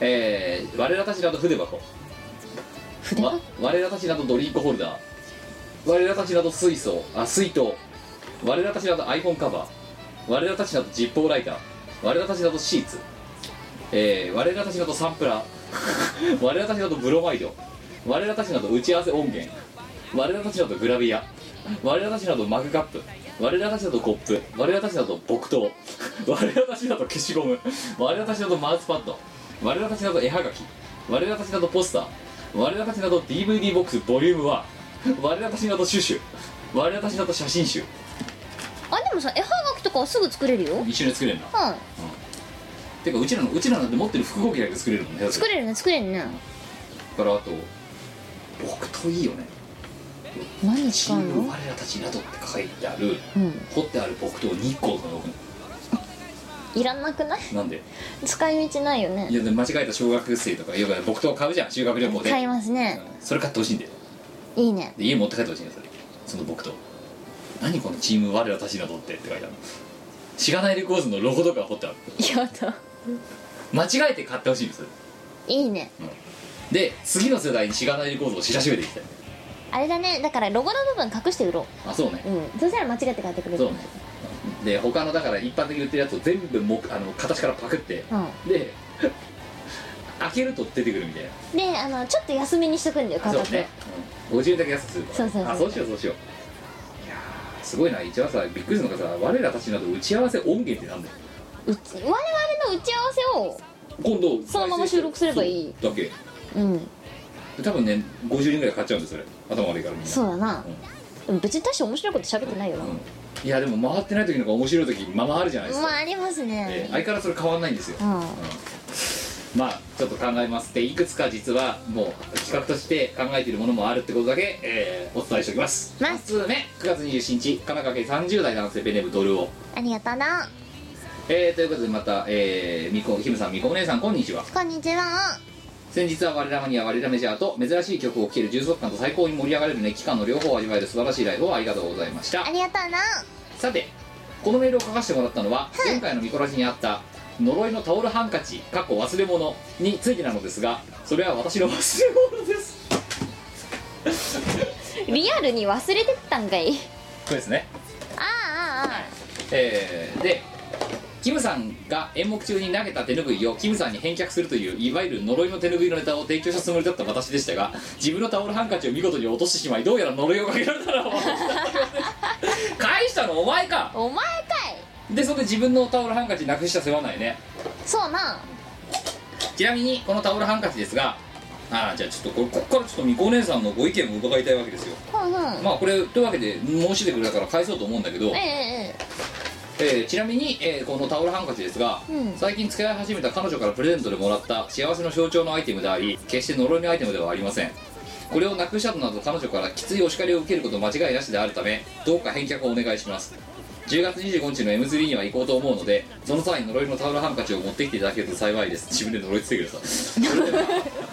S1: えー、我らたちなど筆箱
S6: 筆
S1: わ我らたちなどドリンクホルダー我らたちなど水槽あ水筒我らたちなど iPhone カバー我らたちなどジッポーライター我らたちなどシーツ、えー、我らたちなどサンプラー我らたちなどブロマイド我らたちなど打ち合わせ音源我らたちなどグラビア我らたちなどマグカップ我らたちなどコップ我らたちなど木刀我らたちなど消しゴム我らたちなどマウスパッド我らたちなど絵はがき我らたちなどポスター我らたちなど DVD ボックスボリューム1我らたちなどシュシュ我らたちなど写真集
S6: あでもさ絵はがきとかはすぐ作れるようん
S1: 一緒に作れるんだてかうちらのうちらなんて持ってる複合機だけで作れるもんね
S6: 作れるね作れるね
S1: だからあと僕といいよね
S6: 何
S1: チ
S6: 使
S1: ー
S6: う
S1: ム
S6: の
S1: 我らたちなどって書いてある
S6: うん
S1: 掘ってある木刀2個とか置く
S6: いらなくない
S1: のなんで
S6: 使い道ないよ
S1: い
S6: ね
S1: やでも間違えた小学生とかよく木刀買うじゃん修学旅行で
S6: 買いますね
S1: うんそれ買ってほしいんだよ
S6: いいね
S1: で家持って帰ってほしいんだよそれその木刀何このチーム我らたちなどってって書いてあるのしがないレコーズのロゴとか掘ってある
S6: やだ
S1: 間違えて買ってほしいんです
S6: いいね
S1: で次の世代にしがないレコーズを知らしめていきたい
S6: あれだねだからロゴの部分隠して売ろ
S1: あそうね
S6: ううんそしたら間違って書いてくれる
S1: そうねで他のだから一般的に売ってるやつを全部もあの形からパクって
S6: うん
S1: で開けると出てくるみたいな
S6: であのちょっと安めにしとくんだよ価
S1: そう
S6: 格、
S1: ね、うん、50円だけ安くする
S6: そうそうそう
S1: あそうしようそうしよういやーすごいな一番さびっくりするのがさ我らたちなど打ち合わせ音源ってなんだよ
S6: うち我々の打ち合わ
S1: 今度
S6: そのまま収録すればいい
S1: そうだけ
S6: せをうん
S1: で多分ね50人ぐらい買っちゃうんですそれ頭悪いからみんな
S6: そうだな、でも別に大して面白いこと喋ってないよな、
S1: うんいやでも回ってない時の方が面白い時まあまああるじゃないです
S6: ま
S1: か、
S6: ああります
S1: え
S6: ね
S1: ー、相変わらずそれ変わんないんですよ、
S6: うん
S1: まあちょっと考えますでいくつか実はもう企画として考えているものもあるってことだけ、えーお伝えしておきます
S6: ま
S1: 1つ目9月27日神奈川県30代男性ベネブドルオ、
S6: ありがとうな
S1: えーということでまた、えー、みこひむさんみこお姉さんこんにちは
S6: こんにちは
S1: 先日は我らマニア我らメジャーと珍しい曲を聴ける充足感と最高に盛り上がれる熱気感の両方を味わえる素晴らしいライブをありがとうございました
S6: ありがとうな
S1: さてこのメールを書かせてもらったのは前回のミコラジにあった呪いのタオルハンカチかっこ忘れ物についてなのですがそれは私の忘れ物です
S6: リアルに忘れてったんかい
S1: そうですね
S6: ああああ
S1: えーでキムさんが演目中に投げた手ぬぐいをキムさんに返却するといういわゆる呪いの手ぬぐいのネタを提供したつもりだった私でしたが自分のタオルハンカチを見事に落としてしまいどうやら呪いをかけられたら返したのお前か
S6: あお前かい
S1: でそれで自分のタオルハンカチなくした世話ないね
S6: そうな
S1: ちなみにこのタオルハンカチですがあーじゃあちょっとこれここからちょっとみこお姉さんのご意見を伺いたいわけですよ
S6: ふんふん
S1: まあこれというわけで申し出てくれたから返そうと思うんだけど
S6: え、ええ
S1: えーちなみに、えーこのタオルハンカチですが、
S6: うん
S1: 最近使い始めた彼女からプレゼントでもらった幸せの象徴のアイテムであり決して呪いのアイテムではありませんこれをなくしたとなると彼女からきついお叱りを受けること間違いなしであるためどうか返却をお願いします10月25日の M3 には行こうと思うのでその際に呪いのタオルハンカチを持ってきていただけると幸いです自分で呪いつけてくださいそれでは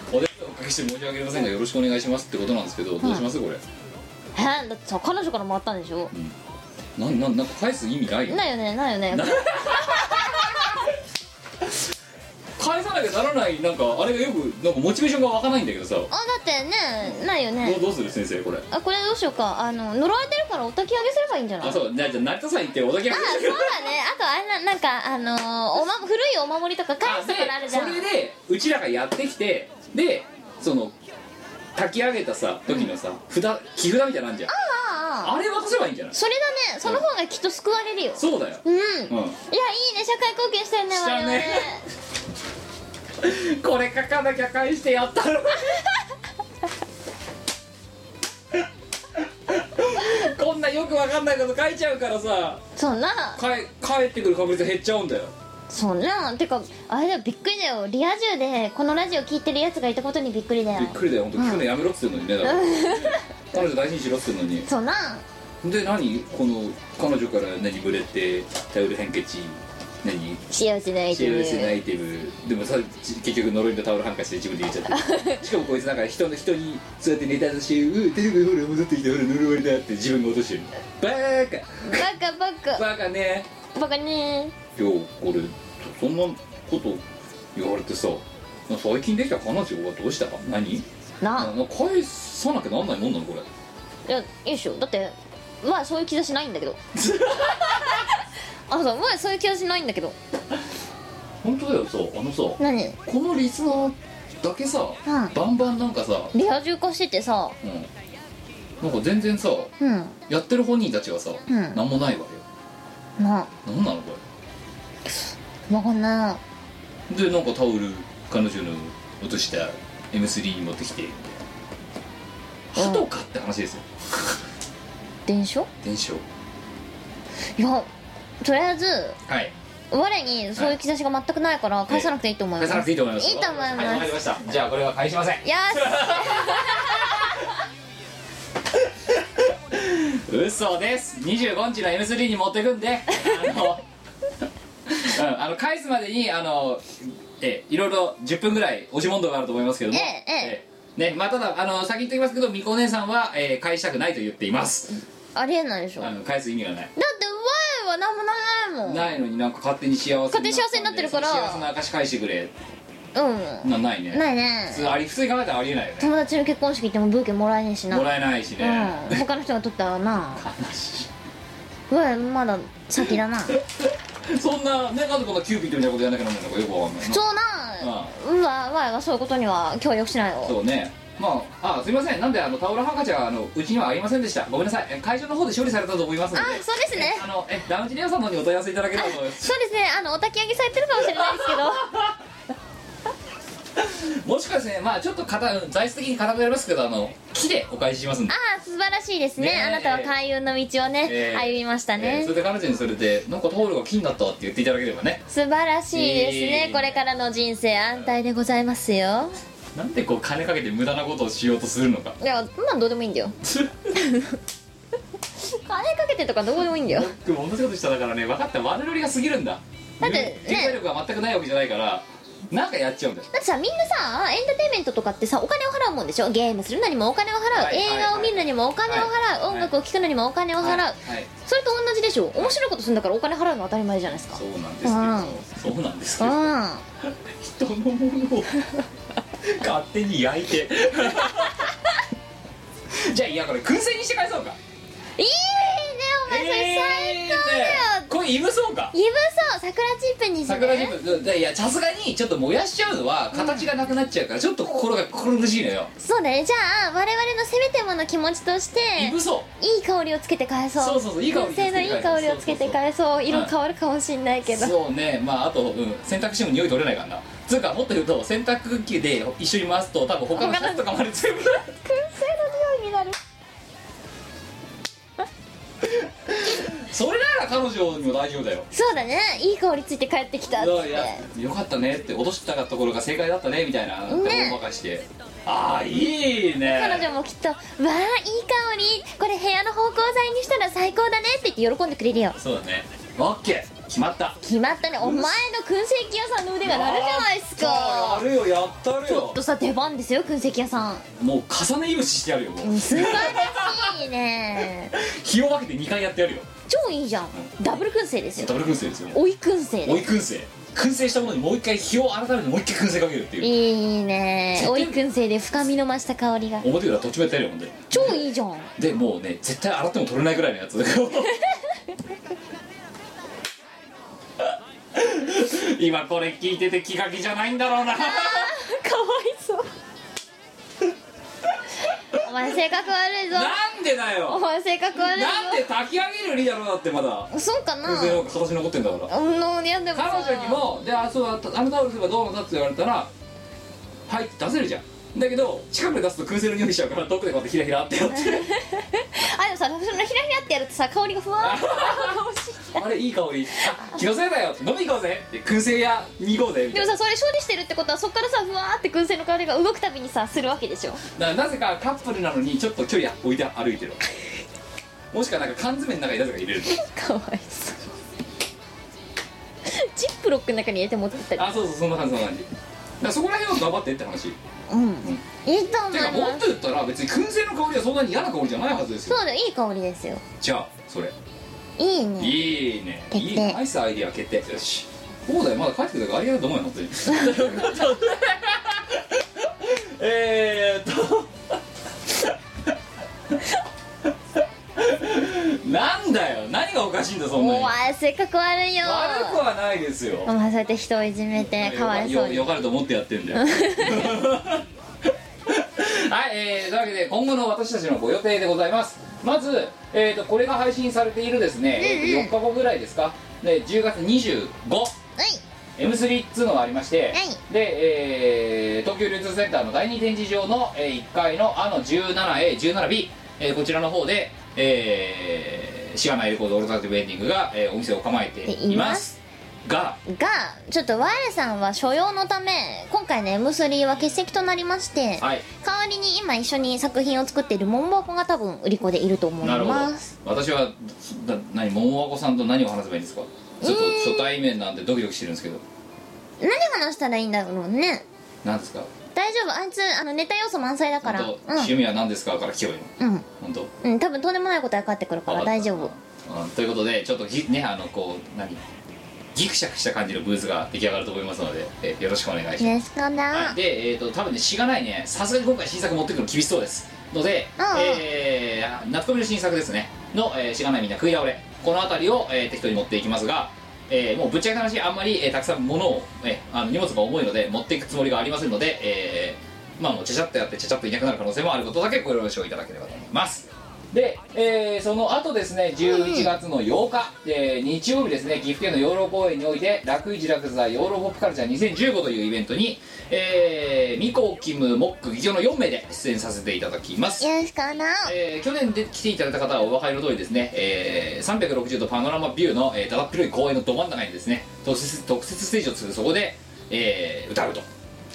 S1: お手数をおかけして申し訳ありませんがよろしくお願いしますってことなんですけどどうしますこれ
S6: ええだってさ彼女からもらったんでしょ
S1: なんなんなんか返す意味ないよ
S6: ないよねないよね
S1: 返さなきゃならないなんかあれがよくなんかモチベーションが湧かないんだけどさ
S6: あだってねないよ
S1: どう
S6: ね
S1: どうする先生これ
S6: あこれどうしようかあの呪われてるからお焚き上げすればいいんじゃない
S1: あ
S6: あそう
S1: そうじゃあじゃあ成田さん行っておだけあ
S6: だねあとあれななんかあのーおま古いお守りとか返すところある
S1: で
S6: じゃ
S1: そ
S6: ん
S1: れでうちらがやってきてでその炊き上げたさ時のさ札木札みたいなのあんじゃんあ
S6: あああ
S1: れ渡せばいいんじゃない
S6: それだねその方がきっと救われるよ
S1: そうだよ
S6: うん、
S1: う
S6: いやいいね社会貢献したよね
S1: した
S6: 我々
S1: ねんこれ書かなきゃ返してやったのこんなよくわかんないこと書いちゃうからさ
S6: そうな
S1: かえ帰ってくる確率減っちゃうんだよ
S6: そうなてかあれだよびっくりだよリア充でこのラジオ聞いてるやつがいたことにびっくりだよ
S1: びっくりだよ本当聞くのやめろっつってんのにねだから彼女大事にしろっつってんのに
S6: そうな
S1: で何この彼女から何ぶれて頼る偏見値何
S6: 幸せないという
S1: 幸せなアイテムでもさち結局呪いのタオルハンカチで自分で言っちゃってるしかもこいつなんか人の人にそうやってネタ出して「ううテレビほら戻ってきてほら呪われだ」って自分が落としてるバー
S6: バカバ
S1: カ
S6: カ
S1: バカね
S6: バカね
S1: いやこれそんなこと言われてさ最近できた彼女はどうしたか何
S6: な
S1: あ返さなきゃなんないもんなのこれ
S6: いやいいでしょだってまあそういう兆しないん だけどあのさまあそういう兆しないんだけど
S1: 本当だよさあのさ
S6: 何
S1: このリスナーだけさ、
S6: うん
S1: バンバンなんかさ、
S6: リア充化しててさ
S1: うん、なんか全然さ
S6: うん
S1: やってる本人たちがさ、
S6: うん
S1: なん、何もないわ
S6: な
S1: けよなんなのこ
S6: わかんない
S1: れでなんかタオル彼女の落とした M3 に持ってきて
S6: うん
S1: ハトかって話ですよ
S6: 電車
S1: 伝承
S6: いやとりあえず
S1: はい
S6: 我にそういう兆しが全くないから返さなくていいと思い
S1: 返
S6: ます、
S1: さなくていいと思います
S6: いいと思います
S1: はいわかりましたじゃあこれは返しません
S6: よ
S1: 嘘です25日の M3 に持ってくんであの うんあの返すまでにあのえいろいろ10分ぐらい押し問答があると思いますけども、
S6: えええ
S1: ねまあ、ただあの先に言っておきますけどみこお姉さんは、えー返したくないと言っています
S6: しありえないでしょだ
S1: あ
S6: って
S1: の返す意味がない
S6: 我は何もないもん
S1: ないのになんか勝手に幸せになったんで
S6: 勝手に幸せになってるから
S1: その幸せな証返してくれ
S6: う
S1: なないね
S6: んない
S1: 普
S6: ね
S1: 通あり普通に考えたらありえないよね
S6: 友達の結婚式行ってもブーケもらえねえしな
S1: もらえないしね、
S6: うん他の人が取ったらな
S1: 悲し
S6: 我まだ 先だな
S1: いそんなねなんでこんなキューピッドみたいなことやんなきゃなんないのかよくわかんないな
S6: そうなうわ我はそういうことには協力しないよ
S1: そうねまああすいませんなんであのタオルハンカチはあのうちにはありませんでしたごめんなさいえ会場の方で処理されたと思いますので
S6: あそうですね
S1: えあのえダウンジレオさんの方にお問い合わせいただければと思います
S6: そうですねあのお焚き上げされてるかもしれないです けど
S1: もしかしてねまあちょっと型うん材質的に固まりますけどあの木でお返ししますんで
S6: ああ素晴らしいですね
S1: ねえ
S6: あなたは開運の道をね、
S1: ええ
S6: 歩みました
S1: えー
S6: ね、
S1: それで彼女にそれでなんかタオルが木になったって言っていただければね
S6: 素晴らしいですね、
S1: ええ
S6: これからの人生安泰でございますよ
S1: なんでこう金かけて無駄なことをしようとするのか
S6: いやまあどうでもいいんだ よ金かけてとかどうでもいいんだよ
S1: 僕も同じことしただからね分かった悪ノリが過ぎるんだ
S6: だってね
S1: 経済力が全くないわけじゃないからなんかやっちゃうんだよ
S6: だってさみんなさエンターテインメントとかってさお金を払うもんでしょゲームするのにもお金を払う、
S1: はい
S6: 映画を見るのにもお金を払う、
S1: はい
S6: 音楽を聴くのにもお金を払う、
S1: はいはい
S6: それと同じでしょ面白いことするんだからお金払うのは当たり前じゃないですか
S1: そうなんですけど、そうなんですけ
S6: う
S1: ど、
S6: ん
S1: 人のものを勝手に焼い てじゃあいやこれ燻製にして返そうか
S6: いいねお前それ最高だよ、
S1: えーこれいぶそうか
S6: イブソ桜チップにする
S1: 桜ジップでいやさすがにちょっと燃やしちゃうのは形がなくなっちゃうからちょっと心が心苦しいのよ
S6: そうだねじゃあ我々のせめてもの気持ちとして
S1: いぶそ
S6: いい香りをつけて返そう
S1: そうそうそういい香りをつ
S6: 燻
S1: けて
S6: 製のいい香りをつけて返そう
S1: そう
S6: 色変わるかもしんないけ
S1: う
S6: ど
S1: そうねまああと、うん、洗濯しても匂い取れないからなつうかもっと言うと洗濯機で一緒に回すと多分他のシャツとかまで全部
S6: 燻製の匂いになる
S1: それなら彼女にも大丈夫だよ
S6: そうだねいい香りついて帰ってきたっつっ
S1: い
S6: て
S1: やよかったねって落としたかったところが正解だったねみたいな
S6: ね
S1: 大まかして、ああいいね
S6: 彼女もきっと「わあいい香りこれ部屋の芳香剤にしたら最高だね」って言って喜んでくれるよ
S1: そうだねオッケー決まった
S6: 決まったねお前の燻製器屋さんの腕が鳴るじゃないっす
S1: や
S6: か
S1: るよやったる
S6: ちょっ
S1: よ
S6: とさ出番ですよ燻製器屋さん
S1: もう重ねいぶししてやるよもう
S6: 素晴らしいね
S1: 日を分けて2回やってやるよ
S6: 超いいじゃんダブル燻製ですよ
S1: ダブル燻製ですよも
S6: 追い燻製
S1: う追い
S6: で
S1: 燻製燻製したものにもう一回日を改めてもう一回燻製かけるって
S6: す
S1: いう
S6: いいね追い燻製で深みの増した香りが
S1: 表裏どっちもやってやるよほんで
S6: 超いいじゃん
S1: でもうね絶対洗っても取れないぐらいのやつ今これ聞いてて気が気じゃないんだろうな
S6: かわいそう お前性格悪いぞ
S1: なんでだよ
S6: お前性格悪いぞ
S1: なんで炊き上げるよりだろうだってまだ
S6: そうかな
S1: 全然形残ってんだから
S6: うんのやでもさ
S1: 彼女にも「であそうあのタオルすればどうなんだ」って言われたら「はい」って出せるじゃんだけど近くで出すと空製の匂いしちゃうから遠くでこうやってひらひらってやって
S6: あでもさそのひらひらってやるとさ香りがふわーっと
S1: あれいい香りあ気のせいだよ飲み行こうぜで空製屋に行こうぜみ
S6: で
S1: たい
S6: も
S1: な
S6: さそれ処理してるってことはそっからさふわーって燻製の香りが動くたびにさするわけでしょ
S1: ななぜかカップルなのにちょっと距離置いて歩いてるもしくはなんか缶詰の中になぜか入れる
S6: かわいそうジップロックの中に入れて持ってったり
S1: あそうそうそんな感じそんな感じだからそこら辺は頑張ってって話
S6: うんいいと思い
S1: てかもっ
S6: ま
S1: と
S6: す
S1: 言ったら別に燻製の香りはそんなに嫌な香りじゃないはずですよ
S6: そうだよいい香りですよ
S1: じゃあそれ
S6: いいね
S1: いいね
S6: 決定
S1: いいねナイスアイディア決定よしそうだよまだ帰ってくるからありがとう思うよ本当に えーっと なんだよ何がおかかしいんだそんなに
S6: お
S1: 悪
S6: わせっかく悪いよ
S1: くはないですよ
S6: お前そうやって人をいじめてかわいそう
S1: よ
S6: に
S1: よかれと思ってやってんだよ はい、えー、というわけで今後の私たちのご予定でございますまず、えー、とこれが配信されているですね、
S6: うんうん
S1: えーと4日後ぐらいですかで10月25
S6: はい
S1: M3 っつうのがありまして、で、えー東京流通センターの第2展示場の、えー1階のあの 17A、17B、えーこちらの方で、えー、しがないレコードオルタナティブエンディングが、えーお店を構えていますが、
S6: がちょっとワイルさんは所用のため今回の M3 は欠席となりまして、
S1: はい、
S6: 代わりに今一緒に作品を作っているモンバコが多分売り子でいると思い
S1: なるほど
S6: ます
S1: 私はだ何桃和子さんと何を話せばいいんですかちょっと初対面なんでドキドキしてるんですけど
S6: 何話したらいいんだろうね
S1: 何ですか
S6: 大丈夫あいつあのネタ要素満載だから
S1: 本当趣味は何ですかから聞こえよ
S6: うんうん
S1: 本当
S6: うん、多分とんでもないことが返ってくるから大丈夫
S1: うん、ということでちょっとぎねあのこう何ギクシャクした感じのブースが出来上がると思いますので、えよろしくお願いします、
S6: ですか
S1: はい
S6: な
S1: でえっ、と多分ねしがないねさすがに今回新作持ってくるの厳しそうですので、
S6: うんうん
S1: えー夏コミの新作ですねの、えーしがないみんな食い倒れこの辺りを、えー適当に持っていきますがえーもうぶっちゃけた話あんまり、えーたくさん物を、えーあの荷物が重いので持っていくつもりがありませんので、えーまあもうちゃちゃっとやってちゃちゃっといなくなる可能性もあることだけご了承いただければと思いますで、えーその後ですね11月の8日、えー日曜日ですね岐阜県の養老公園において「楽市楽座養老ポップカルチャー2015」というイベントに、えー、ミコキムモック議長の4名で出演させていただきます
S6: よろしくな
S1: えー去年で来ていただいた方はお分かりの通りですね、えー360度パノラマビューの、えー、だだっ広い公園のど真ん中にですね特設特設ステージを作るそこで、えー歌うと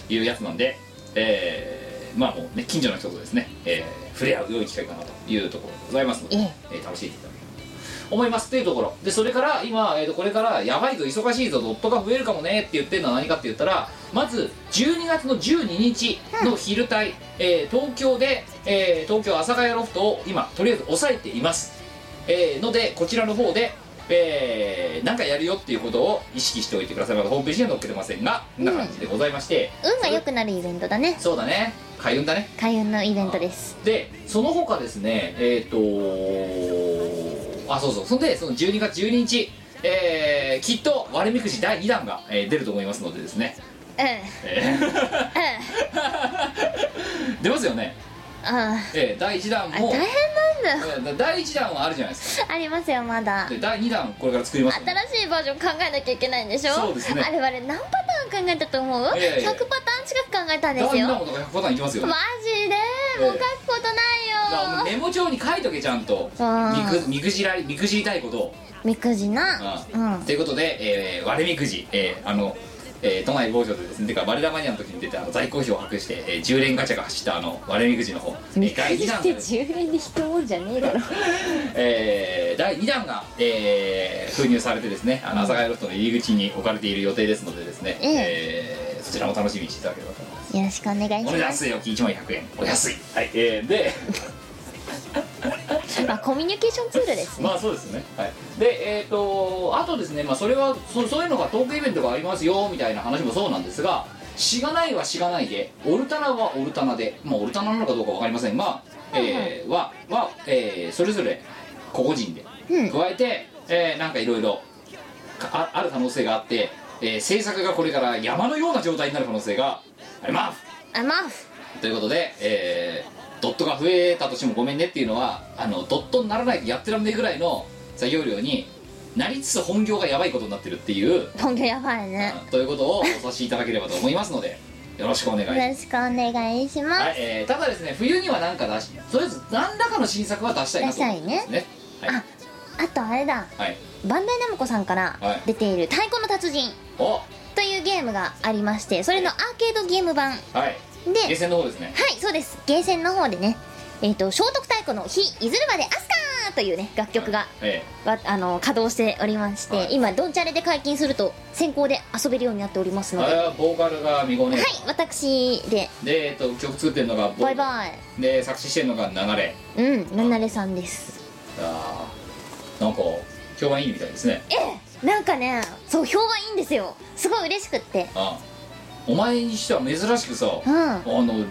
S1: いうやつなんで、えーまあもうね近所の人とですね、えー触れ合う良い機会かなというところでございますので、
S6: ええ
S1: えー楽しんでいただければと思いますというところでそれから今、えーとこれからやばいぞ忙しいぞドットが増えるかもねって言ってるのは何かって言ったらまず12月の12日の昼帯、えー東京で、えー東京阿佐ヶ谷ロフトを今とりあえず抑えています、えーのでこちらの方でえーなんかやるよっていうことを意識しておいてくださいまだホームページには載っけてませんがこんな感じでございまして、
S6: 運が良くなるイベントだね
S1: そうだね開運だね
S6: 開運のイベントです
S1: でその他ですねえっ、とあそうそうそんでその12月12日えーきっと割れみくじ第2弾が、えー出ると思いますのでですね、
S6: うんう
S1: えー
S6: ん
S1: 出ますよね、
S6: うん
S1: えー第1弾
S6: あ
S1: も
S6: 大変なんだよ
S1: えー第1弾はあるじゃないです
S6: ありますよまだ
S1: かで第2弾これから作りますので
S6: 新しいバージョン考えなきゃいけないんでしょ
S1: そうですね
S6: あれあれ何パターン考えたと思う、
S1: いやいや
S6: ?100 パターン近く考えたんです
S1: 第2
S6: よ
S1: 弾
S6: マ
S1: もだから100パターンいきますよ、
S6: ジでもう書くこと
S1: だからもう
S6: ない
S1: メ
S6: よ
S1: モ帳に書いとけちゃんと
S6: あー
S1: みくみくじらいみくじりたいことを
S6: みくじな
S1: う
S6: う
S1: ん
S6: ん
S1: ということで、えー割れみくじ、えーあの、えー都内某所でですねてか割れ玉にあの時に出たあの在庫表を把握して、えー10連ガチャが走ったあの割れみくじの方、えー第2弾が、
S6: 10円で引くもんじゃねえだろ
S1: えー第2弾が、えー封入されてですねあの阿佐ヶ谷ロフトの入り口に置かれている予定ですのでですね、
S6: ええ
S1: えーそちらも楽しみにしていただければと思います
S6: よろしくお願い
S1: お
S6: します
S1: 安いよ1万100円お安いはい、えーで
S6: まあコミュニケーションツールですね
S1: まあそうですね、はい、でえっ、とあとですねまあそれはそそういうのがトークイベントがありますよみたいな話もそうなんですがしがないはしがないでオルタナはオルタナでまあオルタナなのかどうかわかりませんが、えーはは、えーそれぞれ個々人で
S6: うん
S1: 加えて、えーなんかいろいろかあある可能性があって、えー制作がこれから山のような状態になる可能性があります
S6: あまあ
S1: ということで、えードットが増えたとしてもごめんねっていうのはあのドットにならないとやってらんねえぐらいの作業量になりつつ本業がやばいことになってるっていう、
S6: 本業やばいね
S1: うんということをお察しいただければと思いますのでよろしくお願いし
S6: よ
S1: ます
S6: ろしくお願いします、
S1: はいえーただですね冬には何か出しとりあえず何らかの新作は出したいなと思ってますねはい
S6: ああとあれだ
S1: はい
S6: バンダイナムコさんから
S1: はい
S6: 出ている「太鼓の達人
S1: お」
S6: というゲームがありましてそれのアーケードゲーム版
S1: はい
S6: で
S1: 下船の方ですね
S6: はいそうですゲーセンの方でねえっ、と聖徳太鼓の「日いずるまでアスカー」というね楽曲が、
S1: え
S6: わあの稼働しておりまして、
S1: はい
S6: 今ドンチャレで解禁すると先行で遊べるようになっております
S1: え
S6: の
S1: あ
S6: で
S1: れ
S6: はい
S1: はボーカルがみごね
S6: 私で
S1: で、えっと曲作ってるのがボ
S6: バイバイ
S1: で作詞してるのが流れ
S6: うんなんなれさんです
S1: あーなんか評判いいみたいですね
S6: ええなんかねそう評判いいんですよすごい嬉しくって
S1: あお前にしては珍しくさ、
S6: うん
S1: あの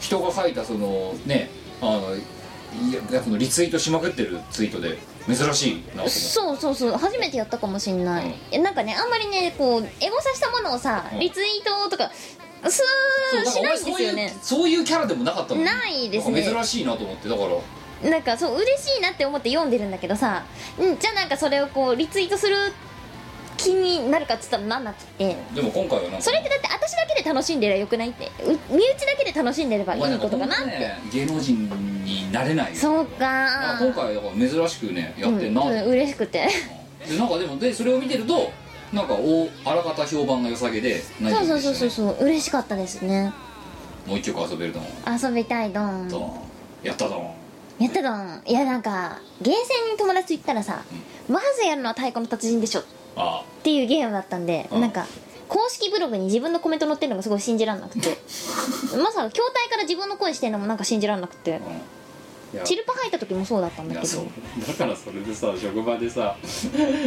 S1: 人が書いたそのねあのいやそのリツイートしまくってるツイートで珍しいなと思って
S6: そうそうそう初めてやったかもしんな
S1: うん
S6: い、えなんかねあんまりねこうエゴサしたものをさ、
S1: うん
S6: リツイートとかす
S1: そうだ
S6: ー
S1: か
S6: し
S1: ら
S6: ないんですよね
S1: お前そういうそういうキャラでもなかったの
S6: ないですね
S1: なんか珍しいなと思ってだから
S6: なんかそう嬉しいなって思って読んでるんだけどさ、うん、じゃあなんかそれをこうリツイートする気になるかっつったらなんなくて
S1: でも今回はなんか
S6: それってだって私だけで楽しんでりゃよくないってう身内だけで楽しんでれば
S1: お前
S6: いい
S1: んか
S6: ことかなっ
S1: 本当
S6: て、
S1: ね芸能人になれないよ
S6: そうか
S1: まあ今回はだから珍しくねやってんな、
S6: うんうん、嬉しくて
S1: でなんかでもでそれを見てるとなんかおあらかた評判が良さげで何
S6: そう
S1: より
S6: そ
S1: でした
S6: うそう
S1: ね
S6: そうそう嬉しかったですね
S1: もう一曲遊べると思
S6: 遊びたいどん
S1: うドンやったドン
S6: やったどんいやなんかゲーセンに友達と行ったらさ、まずやるのは太鼓の達人でしょっ
S1: あ
S6: ていうゲームだったんで、
S1: うん
S6: なんか公式ブログに自分のコメント載ってるのがすごい信じらん なくてまさか筐体から自分の声してんのもなんか信じらんなくて
S1: あうんいや
S6: チルパ入った時もそうだったん
S1: い
S6: だ
S1: や
S6: け
S1: そう
S6: ど
S1: だからそれで さ職場でさ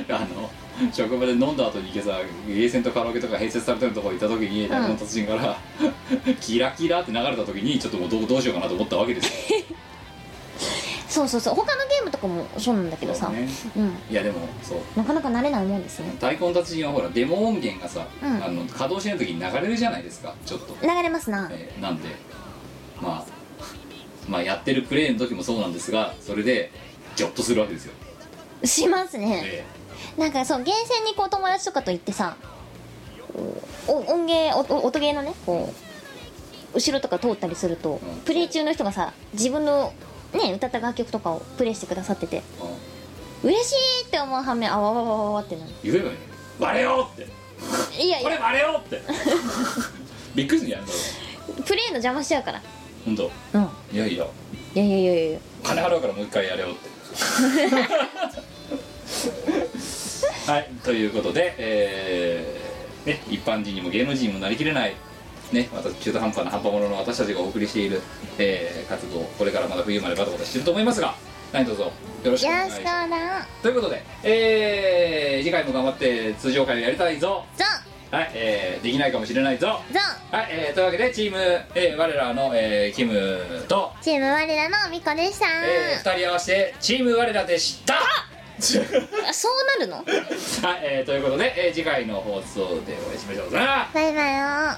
S1: あの職場で飲んだ後に行けさゲーセンとカラオケとか併設されてるとこ行った時に大の達人から、 キラキラって流れた時にちょっともうどうどうしようかなと思ったわけですよ
S6: そうそうそう他のゲームとかもそうなんだけどさ、
S1: そうね
S6: うん
S1: いやでもそう
S6: なかなか慣れないもんですね
S1: 太鼓の達人はほらデモ音源がさ、
S6: うん
S1: あの稼働しない時に流れるじゃないですかちょっと
S6: 流れますな
S1: えーなんで、まあ、 まあやってるプレイの時もそうなんですがそれでギョッとするわけですよ、
S6: しますね
S1: え
S6: なんかそうゲーセンにこう友達とかと行ってさお音源音音ゲーのねこう後ろとか通ったりすると、
S1: うん
S6: プレイ中の人がさ自分のね歌った楽曲とかをプレイしてくださってて
S1: ーうん
S6: 嬉しいって思う反面あわわわわわってなる
S1: 言えばいいのに「バレよ!」って
S6: いや
S1: 「
S6: い
S1: これ
S6: や
S1: バレよ!」って びっくりするんじゃないの
S6: プレイの邪魔しちゃうから
S1: 本当
S6: うん
S1: いやいや
S6: いやいやいやいやいや
S1: 金払うからもう一回やれよってはいということでえーね一般人にも芸能人にもなりきれないね、また中途半端な半端者の私たちがお送りしている、えー活動これからまだ冬までバタバタしてると思いますが何卒よろしくお願い
S6: よ
S1: し
S6: し
S1: ま
S6: こ
S1: す
S6: な
S1: ということで、えー次回も頑張って通常会をやりたいぞ
S6: ゾ
S1: はい、えーできないかもしれないぞ
S6: ゾ
S1: はい、えーというわけでチーム、えー我らの、えーキムと、
S6: チーム我らのみこでした、
S1: え2人合わせてチーム我らでした
S6: あそうなるの
S1: はい、えーということで、えー次回の放送でお会いしましょうさよなら
S8: バイバイよ